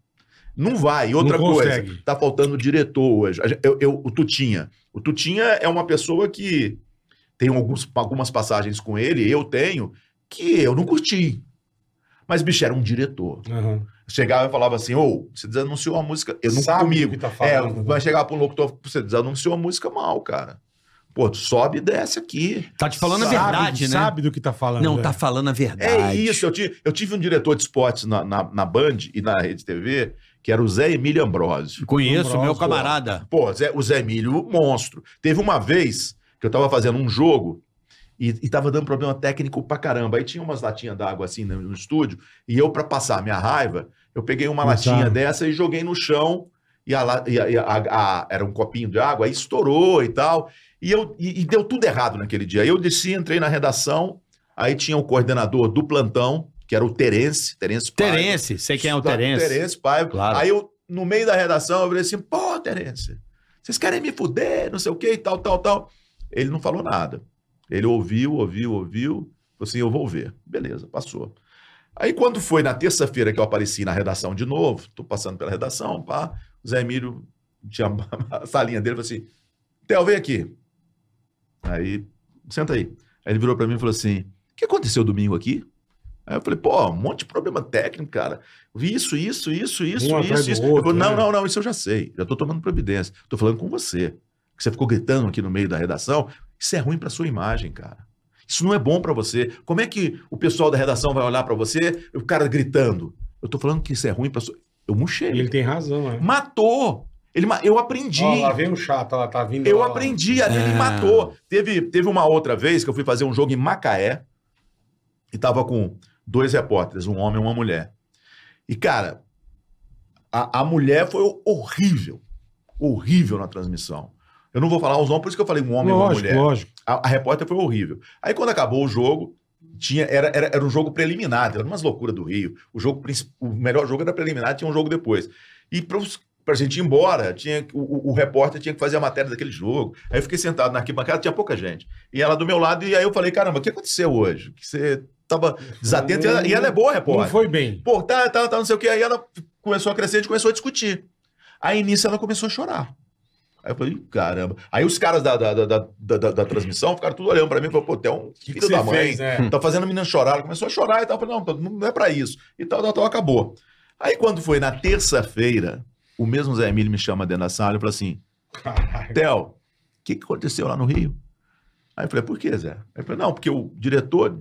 não vai. E outra
Não
coisa,
consegue.
tá faltando diretor hoje. A gen- Eu, eu- o Tutinha. O Tutinha é uma pessoa que tem alguns- algumas passagens com ele, eu tenho, que eu não curti. Mas, bicho, era um diretor.
Aham.
Chegava e falava assim, ô, você desanunciou a música, eu não
Sabe o
comigo.
que tá
é,
falando, né?
vai chegar pro locutor, você desanunciou a música mal, cara. Pô, tu sobe e desce aqui.
Tá te falando
Sabe,
a verdade, né?
Sabe do que tá falando.
Não,
é.
tá falando a
É
verdade.
isso, eu tive, eu tive um diretor de esportes na, na, na Band e na Rede TV, que era o Zé Emílio Ambrosio.
Conheço, meu
Ambrosio,
camarada.
Pô, Zé- o Zé Emílio, monstro. Teve uma vez que eu tava fazendo um jogo e, e tava dando problema técnico pra caramba. Aí tinha umas latinhas d'água assim no, no estúdio, e eu, pra passar a minha raiva, eu peguei uma
Exato.
latinha dessa e joguei no chão. E, a, la- e a- e a- a- era um copinho de água, aí estourou e tal. E, eu, e, e deu tudo errado naquele dia. Aí eu desci, entrei na redação, aí tinha o coordenador do plantão, que era o Terence, Terence Paiva.
Terence, sei quem é o
Da-
Terence.
Terence Paiva.
Claro.
Aí eu, no meio da redação, eu falei assim, pô, Terence, vocês querem me fuder, não sei o que e tal, tal, tal. Ele não falou nada. Ele ouviu, ouviu, ouviu. Falou assim, eu vou ver. Beleza, passou. Aí quando foi na terça-feira que eu apareci na redação de novo, tô passando pela redação, pá, o Zé Emílio tinha a salinha dele, falou assim, Theo, vem aqui. Aí, senta aí. Aí ele virou pra mim e falou assim, o que aconteceu domingo aqui? Aí eu falei, pô, um monte de problema técnico, cara. Isso, isso, isso, isso,
Um atrás
isso,
do
isso.
outro,
eu falei, não,
né?
não, não, isso eu já sei. Já tô tomando providência. Tô falando com você. Que você ficou gritando aqui no meio da redação. Isso é ruim pra sua imagem, cara. Isso não é bom pra você. Como é que o pessoal da redação vai olhar pra você, o cara gritando? Eu tô falando que isso é ruim pra sua. Eu murchei.
Ele tem razão, é.
Matou. Ele, ma- eu aprendi.
Ó, lá vem o chato, ela tá vindo.
Eu
ó, lá.
aprendi, ali ele
É.
matou. Teve, teve uma outra vez que eu fui fazer um jogo em Macaé e tava com dois repórteres, um homem e uma mulher. E, cara, a, a mulher foi horrível. Horrível na transmissão. Eu não vou falar os nomes, por isso que eu falei um homem
lógico,
e uma mulher.
lógico.
A, a repórter foi horrível. Aí quando acabou o jogo, tinha, era, era, era um jogo preliminar, era umas loucuras do Rio. O, jogo, princi- o melhor jogo era preliminar, tinha um jogo depois. E pros, pra gente ir embora, tinha, que- o- o, o repórter tinha que fazer a matéria daquele jogo. Aí eu fiquei sentado na arquibancada, tinha pouca gente. E ela do meu lado, e aí eu falei, caramba, o que aconteceu hoje? Que você tava desatento, e ela, e ela é boa
Não
repórter.
foi bem.
Pô, tá, tá, tá, não sei o que. Aí ela começou a crescer, a gente começou a discutir. Aí nisso ela começou a chorar. Aí eu falei, "Ih, caramba. Aí os caras da, da, da, da, da- da- da transmissão ficaram tudo olhando pra mim e falaram, pô, tem um
O que
filho
você
da mãe.
fez, né?
Tá fazendo a menina chorar. Ela começou a chorar e tal. Eu falei, não, não é pra isso. E tal, tal, tal, acabou. Aí quando foi na terça-feira, o mesmo Zé Emílio me chama dentro da sala e fala assim,
Caralho.
Theo, o que, que aconteceu lá no Rio? Aí eu falei, por que, Zé? Aí eu falei, não, porque o diretor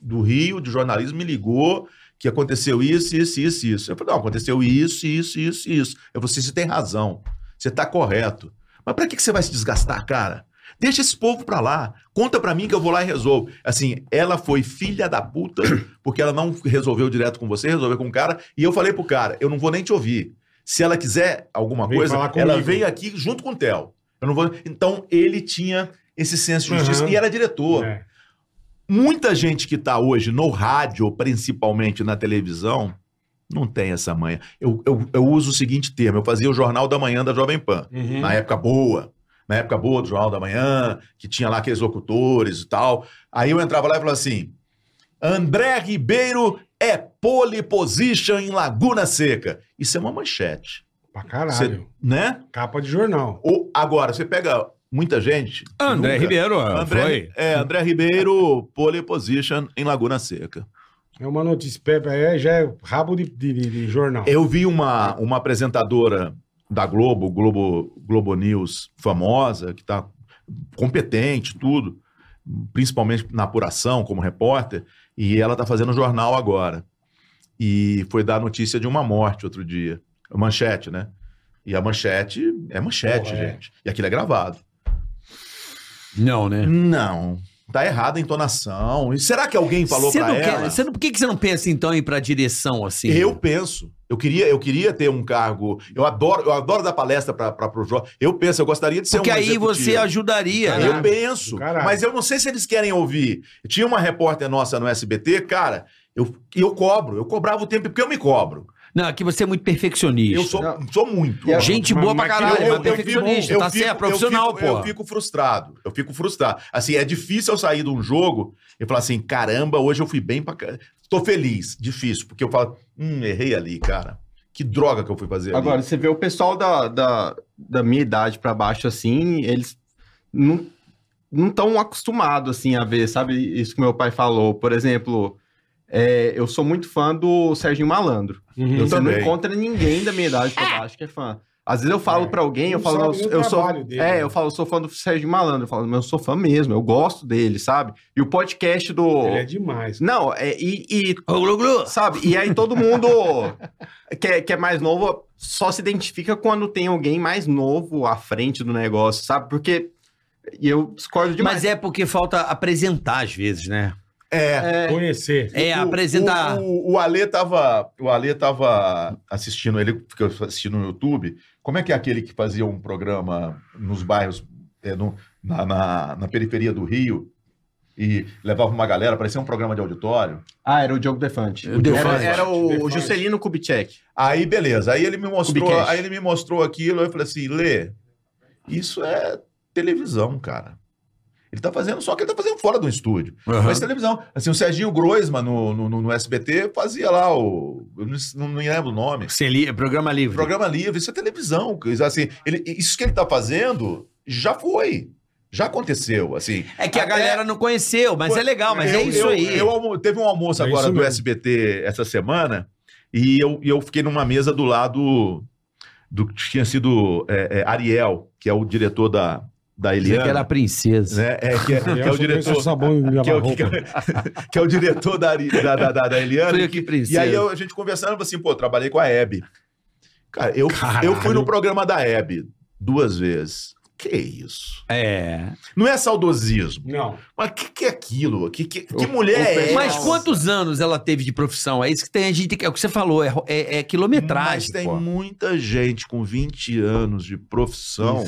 do Rio, de jornalismo, me ligou que aconteceu isso, isso, isso, isso. Eu falei, não, aconteceu isso, isso, isso, isso. Eu falei, você tem razão, você tá correto. Mas pra que, que você vai se desgastar, cara? Deixa esse povo pra lá. Conta pra mim que eu vou lá e resolvo. Assim, ela foi filha da puta, porque ela não resolveu direto com você, resolveu com o cara. E eu falei pro cara, eu não vou nem te ouvir. Se ela quiser alguma
Vem
coisa,
falar
ela
comigo.
vem aqui junto com o Theo. Eu não vou... Então, ele tinha esse senso de justiça
Uhum.
e era diretor.
É.
Muita gente que está hoje no rádio, principalmente na televisão, não tem essa manha. Eu, eu, eu uso o seguinte termo: eu fazia o Jornal da Manhã da Jovem Pan,
Uhum.
na época boa. Na época boa do Jornal da Manhã, que tinha lá aqueles locutores e tal. Aí eu entrava lá e falava assim: André Ribeiro é pole position em Laguna Seca. Isso é uma manchete,
Pra caralho.
né?
Capa de jornal.
Ou, agora, você pega muita gente. que
André
nunca-
Ribeiro,
André,
foi.
É, André Ribeiro, pole position em Laguna Seca.
É uma notícia. É, já é rabo de, de- de- de jornal.
Eu vi uma, uma apresentadora da Globo, Globo, Globo News famosa, que está competente, tudo, principalmente na apuração como repórter, e ela está fazendo jornal agora. E foi dar notícia de uma morte outro dia. Manchete, né? E a manchete é manchete,
Porra, é.
gente. E aquilo é gravado.
Não, né?
Não. Tá errada a entonação. E será que alguém falou
Você
pra
não
ela?
quer- você não- por que, que você não pensa então em ir pra direção assim?
Eu penso. Eu queria, eu queria ter um cargo. Eu adoro, eu adoro dar palestra para o jovem. Eu penso, eu gostaria de ser
Porque
um
aí
executivo.
você né? ajudaria.
Cara, Eu penso,
Caralho.
mas eu não sei se eles querem ouvir. Tinha uma repórter nossa no SBT, cara, eu, eu cobro, eu cobrava o tempo, porque eu me cobro.
Não, aqui você é muito perfeccionista.
Eu sou, sou muito.
E a-
Gente boa pra
Mas- mas-
caralho,
eu-
mas perfeccionista, tá certo, é profissional,
eu
pô.
fico, Eu fico frustrado, eu fico frustrado. Assim, é difícil eu sair de um jogo e falar assim, caramba, hoje eu fui bem pra caramba. Tô feliz, difícil, porque eu falo, hum, errei ali, cara. Que droga que eu fui fazer ali.
Agora, você vê o pessoal da, da, da minha idade pra baixo, assim, eles não não estão acostumados, assim, a ver, sabe? Isso que meu pai falou. Por exemplo, é, eu sou muito fã do Serginho Malandro.
Uhum.
você não
também.
encontra ninguém da minha idade pra baixo que é fã. Às vezes eu falo
É.
pra alguém, eu
Não
falo,
sabe
não,
nem o
eu sou
trabalho dele, né?
É, eu falo, eu sou fã do Sérgio Malandro. Eu falo, mas eu sou fã mesmo, eu gosto dele, sabe? E o podcast do.
Ele é demais.
Não, é, e, e,
Ô, Glu Glu,
Sabe? E aí todo mundo que, é, que é mais novo só se identifica quando tem alguém mais novo à frente do negócio, sabe? Porque. E eu discordo demais.
Mas é porque falta apresentar às vezes, né?
é,
Conhecer.
É,
O-
apresentar.
O, o, o Ale tava, o Ale tava assistindo ele, porque eu assistindo no YouTube. Como é que é aquele que fazia um programa nos bairros, é, no- na, na- na periferia do Rio, e levava uma galera, parecia um programa de auditório?
Ah, era o Diogo Defante.
O Defante.
Era, era o
Defante.
Juscelino Kubitschek.
Aí, beleza. Aí ele me mostrou,
Cubicast.
aí ele me mostrou aquilo, eu falei assim, Lê, isso é televisão, cara. Ele tá fazendo só que ele tá fazendo fora do estúdio. Mas televisão. Assim, o Serginho Groisman no, no, no- no SBT fazia lá o. Eu não- não me lembro o nome.
Sem li- é Programa livre.
Programa livre, isso é televisão. Assim, ele- isso que ele tá fazendo já foi. Já aconteceu, assim.
É que a
Até-
galera não conheceu, mas
Foi-
é legal, mas
Eu-
é isso
eu-
aí.
eu almo- teve um almoço
É
agora
isso
do
mesmo.
SBT essa semana e eu, e eu fiquei numa mesa do lado do que tinha sido é, é, Ariel, que é o diretor da, da
Dizia
Eliana.
que era a é princesa.
né? É, que, é, que é o diretor.
Sabão de
Que é,
lavar
o, que,
roupa.
é- que é o diretor da, Ari- da, da, da- da Eliana.
Foi que princesa.
Né? E aí eu- a gente conversando, eu falei assim, pô, trabalhei com a Hebe. Cara, eu,
Caralho.
eu fui no programa da Hebe duas vezes. Que isso?
É.
Não é saudosismo.
Não.
Mas que que é aquilo? Que, que, que
O-
mulher
o
é
pessoal-
Mas
essa?
quantos anos ela teve de profissão? É isso que tem a gente. É o que você falou, é, ro- é- é
Mas
quilometragem.
tem
pô.
muita gente com 20 anos de profissão.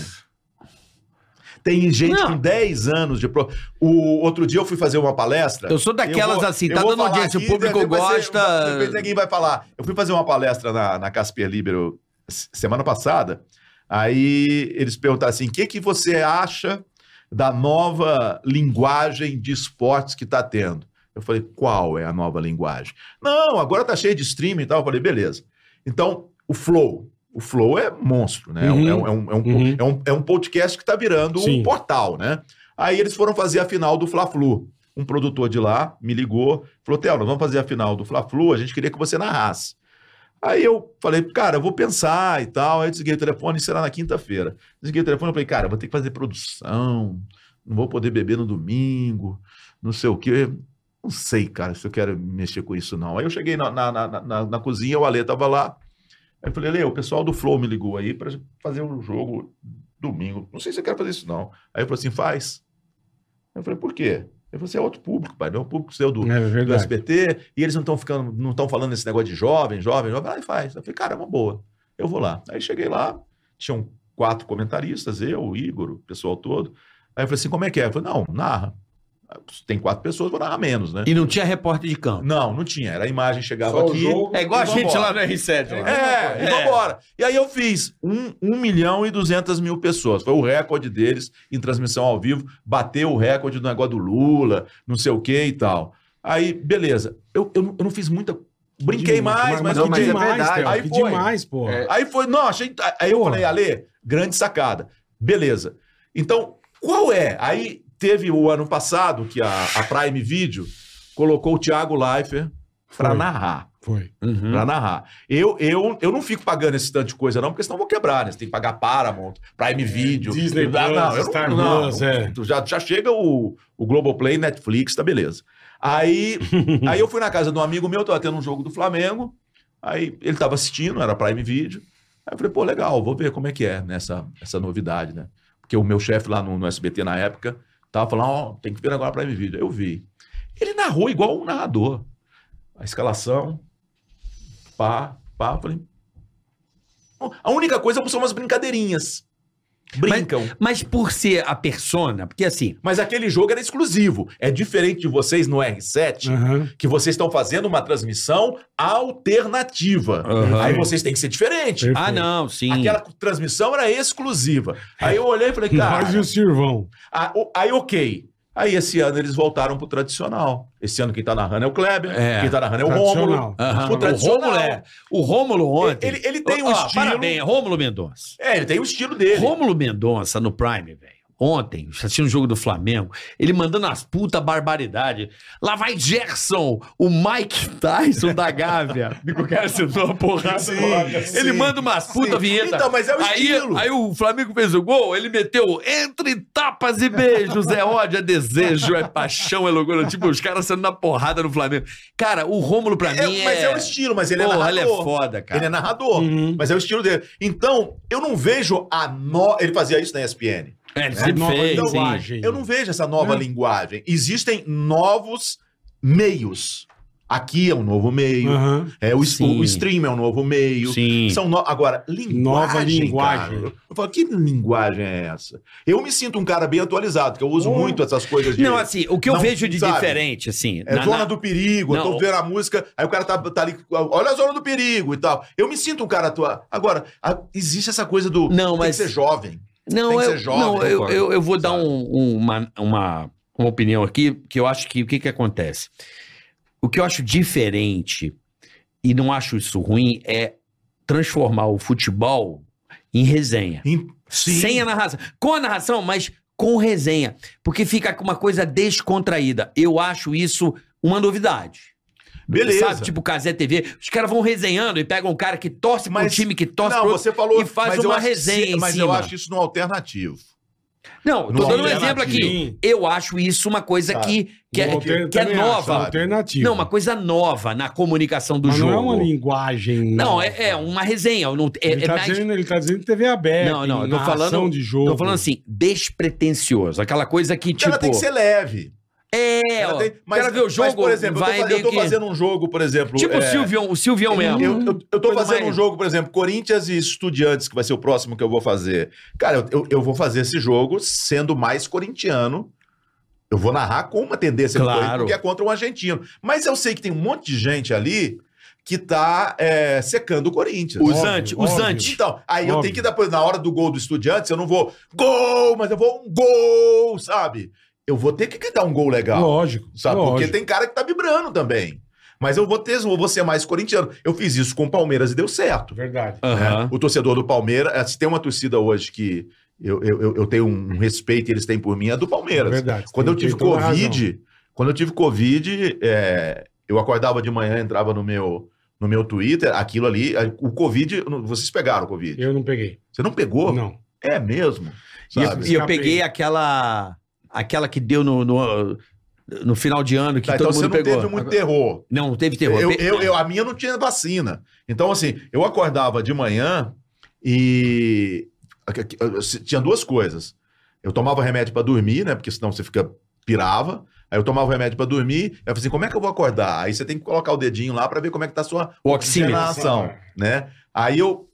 Tem gente
Não.
com 10 anos de profissão. O outro dia eu fui fazer uma palestra.
Eu sou daquelas
Eu vou-
assim,
eu
tá
vou
dando
falar
audiência, o
aqui,
público
depois vai ser-
gosta.
depois ninguém vai falar. Eu fui fazer uma palestra na, na Casper Libero s- semana passada. Aí eles perguntaram assim: o que, que você acha da nova linguagem de esportes que está tendo? Eu falei, qual é a nova linguagem? Não, agora tá cheio de streaming e tal. Eu falei, beleza. Então, o Flow. O Flow é monstro, né? É um-
Uhum.
É, um, é, um, é, um,
Uhum.
é um- é um podcast que tá virando um
Sim.
portal, né? Aí eles foram fazer a final do Fla-Flu. Um produtor de lá me ligou, falou, Theo, nós vamos fazer a final do Fla-Flu, a gente queria que você narrasse. Aí eu falei, cara, eu vou pensar e tal. Aí eu desliguei o telefone, será na quinta-feira. Desliguei o telefone, eu falei, cara, eu vou ter que fazer produção, não vou poder beber no domingo, não sei o quê. Não sei, cara, se eu quero mexer com isso, não. Aí eu cheguei na, na, na, na- na cozinha, o Ale tava lá. Aí eu falei, Ale, o pessoal do Flow me ligou aí pra fazer um jogo domingo. Não sei se eu quero fazer isso, não. Aí eu falei assim, faz. Aí eu falei, por quê? Ele falou assim, é outro público, pai, não é o público seu do,
É
do
verdade.
SBT, e eles não estão ficando, não estão falando esse negócio de jovem, jovem, jovem, vai, faz. Eu falei, cara, é uma boa. Eu vou lá. Aí cheguei lá, tinham quatro comentaristas, eu, o Igor, o pessoal todo. Aí eu falei assim, como é que é? Eu falei, não, narra. "Ah, Tem quatro pessoas, vou narrar menos, né?
E não tinha repórter de campo.
Não, não tinha. Era a imagem, chegava
Só o
aqui.
jogo.
É igual a
E
gente
vambora.
lá no R7. lá.
É, e
É.
vambora. E aí eu fiz 1 um, um milhão e 200 mil pessoas. Foi o recorde deles em transmissão ao vivo. Bateu o recorde do negócio do Lula, não sei o que e tal. Aí, beleza. Eu, eu, não- eu não fiz muita. Brinquei mais, mas,
não,
não
mas é
tinha.
verdade,
Theo,
aí
que
foi.
demais, pô.
É.
Aí foi, não, achei. Aí eu
Porra.
falei, Ale, grande sacada. Beleza. Então, qual é? Aí teve o ano passado que a, a Prime Video colocou o Thiago Leifert pra
Foi.
narrar
Foi.
Uhum.
pra narrar. Eu, eu, eu não fico pagando esse tanto de coisa, não, porque senão eu vou quebrar, né? Você tem que pagar Paramount, Prime Video.
É, Disney
Ah,
Plus,
não, eu não,
Star
não,
Plus, é.
tu já, já chega o, o Globoplay, Netflix, tá beleza. Aí, aí eu fui na casa de um amigo meu, tava tendo um jogo do Flamengo, aí ele tava assistindo, era Prime Video. Aí eu falei, pô, legal, vou ver como é que é nessa essa novidade, né? Porque o meu chefe lá no, no SBT na época tava falando, ó, tem que ver agora Prime Video. Aí Eu vi. Ele narrou igual um narrador. A escalação, pá, Pá, eu falei. A única coisa é são umas brincadeirinhas. Brincam.
Mas
Mas,
por ser a persona, porque assim,
aquele jogo era exclusivo. É diferente de vocês no R7,
Uhum.
que vocês estão fazendo uma transmissão alternativa.
Aham.
Aí vocês têm que ser diferente.
ah não, sim.
Aquela transmissão era exclusiva. Aí eu olhei e falei, cara.
Nós e o Sirvão.
Ah, o- aí, ok. Aí, esse ano, eles voltaram pro tradicional. Esse ano, quem tá narrando é o Kleber,
É.
quem tá narrando é o Rômulo.
Tradicional.
Aham.
O
O
tradicional.
Rômulo é. O Rômulo ontem.
Ele- ele tem um
Ó,
estilo-
Parabéns, Rômulo Mendonça.
É, ele tem o estilo dele.
Rômulo Mendonça no Prime, velho. Ontem, assistindo o jogo do Flamengo, ele mandando as puta barbaridade. Lá vai Gerson, o Mike Tyson da Gávea. Nico cara sentou uma porrada.
Sim,
ele
sim,
manda umas puta
sim.
vinheta.
Então, mas é o
aí,
estilo.
aí o Flamengo fez o gol, ele meteu entre tapas e beijos, é ódio, é desejo, é paixão, é loucura. Tipo, os caras saindo na porrada no Flamengo. Cara, o Rômulo pra
É,
mim é...
mas é o estilo, mas ele é
Porra, ele é
narrador.
foda, cara.
Ele é narrador,
Uhum.
mas é o estilo dele. Então, eu não vejo a no... Ele fazia isso na ESPN.
É, ele
É
sempre
nova
fez, sim.
linguagem.
Eu não vejo essa nova
Hum.
linguagem. Existem novos meios. Aqui é um novo meio.
Aham.
É, o,
Sim.
o stream é um novo meio.
Sim.
São no- Agora, linguagem.
Nova linguagem.
cara. Eu falo, que linguagem é essa? Eu me sinto um cara bem atualizado, que eu uso
Oh.
muito essas coisas de.
Hum. Não, assim, o que eu
Não,
vejo de
sabe?
diferente, assim...
É
na-
Zona
na-
do Perigo, eu
Não,
tô
o-
vendo a música, aí o cara tá, tá ali, olha a Zona do Perigo e tal. Eu me sinto um cara atual. Agora, a- existe essa coisa do
Não,
tem
mas-
que ser jovem.
Não,
Tem que
eu,
ser jovem,
não, eu,
concordo.
eu, eu vou dar
Sabe?
um- um- uma, uma, uma opinião aqui, que eu acho que o que, que acontece? O que eu acho diferente, e não acho isso ruim, é transformar o futebol em resenha.
Em-
Sem a narração. Com a narração, mas com resenha. Porque fica com uma coisa descontraída. Eu acho isso uma novidade.
Beleza.
Sabe, tipo Casé TV, os caras vão resenhando e pegam um cara que torce para um
Mas-
time que torce
não,
pro outro.
você falou.
e faz
mas eu
uma
acho que
resenha
se-
em
Mas eu
cima.
acho isso no alternativo.
Não, eu tô
Não, é
dando um
alternativo.
exemplo aqui. Eu acho isso uma coisa
Tá.
que, que, é,
Eu
que é
alter- também acho,
nova.
Alternativa.
Não, uma coisa nova na comunicação do
Mas
jogo.
não é uma linguagem.
né?
Não,
nova.
é, é uma resenha. eu Não, é,
ele,
é
tá
mais-
dizendo, ele tá dizendo TV aberta.
Não, não, eu tô
narração
falando-
de jogo.
Tô falando assim, despretensioso. Aquela coisa que,
Ela
tipo.
tem que ser leve.
É,
Ela
ó,
tem- mas,
quero ver o jogo.
mas, por exemplo, eu tô
vai
fa- eu
meio
tô,
que-
fazendo um jogo, por exemplo.
Tipo o
é,
Silvião, o Silvião mesmo.
Eu, eu, eu tô
Coisa
fazendo
mais-
um jogo, por exemplo, Corinthians e Estudiantes, que vai ser o próximo que eu vou fazer. Cara, eu, eu, eu vou fazer esse jogo sendo mais corintiano. Eu vou narrar com uma tendência
Claro.
do Corinthians, porque é contra um argentino. Mas eu sei que tem um monte de gente ali que tá é, secando o Corinthians.
Os
Óbvio,
antes, os
óbvio.
antes.
Então, aí eu
Óbvio.
tenho que depois, na hora do gol do Estudiantes, eu não vou gol, mas eu vou um gol, sabe? Eu vou ter que dar um gol legal.
Lógico.
Sabe?
lógico.
Porque tem cara que tá vibrando também. Mas eu vou ter, eu vou ser mais corintiano. Eu fiz isso com o Palmeiras e deu certo.
Verdade.
Aham.
né? O torcedor do Palmeiras, eh, se tem uma torcida hoje que eu, eu, eu- eu tenho um respeito e eles têm por mim, é do Palmeiras.
Verdade.
Quando eu
Tem-
tive
tem toda a razão.
Covid, quando eu tive Covid, eh, eu acordava de manhã, entrava no meu, no meu Twitter, aquilo ali. eh, O Covid, vocês pegaram o Covid.
Eu não peguei.
Você não pegou?
Não.
É mesmo.
E eu-
Sabe?
E eu,
Escapei.
peguei aquela. Aquela que deu no, no, no final de ano que
Tá,
todo
então você
mundo
não
pegou.
teve muito terror.
Não, não teve terror.
Eu,
Pe-
eu- eu- a minha não tinha vacina. Então, assim, eu acordava de manhã e. aqui- aqui- eu- eu- Tinha duas coisas. Eu tomava remédio pra dormir, né? Porque senão você fica. pirava. Aí eu tomava remédio pra dormir. Aí eu falei assim: como é que eu vou acordar? Aí você tem que colocar o dedinho lá pra ver como é que tá a sua
O oxímetro.
oxigenação, né? Aí eu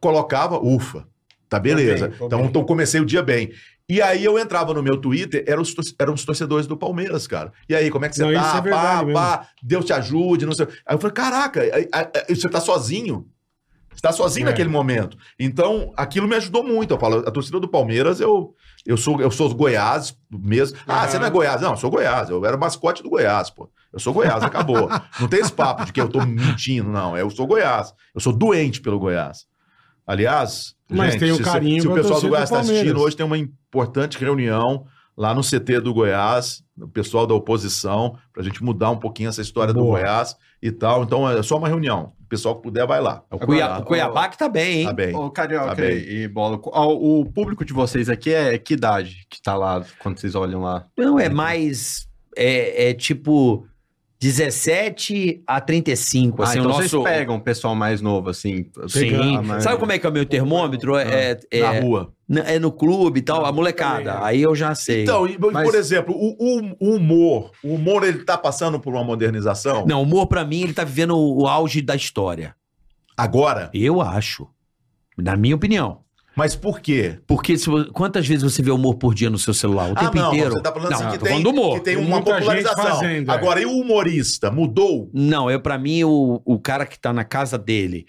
colocava, ufa, tá beleza.
bem, tô
então,
bem.
então comecei o dia bem. E aí eu entrava no meu Twitter, eram os, tor- eram os torcedores do Palmeiras, cara. E aí, como é que você
Não, isso
tá?
é verdade
pá, pá, Deus te ajude, não sei. Aí eu falei, caraca, aí- aí- aí você tá sozinho. Você tá sozinho
É.
naquele momento. Então, aquilo me ajudou muito. Eu falo, a torcida do Palmeiras, eu, eu sou eu sou os Goiás mesmo. Ah,
Aham.
você não é Goiás? Não, eu sou Goiás. Eu era mascote do Goiás, pô. Eu sou Goiás, acabou. não tem esse papo de que eu tô mentindo, não. Eu sou Goiás. Eu sou doente pelo Goiás. Aliás,
Mas tem um
se-
carinho
se, o
pra
pessoal
torcida
do Goiás
do
está assistindo,
Palmeiras.
hoje tem uma importante reunião lá no CT do Goiás, o pessoal da oposição, pra gente mudar um pouquinho essa história do
Boa.
Goiás e tal. Então é só uma reunião. O pessoal que puder vai lá.
É
O Cuiabá, o Cuiabá que tá bem, hein?
Tá bem.
Ô, Carioca
Tá bem.
e e Bola, ó, o público de vocês aqui é que idade que tá lá quando vocês olham lá?
Não, é mais. É, é tipo 17 a 35. Assim,
ah,
o
então
nosso.
vocês pegam o pessoal mais novo, assim.
Sim.
Ah, mas-
Sabe como é que é o meu termômetro? É, é,
Na
é,
rua. é.
n- é no clube e tal, a molecada. Aí eu já sei.
Então, e,
Mas-
por exemplo, o, o- o humor. O humor, ele tá passando por uma modernização?
Não, o humor pra mim, ele tá vivendo o, o auge da história.
Agora?
Eu acho. Na minha opinião.
Mas por quê?
Porque se, vo- quantas vezes você vê humor por dia no seu celular? O tempo inteiro.
você tá falando
não,
assim que
tô
tem,
falando do humor.
que tem
Tem
uma
muita gente
popularização.
fazendo, é.
Agora, e o humorista? Mudou?
Não, eu para mim o, o cara que tá na casa dele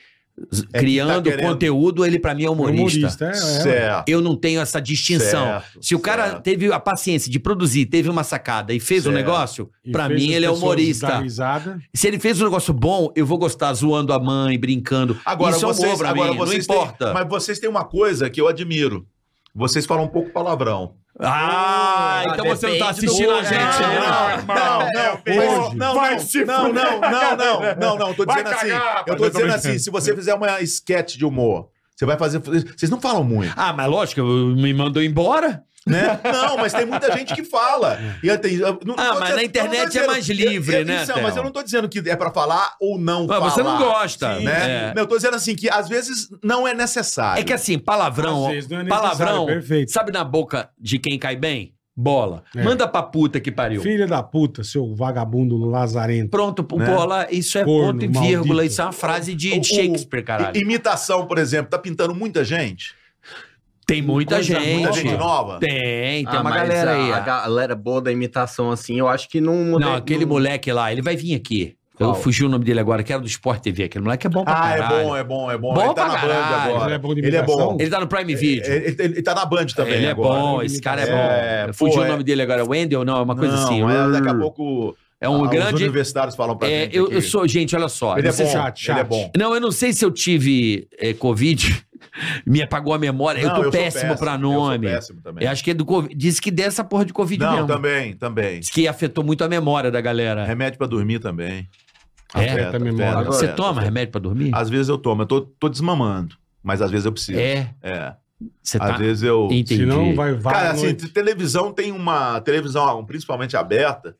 z-
tá
criando
querendo.
conteúdo, ele pra mim é humorista.
Humorista, é, é.
certo.
Eu não tenho essa distinção.
Certo,
Se o cara
certo.
teve a paciência de produzir, teve uma sacada e fez um
Certo.
negócio,
E
pra
fez
mim
as
ele é
pessoas dar
humorista.
risada.
Se ele fez um negócio bom, eu vou gostar zoando a mãe, brincando.
Agora
Isso é
vocês,
humor pra
agora
mim, não
vocês
importa.
Têm, mas vocês têm uma coisa que eu admiro. Vocês falam um pouco palavrão.
Ah, então você não tá
depende do
assistindo a
humor,
gente,
né?
né?
Não, não, mas-
hoje.
não,
Vai
não,
se
não,
fuder.
não, não, não, não, não, tô
Vai
dizendo assim.
cagar, rapaz,
Eu tô
eu tô
dizendo
brincando.
assim, se você fizer uma sketch de humor, você vai fazer. Vocês não falam muito,
Ah, mas lógico, eu- me mandou embora.
né? Não, mas tem muita gente que fala. E eu tenho- eu não-
Ah,
não
mas
tô
na
eu não tô
internet é mais livre,
eu- eu-
né,
isso,
Theo?
mas eu não tô dizendo que é pra falar ou não
Ah,
falar.
você não gosta,
né?
né?
Não, eu tô dizendo assim que às vezes não é necessário.
É que assim, palavrão,
Às vezes não é necessário,
palavrão,
perfeito.
sabe na boca de quem cai bem? Bola.
É.
Manda pra puta que pariu.
Filha da puta, seu vagabundo lazarento.
Pronto,
Né?
bola, isso é
Corno,
ponto e vírgula,
maldito.
isso é uma frase de, de
O- o-
Shakespeare, caralho.
I- Imitação, por exemplo, tá pintando muita gente?
tem muita
coisa
gente.
Muita
nova.
gente nova?
Tem, tem
Ah,
uma
mas
galera
a-
aí.
A
ó.
galera boa da imitação, assim, eu acho que não.
Não, aquele moleque lá, ele vai vir aqui. Eu
Qual?
fugi o nome dele agora, que era do Sport TV. Aquele moleque é bom pra
Ah,
caralho.
é bom, é bom, é bom.
Bom
ele tá
pra
na Band
caralho.
agora.
Ele é bom de
Ele é
imitação?
bom.
Ele tá no Prime Video.
Ele, ele- ele tá na Band também
ele é
agora.
bom, esse cara é,
É,
bom.
pô,
Fugiu o
é-
nome dele agora, Wendell, não, é uma coisa
Não,
assim.
é,
um-
daqui a pouco
é um
ah, os
grande.
universitários falam pra
é,
gente
eu,
aqui.
eu sou, gente, olha só.
Ele é
não sei
bom,
se-
chat,
ele é
chat.
bom.
Não, eu não sei se eu tive eh, Covid, me apagou a memória. eu
Não,
tô
sou
péssimo pra
Eu
nome.
sou péssimo também.
Eu acho que é do Covid. Diz que dessa porra de Covid
não,
mesmo.
também, É, também.
Diz que afetou muito a memória da galera.
Remédio pra dormir também.
É?
Afeta a memória.
afeta,
Você
afeta.
toma remédio pra dormir?
Às vezes eu tomo, eu tô, tô desmamando, mas às vezes eu preciso. É.
É. Você
Às
tá.
vezes eu...
Entendi.
Senão vai vai
Cara,
à
assim,
noite.
te- televisão tem uma... Televisão, principalmente aberta,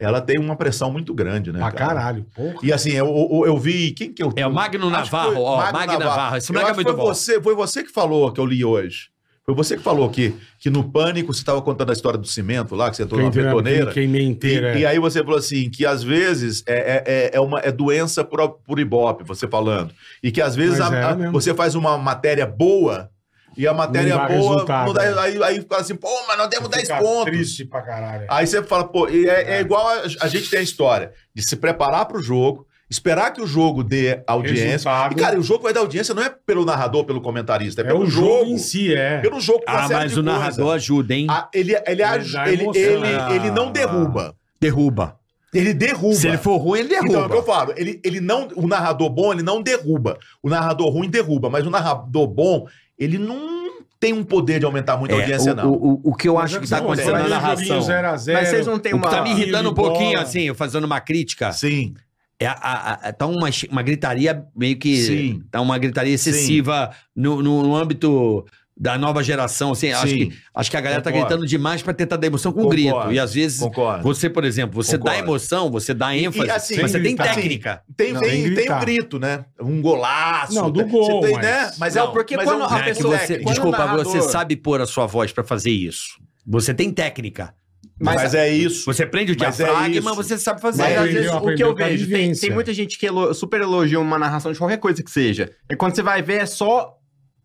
ela tem uma pressão muito grande, né,
pra caralho, porra.
E assim, eu, eu, eu vi... Quem que eu...
É o Magno
Acho que foi
Navarro, ó. Magno, Navarro. Esse
Eu
moleque é
acho que
muito
foi
bom.
Você, foi você que falou, que eu li hoje. Foi você que falou que, que no pânico você estava contando a história do cimento lá, que você entrou
Quem
numa
inteira-
betoneira.
Quem meia inteira. é.
E, e aí você falou assim, que às vezes é, é, é- é uma, é doença por, por ibope, você falando. E que às vezes
Mas
a-
é
a-
mesmo.
você faz uma matéria boa e a matéria
dá
boa
resultado,
não dá-
né?
aí, aí fala assim, pô, mas nós temos 10
Fica
pontos.
triste pra caralho.
Aí você fala, pô, e é, é igual a, a gente tem a história de se preparar para o jogo, esperar que o jogo dê audiência.
Resultado.
E, cara, e o jogo vai dar audiência não é pelo narrador, pelo comentarista, é,
é
pelo
o
jogo.
jogo, em si, é.
Pelo jogo com uma
Ah,
série
mas
de
o
coisa.
narrador ajuda, hein?
Ah, ele, ele, aj-
dá
ele,
emoção,
ele-
né?
ele não derruba.
Derruba.
Ele derruba.
Se ele for ruim, ele derruba.
Então, é o que eu falo, ele, ele não, o narrador bom, ele não derruba. O narrador ruim derruba, mas o narrador bom, ele não tem um poder de aumentar muito a
É,
audiência,
o,
não.
o, o- o que eu
Mas
acho
é
que tá
você
acontecendo
olha
na
o
narração.
joguinho 0 a 0
Mas vocês não têm
O que
uma.
tá me irritando um
de bola.
pouquinho, assim, eu fazendo uma crítica,
Sim.
é, a, a- a- tá uma, chi- uma gritaria meio que.
Sim.
Tá uma gritaria excessiva no, no, no âmbito da nova geração, assim. Acho
Sim.
que, acho que a galera tá
Concordo.
gritando demais pra tentar dar emoção com
Concordo.
grito. E às vezes.
Concordo.
Você, por exemplo, você dá
Concordo.
emoção, você dá ênfase,
e assim,
mas você
sem
tem
gritar.
técnica.
Tem,
Não,
tem,
nem
tem um
gritar.
grito, né? Um golaço.
Não, do
Você
gol,
tem,
mas-
né? Mas é
Não,
um-
porque
mas é
quando
um
a
Não,
grito
é que
pessoa-
técnico.
você,
quando o
desculpa,
narrador-
você sabe pôr a sua voz pra fazer isso. Você tem técnica.
Mas,
Mas-
é isso.
Você prende o
Mas é
diafragma,
isso.
você sabe
Mas é
fazer.
Mas
às
aprendeu,
vezes o que
aprendeu
eu
com a
vejo, tem,
vivência.
tem muita gente que elo- super elogia uma narração de qualquer coisa que seja. E quando você vai ver, é só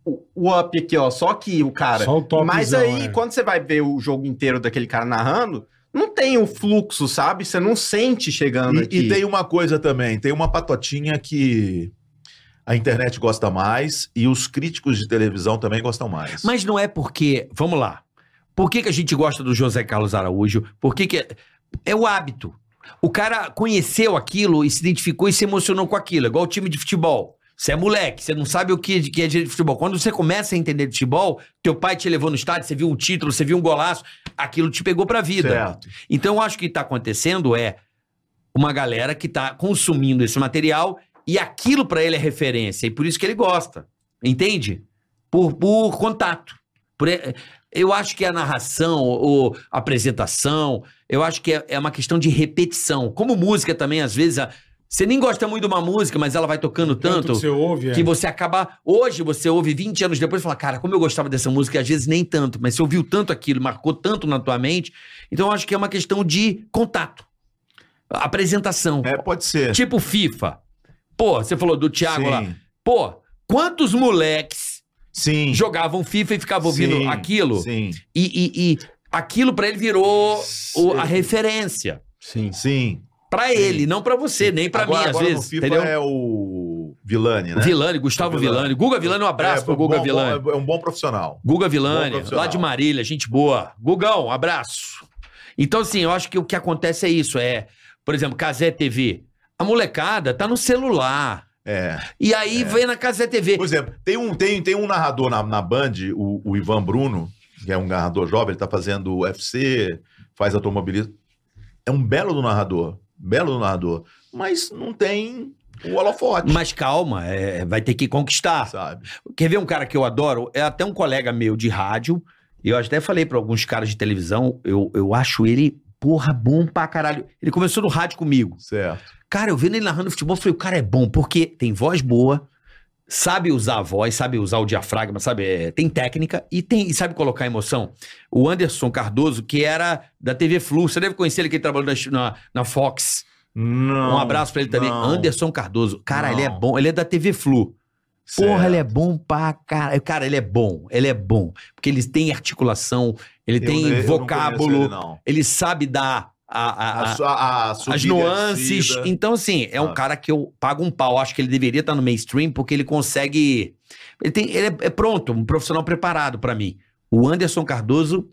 o, o up aqui, ó. Só que o cara.
Só o topzão,
Mas aí,
é.
quando você vai ver o jogo inteiro daquele cara narrando, não tem o fluxo, sabe? Você não sente chegando
E,
aqui.
e tem uma coisa também, tem uma patotinha que a internet gosta mais e os críticos de televisão também gostam mais.
Mas não é porque. Vamos lá. Por que, que a gente gosta do José Carlos Araújo? Por que, que é, é o hábito. O cara conheceu aquilo e se identificou e se emocionou com aquilo. É Igual o time de futebol. Você é moleque, você não sabe o que, que é direito de futebol. Quando você começa a entender de futebol, teu pai te levou no estádio, você viu um título, você viu um golaço, aquilo te pegou pra vida.
Certo.
Então, eu acho que está acontecendo é uma galera que está consumindo esse material e aquilo para ele é referência e por isso que ele gosta, entende? Por, por contato. Por e- eu acho que a narração ou apresentação, eu acho que é, é uma questão de repetição. Como música também, às vezes, a- você nem gosta muito de uma música, mas ela vai tocando
Tanto
tanto.
que você ouve, é.
Que você acaba. Hoje você ouve 20 anos depois e fala, cara, como eu gostava dessa música, e às vezes nem tanto, mas você ouviu tanto aquilo, marcou tanto na tua mente. Então eu acho que é uma questão de contato. Apresentação.
É, pode ser.
Tipo FIFA. Pô, você falou do Thiago lá.
Sim.
Pô, quantos moleques
Sim.
jogavam FIFA e ficavam ouvindo
Sim,
aquilo?
Sim.
E, e- e aquilo pra ele virou o- a referência.
Sim.
Sim.
Pra ele, não pra você, nem pra
agora,
mim, às
agora
vezes.
no FIFA
entendeu?
é o Vilani, né?
Vilani, Gustavo
Vilani.
Vilani. Guga Vilani, um abraço
é,
pro Guga
bom-
Vilani.
bom- é um bom profissional.
Guga
Bom
Vilani,
profissional.
lá de Marília, gente boa. Gugão, abraço. Então, assim, eu acho que o que acontece é isso: é, por exemplo, Casé TV. A molecada tá no celular.
É.
E aí vem na Casé TV.
Por exemplo, tem um, tem, tem um narrador na, na Band, o, o Ivan Bruno, que é um narrador jovem, ele tá fazendo UFC, faz automobilismo. É um belo do narrador. Belo do narrador. Mas não tem o holofote,
Mas calma, é, vai ter que conquistar.
sabe?
Quer ver um cara que eu adoro? É até um colega meu de rádio. e Eu até falei pra alguns caras de televisão, eu, eu acho ele, porra, bom pra caralho. Ele começou no rádio comigo.
Certo.
Cara, eu vendo ele narrando futebol, eu falei, o cara é bom, porque tem voz boa, sabe usar a voz, sabe usar o diafragma, sabe? é, tem técnica e tem e sabe colocar emoção. O Anderson Cardoso, que era da TV Flu, você deve conhecer ele que ele trabalhou na, na, na Fox.
Não,
um abraço pra ele também.
não.
Anderson Cardoso. Cara, ele é
Não.
bom, ele é da TV Flu. Porra,
Certo.
ele é bom pra caralho. Cara, ele é bom, ele é bom. Porque ele tem articulação, ele
Eu
tem
ne- eu não
vocábulo,
conheço
ele,
Ele, não.
sabe dar a- a-
A
a-
su- a- a subida
as
e a
nuances.
descida.
Então, assim, é um
Ah.
cara que eu pago um pau. Acho que ele deveria estar no mainstream, porque ele consegue. Ele, tem, ele é, é pronto, um profissional preparado pra mim. O Anderson Cardoso,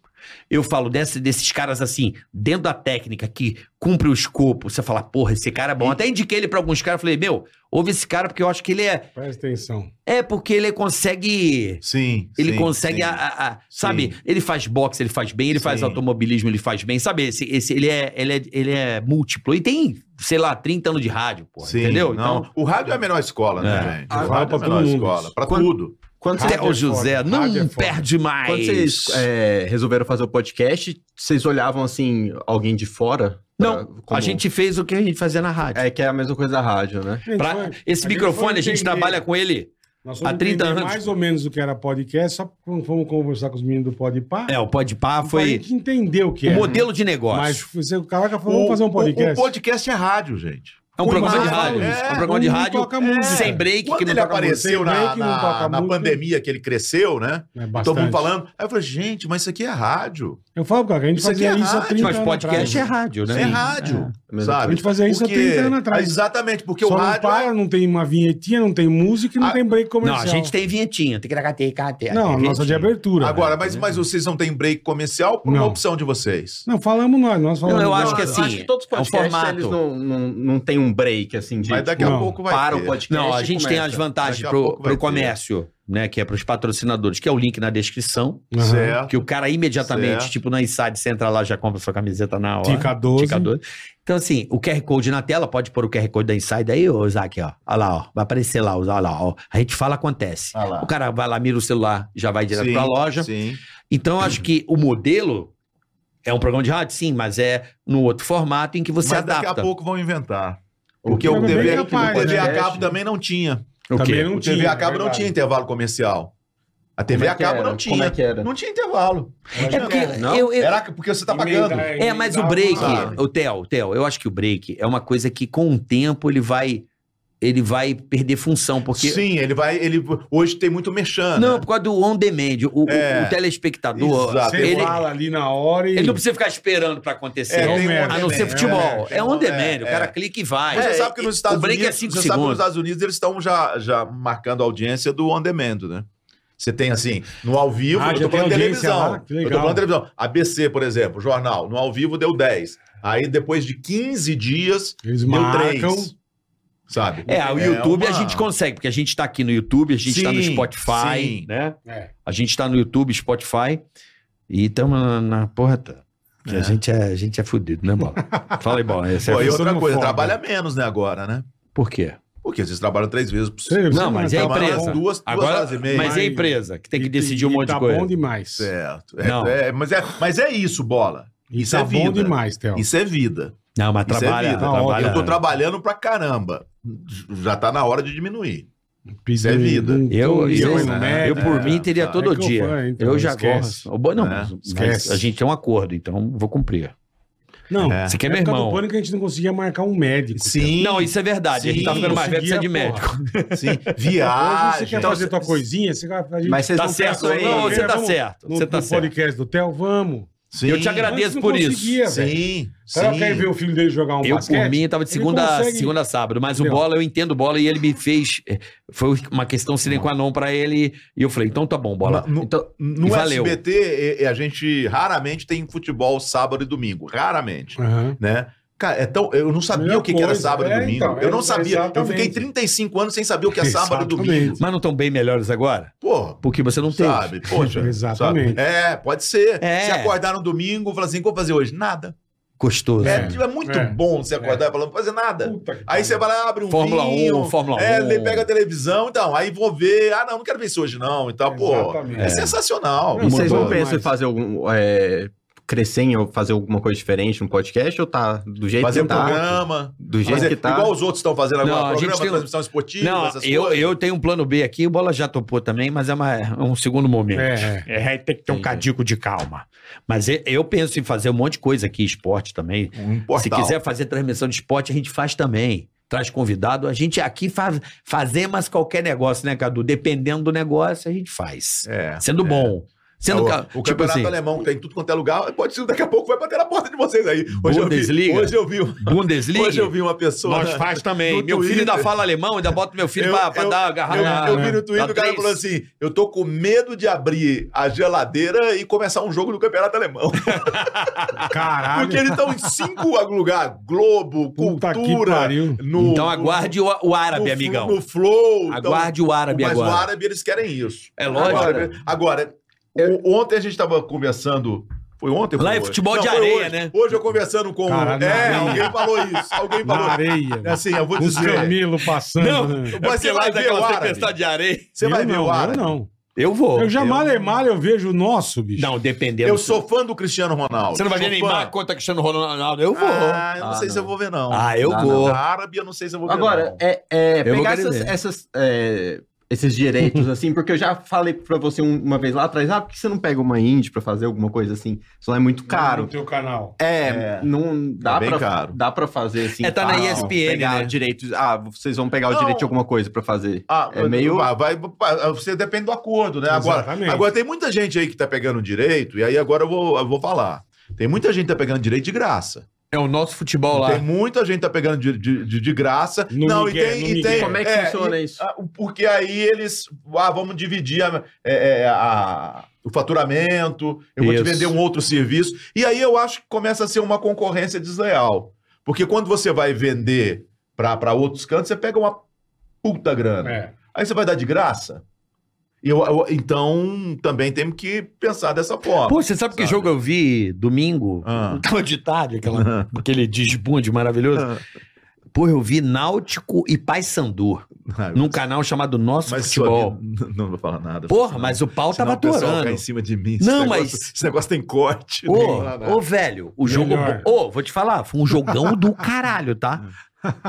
eu falo desse- desses caras assim, dentro da técnica, que cumpre o escopo. Você fala, porra, esse cara é bom. Até indiquei ele pra alguns caras, falei, meu, ouve esse cara, porque eu acho que ele é.
Presta atenção.
É porque ele consegue.
Sim.
Ele
sim,
consegue,
sim.
a- a- a- sabe? Ele faz boxe, ele faz bem, ele faz
Sim.
automobilismo, ele faz bem, sabe? Esse, esse, ele, é, ele, é, ele é múltiplo. E tem, sei lá, 30 anos de rádio, pô.
Sim,
entendeu? Então
Não. o rádio é a menor escola, né,
É.
gente?
Ah,
O rádio é a
pra todo
menor
mundo.
escola. Pra
Quando-
tudo.
Quando
Então,
vocês,
Theo
Rádio é
José,
foda,
não
rádio é foda.
perde mais.
quando vocês, é, resolveram fazer o podcast, vocês olhavam assim, alguém de fora?
Não,
Pra- como-
a gente fez o que a gente fazia na rádio.
É que é a mesma coisa da rádio, né?
Gente,
Pra-
foi-
esse
a gente
microfone,
foi
É, a gente
entender.
trabalha com ele.
Nós fomos
há 30
entender
anos.
Mais ou menos o que era podcast, só quando fomos conversar com os meninos do Podpah.
É, o Podpah
A
foi
gente entendeu o que
o
é.
modelo de negócio.
Mas você, o caraca falou, vamos fazer um
O, o
podcast.
podcast é rádio, gente.
é um programa
mas
de
eu
rádio.
falo
É,
isso.
um É. programa de
Não
rádio
toca música.
sem break,
Quando
que não
ele
toca música.
apareceu
música,
na,
break, não
na-
toca
na
música.
pandemia que ele cresceu, né?
É
Todo
bastante.
mundo falando. Aí eu falei, gente, mas isso aqui é rádio.
Eu falo, cara, a gente
Isso
fazia
aqui é
isso há
rádio,
30
Mas
anos
podcast é
atrás.
rádio, né?
é rádio,
é. Mesma
sabe? é,
A gente fazia isso há 30 anos atrás.
Exatamente, porque
Só
o
não
rádio... é
para, não tem uma vinhetinha, não tem música e não
Ah,
tem break
Não,
comercial.
a gente tem vinhetinha. Tem que gravar, tem que- tem-
Não, é a
tem
nossa de
vinhetinha.
abertura.
Agora,
É.
mas, mas vocês não têm break comercial por uma
Não.
opção de vocês.
Não, falamos nós, nós falamos.
Não, eu
nós.
acho que assim,
todos os
é um
podcasts,
formato.
eles não, não, não tem um break, assim, de...
Mas daqui a
não.
pouco vai
para
ter.
o podcast
Não, a
e
gente tem
começa.
as vantagens
Daqui a
pro,
pouco vai
pro
ter.
comércio, né? Que é pros patrocinadores, que é o link na descrição.
Aham.
Certo.
Que o cara imediatamente,
Certo.
tipo na Inside, você entra lá, já compra sua camiseta na hora.
Tica 12.
Tica 12. Então, assim, o QR Code na tela, pode pôr o QR Code da Inside aí, ô Isaac, ó. Olha lá, ó. Vai aparecer lá, ó, olha lá, ó. A gente fala, acontece.
Ah lá.
O cara vai lá, mira o celular, já vai Uhum. direto
Sim,
pra loja.
Sim.
Então, eu acho que o modelo é um programa de rádio, sim, mas é no outro formato em que você
mas
adapta.
daqui a pouco vão inventar.
O
Porque o
Mas
TV,
bem
o
capaz,
TV a
né?
cabo também não tinha.
O
Também
quê?
não
o TV
tinha,
a cabo
é
não
verdade.
tinha intervalo comercial. A
Como
TV
é
a
que
cabo
era?
não
Como é
tinha.
que era?
Não tinha intervalo.
É porque
né?
Não?
eu- eu,
Era porque você tá pagando.
né?
É, mas o break,
Sabe?
o Theo, Theo, eu acho que o break é uma coisa que com o tempo ele vai ele vai perder função, porque
Sim, ele vai. Ele, hoje tem muito merchan.
não,
né?
por causa do on demand, o, o-
É.
o telespectador,
Exato.
Você
ele,
fala ali na hora e.
ele não precisa ficar esperando pra acontecer.
É, tem um
a
on
não ser
demand,
futebol, é,
tem
on
um-
demand,
é,
o cara
é.
clica e vai.
Você
É,
sabe que nos Estados
o break
Unidos,
é cinco
você sabe que nos
segundos.
Estados Unidos eles estão já, já marcando a audiência do on demand, né? Você tem assim, no ao vivo,
Ah,
eu
já
tô
tem
falando
audiência
televisão.
lá, que
eu tô
legal.
falando televisão. ABC, por exemplo, jornal, no ao vivo deu 10. Aí depois de 15 dias,
Eles
deu 3.
marcam.
Sabe?
É, o YouTube a
uma-
gente consegue, porque a gente tá aqui no YouTube, a gente tá no
Sim,
Spotify,
sim.
né?
É.
A gente tá no YouTube, Spotify e estamos na, na porra. toda. A,
É.
gente é, a gente é fudido, né, bola? Fala aí, bola. essa é a
Pô, e outra
Pensando
coisa,
foda.
trabalha menos, né, agora, né?
Por quê?
Porque vocês trabalham três vezes por
Você- você
Não, mas é
tá
a
semana,
bom.
empresa.
Duas, duas
Agora,
horas e meia.
mas é a
Aí-
empresa que tem que
E-
decidir um
e
monte de
tá
coisa.
bom demais.
Certo. É,
Não.
é, mas, é, mas é isso, bola.
E
Isso
tá
é vida.
bom demais, Theo.
Isso é vida.
Não, mas
Isso é
trabalha,
vida.
trabalha.
Eu tô trabalhando pra caramba. Já tá na hora de diminuir.
Isso
é vida.
Eu,
Isso
eu,
é vida, né?
eu, por
É,
mim, teria
tá.
todo
É que eu
dia. Eu,
fã, então,
já
esquece.
gosto. O bom- Não,
É,
mas- mas
esquece.
a gente tem um acordo, então vou cumprir.
Não,
É.
Você quer
na
meu
época do
irmão?
pânico a gente não conseguia marcar um médico.
Sim.
Não, isso é verdade. a gente tá
Sim,
ficando mais velho, precisa de
conseguia,
médico.
Sim.
Hoje você
Viagem.
quer fazer tua coisinha, você vai... a gente-
Mas vocês
Tá
não
certo.
pensam em-
Não, você tá
Vamos
certo.
no,
Você
no
tá certo.
podcast do Theo, vamos.
Sim.
Eu te agradeço.
Antes não
por isso.
conseguia, velho.
Sim.
O cara quer ver
sim.
o filho dele jogar um
Eu,
basquete.
por mim, tava de
ele
segunda,
consegue-
segunda a sábado, mas o
Entendeu?
bola, eu entendo bola e ele me fez. eh, Foi uma questão sine qua non pra ele. E eu falei, então tá bom, bola.
Mas no-
Então,
No
valeu.
SBT, e- e a gente raramente tem futebol sábado e domingo. Raramente.
Aham.
Né? Cara, então, eu não sabia
Melhor
o que, que era
coisa.
sábado e
É,
domingo.
então,
eu não
é,
sabia. Eu
exatamente.
fiquei 35 anos sem saber o que é sábado e
Exatamente.
domingo.
mas não estão bem melhores agora?
Porra,
Porque você não tem.
sabe? Poxa.
Exatamente.
sabe? É, pode ser.
É.
Se acordar no domingo, falar assim, o que eu vou fazer hoje? Nada.
Gostoso.
É, é muito
É.
bom você acordar e falar, não vou fazer nada.
Puta que
Aí
pariu.
você vai lá, abre um
Fórmula
vinho,
1, Fórmula
é,
1.
le- pega a televisão, então, aí vou ver. Ah, não, não quero ver isso hoje não. Então, pô,
Exatamente.
é, sensacional.
E vocês
Mudou
não pensam em
demais.
fazer algum. é, crescer em fazer alguma coisa diferente no podcast ou tá do jeito
Fazer
que
um
tá?
programa,
Do jeito
fazer-
que tá.
igual os outros estão fazendo agora,
Não, a gente
programa,
tem um-
transmissão esportiva,
Não,
essas
eu,
coisas.
eu tenho um plano B aqui, o Bola já topou também, mas é, uma- é um segundo momento.
É,
É, tem que ter um
Entendi.
cadico de calma.
Mas e- eu penso em fazer um monte de coisa aqui, esporte também.
Um portal.
Se quiser fazer transmissão de esporte, a gente faz também. Traz convidado, a gente aqui faz, fazemos qualquer negócio, né, Cadu? Dependendo do negócio, a gente faz.
É.
Sendo bom. Sendo
o,
ca- tipo assim,
o campeonato alemão que tem em tudo quanto é lugar, pode ser daqui a pouco vai bater na porta de vocês aí. Hoje
Bundesliga.
eu vi, hoje eu vi,
Bundesliga.
hoje eu vi uma pessoa.
Nós faz também.
No
Meu filho
Twitter.
ainda fala alemão, ainda bota meu filho
Eu-
pra, pra
eu-
dar agarrar
Eu,
na.
eu vi no Twitter
na
o cara
né? Tá três.
falou assim: eu tô com medo de abrir a geladeira e começar um jogo do campeonato alemão.
Caralho.
Porque eles estão em cinco lugares: Globo,
Puta que
Cultura.
pariu.
No,
Então
no-
aguarde o, o
no,
árabe,
fl-
amigão.
No Flow. então.
aguarde o árabe
Mas
agora.
o árabe eles querem isso.
É lógico.
Agora, agora, o- ontem a gente tava conversando. Foi ontem?
Lá
foi
é
hoje?
futebol de
foi
areia,
hoje.
né?
Hoje eu conversando com.
Caralho, na
é,
areia.
alguém falou isso. Alguém
Na
falou.
areia.
Assim, eu vou
Os
dizer.
Camilo passando.
Não,
né?
É
Mas
porque
você
lá
vai ver o
daquela
árabe.
tempestade de areia.
Você vai
Eu
ver
não,
o árabe.
Eu não.
Eu vou.
Eu já
eu-
mal é mal, eu vejo o nosso, bicho.
Não, dependendo.
Eu sou fã do Cristiano Ronaldo.
Você não vai ver
Sou fã.
Neymar contra Cristiano Ronaldo? Eu vou.
Ah, eu não
Ah,
sei se
não.
eu vou ver, não.
Ah, eu
Não,
vou.
Na árabe, eu não sei se eu vou ver,
Agora,
não. Tá
é, é,
Eu vou
pegar
querer
essas,
ver.
essas, é, esses direitos, assim, porque eu já falei pra você um- uma vez lá atrás, ah, por que você não pega uma indie pra fazer alguma coisa assim? Isso lá é muito
No
caro.
teu canal.
É, não dá
bem
pra,
caro.
dá pra fazer assim.
É, tá na
fácil,
ESPN,
pegar
né?
direitos, ah, vocês vão pegar o
Não.
direito de alguma coisa pra fazer.
Ah,
é meio-
vai, vai- vai- você depende do acordo, né? Agora,
Exatamente.
agora, tem muita gente aí que tá pegando direito, e aí agora eu vou, eu vou falar. Tem muita gente que tá pegando direito de graça.
É o nosso futebol lá.
Tem muita gente que tá pegando de, de, de- de graça.
No
não,
Miguel, no
e tem. E
Miguel.
tem
Como é que funciona
e-
isso?
ah, Porque aí eles. Ah, vamos dividir a- é, é, a- o faturamento, eu vou te
Isso.
vender um outro serviço. E aí eu acho que começa a ser uma concorrência desleal. Porque quando você vai vender para outros cantos, você pega uma puta grana.
É.
Aí você vai dar de graça? Eu- eu- então, também temos que pensar dessa forma.
Pô, você sabe que
sabe?
jogo eu vi domingo?
Ah.
Tava de tarde, aquela- aquele desbunde maravilhoso. Pô, eu vi Náutico e Paysandu
Ah,
num canal chamado Nosso
mas
Futebol.
sua vida- não vou falar nada.
Porra,
senão-
mas o pau
tá senão
tava
o pessoal cai
atorando.
em cima de mim.
Não,
esse
mas-
negócio- esse negócio tem corte. não vou falar nada.
Ô, ô, velho, o jogo.
Melhor.
Ô, vou te falar, foi um jogão do caralho, tá?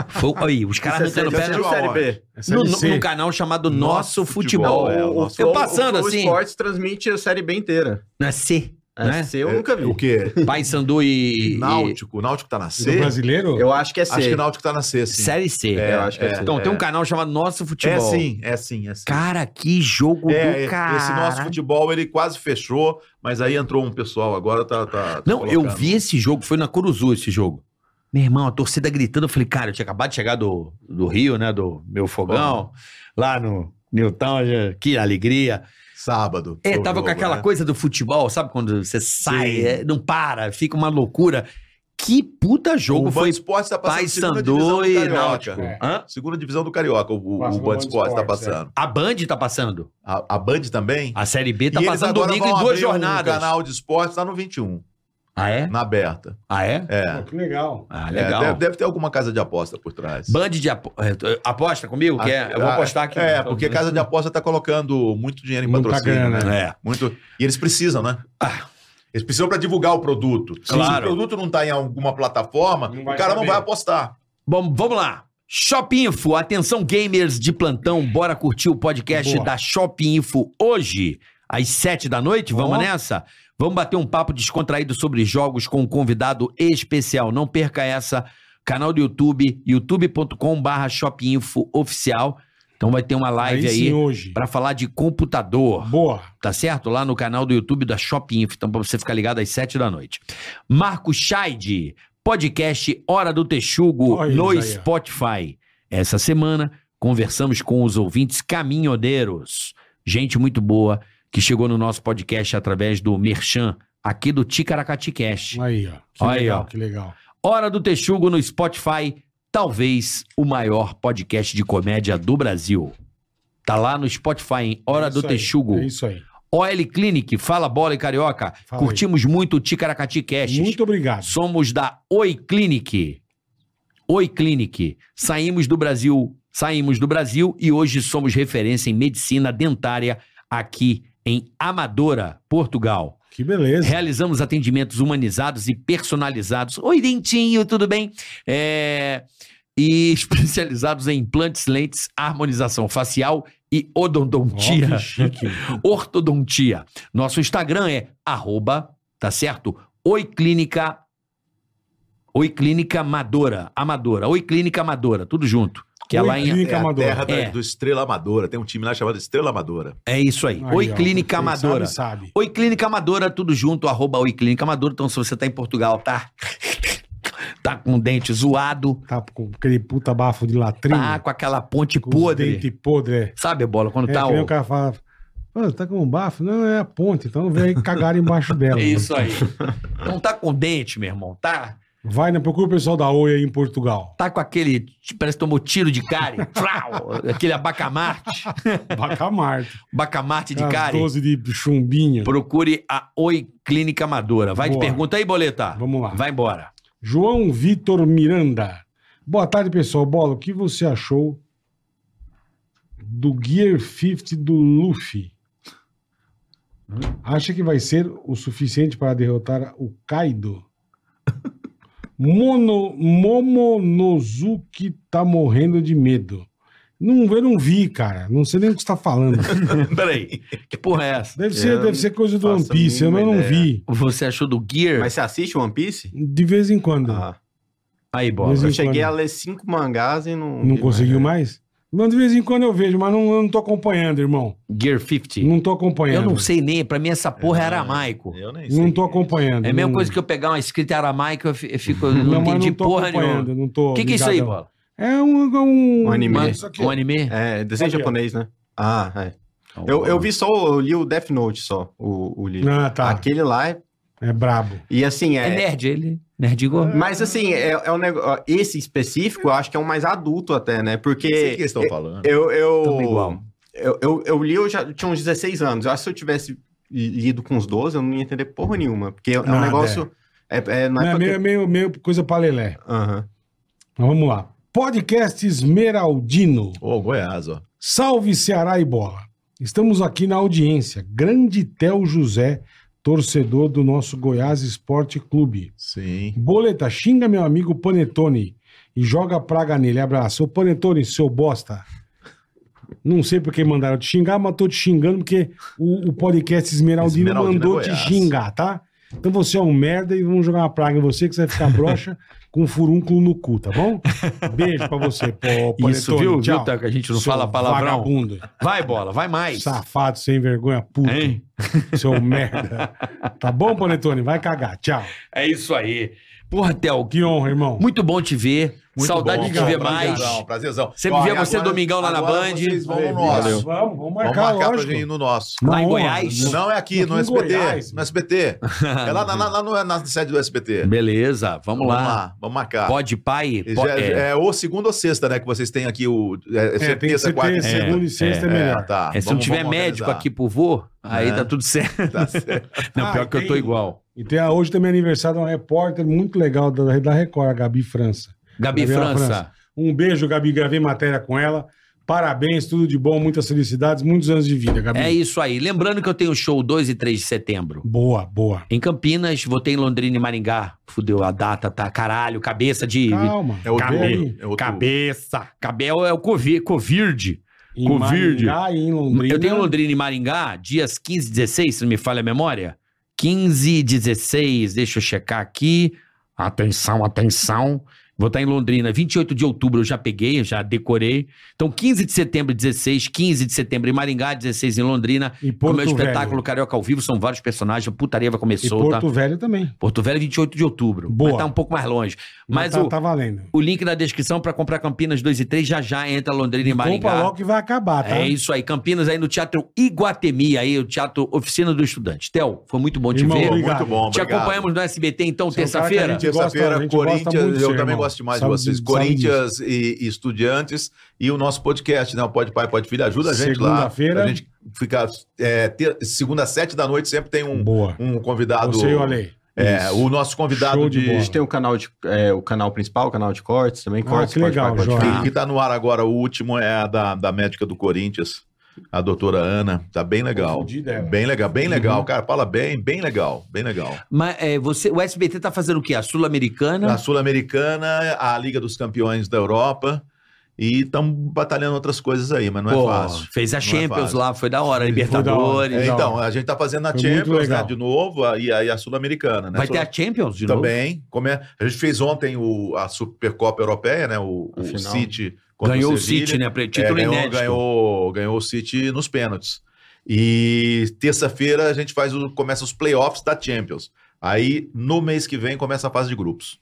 Foi, aí, os caras
Isso é
arrancando
série-
pedra
isso é Série B.
Essa
no,
é
no-
LC.
num canal chamado Nosso, Futebol.
Futebol, é, o
O- o
nosso-
Flow-
Eu passando,
o Flow
assim.
Sports transmite a Série B inteira.
Não é C,
A
né?
C eu nunca vi.
É, O quê?
Paysandu e.
Náutico. O Náutico tá na
Do
C?
brasileiro?
Eu acho que é C.
Acho que o Náutico tá na C,
e
sim.
Série C.
É, eu acho que é, C.
Então, tem um canal chamado Nosso Futebol.
É sim, é sim, é sim.
Cara, que jogo
É,
do
é,
cara.
esse nosso futebol, ele quase fechou, mas aí entrou um pessoal agora, tá... tá- tá
Não, eu
colocando.
vi esse jogo, foi na Curuzu esse jogo. Meu irmão, a torcida gritando, eu falei, cara, eu tinha acabado de chegar do, do Rio, né, do meu fogão, lá no Newtown, já- que alegria.
Sábado.
É,
foi o
tava
jogo,
com aquela
né?
coisa do futebol, sabe quando você sai,
Sim.
é, não para, fica uma loucura. Que puta jogo
O Band
foi.
Esporte tá passando segunda
Paysandu
divisão do
e
Carioca.
Náutico.
É.
Hã?
Segunda divisão do Carioca, o, o,
Passa
o
no
Band
Band é.
Esporte tá
Esporte,
passando.
A Band tá passando.
A, a Band também.
A Série B tá
E eles
passando
agora
domingo
vão
em duas
abrir
jornadas.
Um canal de esportes lá no 21,
Ah, é?
na aberta.
Ah, é?
É.
Pô, que legal.
Ah,
É,
legal.
deve, deve ter alguma casa de aposta por trás.
Band de apo- eh, aposta comigo? que é, eu vou
Ah,
apostar aqui.
É, porque casa de aposta tá colocando muito dinheiro em
Muita
patrocínio,
grana,
né?
É. Ah.
Muito. E eles precisam, né? Eles precisam para divulgar o produto. Se o
Claro.
produto não tá em alguma plataforma,
Não
o
vai
cara não
saber.
vai apostar.
Bom, vamos lá. Shopinfo, atenção gamers de plantão, bora curtir o podcast
Boa.
da Shopinfo hoje, às sete da noite, vamos
Ó.
nessa? Vamos bater um papo descontraído sobre jogos com um convidado especial. Não perca essa. Canal do YouTube, youtube.com/barra shopinfo oficial. Então vai ter uma live aí,
sim, hoje.
para falar de computador.
Boa.
Tá certo? Lá no canal do YouTube da Shop Info. Então, pra você ficar ligado às 7 da noite. Marco Scheide, podcast Hora do Texugo
Olha
no
eles aí, ó.
Spotify. Essa semana, conversamos com os ouvintes caminhoneiros. Gente muito boa que chegou no nosso podcast através do Merchan, aqui do Ticaracati Cash.
Aí, ó. Que
Aí,
legal,
ó.
que legal.
Hora do Texugo no Spotify, talvez o maior podcast de comédia do Brasil. Tá lá no Spotify, hein? Hora
É
do
isso aí,
Texugo.
É isso aí.
OL Clinic, Fala Bola e Carioca.
Fala aí.
Curtimos muito o Ticaracati Cash.
Muito obrigado.
Somos da Oi Clinic. Oi Clinic. Saímos do Brasil, saímos do Brasil e hoje somos referência em medicina dentária aqui em Amadora, Portugal.
Que beleza.
Realizamos atendimentos humanizados e personalizados. Oi, Dentinho, tudo bem? É, E especializados em implantes, lentes, harmonização facial e
Ó,
odontia
que chique.
ortodontia. Nosso Instagram é arroba, tá certo? Oi Clínica. Oi Clínica Amadora. Amadora. Oi Clínica Amadora. Tudo junto. Que é
Oi,
lá em.
Clínica
É a
Amadora.
terra da-
É.
do Estrela Amadora. Tem um time lá chamado Estrela Amadora.
É isso aí.
Aí,
Oi
ó.
Clínica
Quem
Amadora.
Sabe, sabe.
Oi Clínica Amadora, tudo junto, arroba Oi Clínica Amadora. Então, se você tá em Portugal, tá? Tá com o dente zoado,
Tá com aquele puta bafo de latrina.
tá com aquela ponte
com
podre.
Dente podre, é.
Sabe, bola, quando
É,
tá.
que nem
o-
o cara fala, "Pô, tá com um bafo? Não, é a ponte, então não vem cagar embaixo dela.
É isso aí. Não tá com dente, meu irmão, tá?
Vai, né? Procura o pessoal da Oi aí em Portugal.
tá com aquele. Parece que tomou tiro de cárie. Frau! aquele abacamarte.
Bacamarte.
Abacamarte de
As
cárie.
12 de chumbinho.
Procure a Oi Clínica Amadora. Vai de
Boa.
pergunta aí, boleta.
Vamos lá.
Vai embora.
João Vitor Miranda. Boa tarde, pessoal. Bola, o que você achou do Gear 50 do Luffy? Acha que vai ser o suficiente para derrotar o Kaido? Mono, Momonosuke tá morrendo de medo. Não, eu não vi, cara. Não sei nem o que você tá falando.
Peraí. Que porra é essa?
Deve ser,
Eu
deve ser coisa do
não
One
faço a
Piece, eu
mínima
não
ideia.
vi.
Você achou do Gear?
Mas você assiste One Piece?
De vez em quando.
Ah,
Aí, bola.
Mas-
eu
em
cheguei
quando.
a ler cinco mangás e não.
Não
vi né?
conseguiu mais? Mas de vez em quando eu vejo, mas não, eu não tô acompanhando, irmão.
Gear 50.
Não tô acompanhando.
Eu não sei nem. Pra mim, essa porra é
É,
aramaico.
Eu nem
Não tô acompanhando.
É a mesma
não-
coisa que eu pegar uma escrita em aramaico eu fi- eu fico. eu Não,
mas
entendi
tô
porra
acompanhando,
nenhuma.
Não tô
O que, que é isso aí,
ligadão.
bola?
É um, um...
Um anime.
Mano,
Isso aqui.
um anime?
É, desenho
Aqui, ó.
japonês, né? Ah, é.
Então,
Eu, eu vi só, eu li o Death Note só, o, o livro.
Ah, tá.
Aquele lá, é-
É brabo.
e assim,
É
é...
nerd, ele. Nerd igual.
Mas assim, é, é um negócio... Esse específico, eu acho que é um mais adulto até, né?
Não sei o
Porque
é
que eles estão falando.
eu...
Tamo
Eu,
igual.
eu, eu, eu li, eu já tinha uns 16 anos. Eu acho que se eu tivesse lido com uns 12, eu não ia entender porra nenhuma. Porque é um
Nada,
negócio... É, é, não
Não,
é
é
pra-
meio, é meio, meio coisa pra lelé.
Aham.
Mas vamos lá. Podcast Esmeraldino.
Ô, Goiás, ó.
Salve Ceará e bola. Estamos aqui na audiência. Grande Tel José, torcedor do nosso Goiás Esporte Clube.
Sim.
Boleta, xinga meu amigo Panetone e joga praga nele. Abraço. Ô Panetone, seu bosta. Não sei por que mandaram te xingar, mas tô te xingando porque o, o podcast Esmeraldino
Esmeraldina
é
mandou
Goiás.
te xingar, tá? Então você é um merda e vamos jogar uma praga em você que você vai ficar broxa com um furúnculo no cu, tá bom? Beijo pra você, pô, Panetone.
Isso, viu?
Tchau.
Viu, Tanca? A gente não
Seu
fala palavrão.
Vagabundo,
Vai, bola, vai mais.
safado, sem vergonha, puto.
Hein?
Seu merda. Tá bom, Panetone? Vai cagar. Tchau.
É isso aí. Porra, Theo, que-
Que honra, irmão.
muito bom te ver.
Muito
Saudade
bom.
de te ver mais.
Prazerzão, Prazerzão.
Sempre
Ó,
via
e
você domingão lá na
agora
Band.
Vocês vão no
Valeu.
nosso.
Vamos, vamos
Vamos
marcar,
marcar
lógico.
pra gente ir no nosso.
Na
Lá em
honra.
Goiás?
Não é aqui,
Aqui
no
em
SBT.
Goiás,
no SBT. É lá, na, na- lá no- na, sede do SBT.
Beleza, Ah, vamos, lá.
Vamos marcar.
Pode pai.
Já-
po- é,
é. ou segunda ou sexta, né? Que vocês têm aqui o. É, é
É, tem que
certeza,
ser
quarta e
terça,
sexta.
segunda e sexta é, melhor.
tá.
é, se não
Vamos-
tiver
vamos
médico
organizar.
aqui por vô, aí
É.
tá tudo certo.
Tá certo.
Não,
Ah,
pior que eu tô
tem-
igual.
E tem, a- hoje também é aniversário de uma repórter muito legal da, da Record, a Gabi França.
Gabi
Gabriela
França.
França. Um beijo, Gabi. Gravei matéria com ela. Parabéns, tudo de bom, muitas felicidades, muitos anos de vida, Gabi.
É isso aí. Lembrando que eu tenho show 2 e 3 de setembro.
Boa, boa.
Em Campinas, votei em Londrina e Maringá. Fudeu, a data tá caralho, cabeça de.
Calma.
É outubro.
Gabi,
É outubro.
Cabeça. Cabel é o Covi- Covid.
Em
Covid.
Maringá e em Londrina.
Eu tenho Londrina e Maringá, dias 15 e 16, se não me falha a memória. 15, 16, deixa eu checar aqui. Atenção, atenção. Vou estar em Londrina, 28 de outubro eu já peguei, eu já decorei. Então, 15 de setembro, 16, 15 de setembro em Maringá, 16 em Londrina.
E
Como
Porto
é o espetáculo
Velho.
Carioca ao Vivo, são vários personagens, a putaria vai começar.
E
solta.
Porto
Porto...
Velho também.
Velho, 28 de outubro.
Boa.
Mas tá um pouco mais longe. Mas
tá,
o,
tá valendo.
o link na descrição para comprar Campinas 2 e 3 já já entra Londrina e Maringá.
Compra logo que vai acabar, tá?
É isso aí, Campinas aí no Teatro Iguatemi, aí o Teatro Oficina do Estudante. Theo, foi muito bom te
Irmão,
ver.
obrigado.
Muito bom,
Te
obrigado.
acompanhamos no SBT então,
Você é um cara que a
terça-feira?
gente gosta, a
Terça-feira,
gente gosta muito
Corinthians,
de
eu
você,
também
irmão.
gosto demais
Sabe-
de vocês.
sabe
Corinthians e, e Estudiantes e o nosso podcast, né? O Pode Pai, Pode Filho, ajuda a gente lá.
Segunda-feira.
A gente fica. é, ter- segunda, às sete da noite, sempre tem um,
Boa.
um convidado.
Você e o Ale.
É, o nosso
Show
convidado
de
de.
A gente tem o canal, de, é, o canal principal, o canal de cortes também.
Ah,
Cortes,
que legal,
pode,
joia.
que, que tá no ar agora, o último é a da, da médica do Corinthians, a doutora Ana. Tá bem legal.
Confundi dela.
Bem legal, bem
Uhum.
legal, cara. Fala bem, bem legal, bem legal.
Mas é, você, o SBT tá fazendo o quê? A
Na
Sul-Americana?
Sul-Americana, a Liga dos Campeões da Europa. E estamos batalhando outras coisas aí, mas não
Pô,
é fácil.
Fez a
Não é
Champions
fácil.
lá, foi da hora, Libertadores.
É,
Legal.
então, a gente tá fazendo a
Foi muito
Champions, né,
legal.
de novo, a- e aí a Sul-Americana, né?
Vai
Sul-
ter a Champions de novo?
Também. Como é- A gente fez ontem o- a Supercopa Europeia, né? O, o
Afinal.
City contra
Ganhou o
Sevilha.
City, né? Pre- Título
É, ganhou,
inédito.
Ganhou, ganhou o City nos pênaltis. E terça-feira a gente faz o, começa os playoffs da Champions. Aí, no mês que vem, começa a fase de grupos.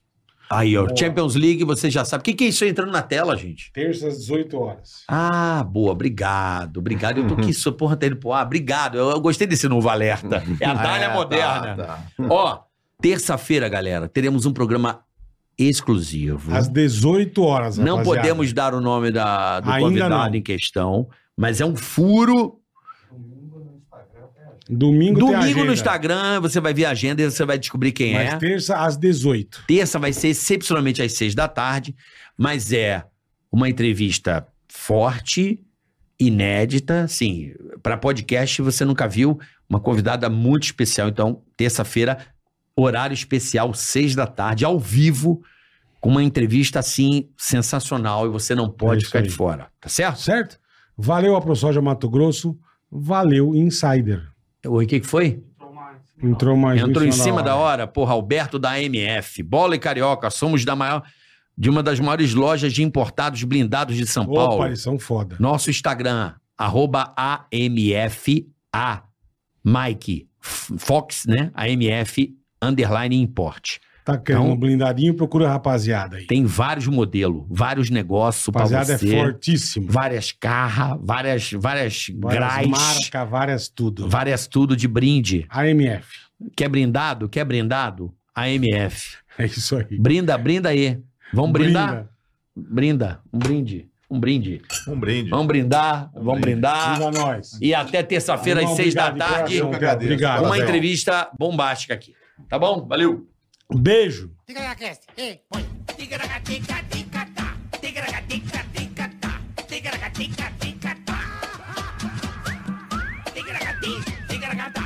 Aí,
É.
ó, Champions League, você já sabe. O que, que é isso aí entrando na tela, gente?
Terça às 18 horas.
Ah, boa, obrigado, obrigado. Eu tô aqui, sua porra tá indo pro ar, obrigado. Eu, eu gostei desse novo alerta. É a Dália
Ah, é,
Moderna.
tá, tá.
Ó, terça-feira, galera, teremos um programa exclusivo.
Às 18 horas,
Não
rapaziada.
podemos dar o nome da, do
Ainda
convidado
não.
em questão, mas é um furo.
Domingo, tem
Domingo
agenda.
no Instagram você vai ver a agenda e você vai descobrir quem
Mas
é.
terça às 18.
Terça vai ser excepcionalmente às seis da tarde, mas é uma entrevista forte, inédita, assim, para podcast você nunca viu, uma convidada muito especial. Então, terça-feira, horário especial, seis da tarde, ao vivo, com uma entrevista assim sensacional e você não
É
pode
isso
ficar de
aí.
fora, tá certo?
Certo? Valeu a ProSoja Mato Grosso. Valeu, Insider.
Oi, o que que foi?
Entrou mais um
Entrou em
na
cima da hora, porra, Alberto da MF, Bola e Carioca, somos da maior de uma das maiores lojas de importados blindados de São
Opa,
Paulo.
eles são foda.
Nosso Instagram, arroba AMFA, Mike, F- Fox, né? AMF, underline import.
Tá querendo
Então-
um blindadinho, procura a rapaziada aí.
Tem vários modelos, vários negócios pra
rapaziada
você.
é fortíssimo.
Várias carras, várias, várias,
Várias
grais,
marcas, várias tudo.
várias tudo de brinde.
AMF.
Quer brindado? Quer brindado? AMF.
É isso aí.
Brinda, brinda aí. Vamos brindar?
Brinda.
Brinda. Um brinde. Um brinde.
Um brinde.
Vamos brindar, vamos brindar.
Viva nós.
E até terça-feira às
Irmão,
seis da
obrigado,
tarde.
de coração,
Eu que agradeço.
Obrigado.
uma
Parabéns.
entrevista bombástica aqui. Tá bom? Valeu.
Beijo.
Tigaracast, ei, põe. Tigaracatica, ticatá. Tigaracatica, ticatá. Tigaracatica, ticatá. Tigaracati, tigaracatá.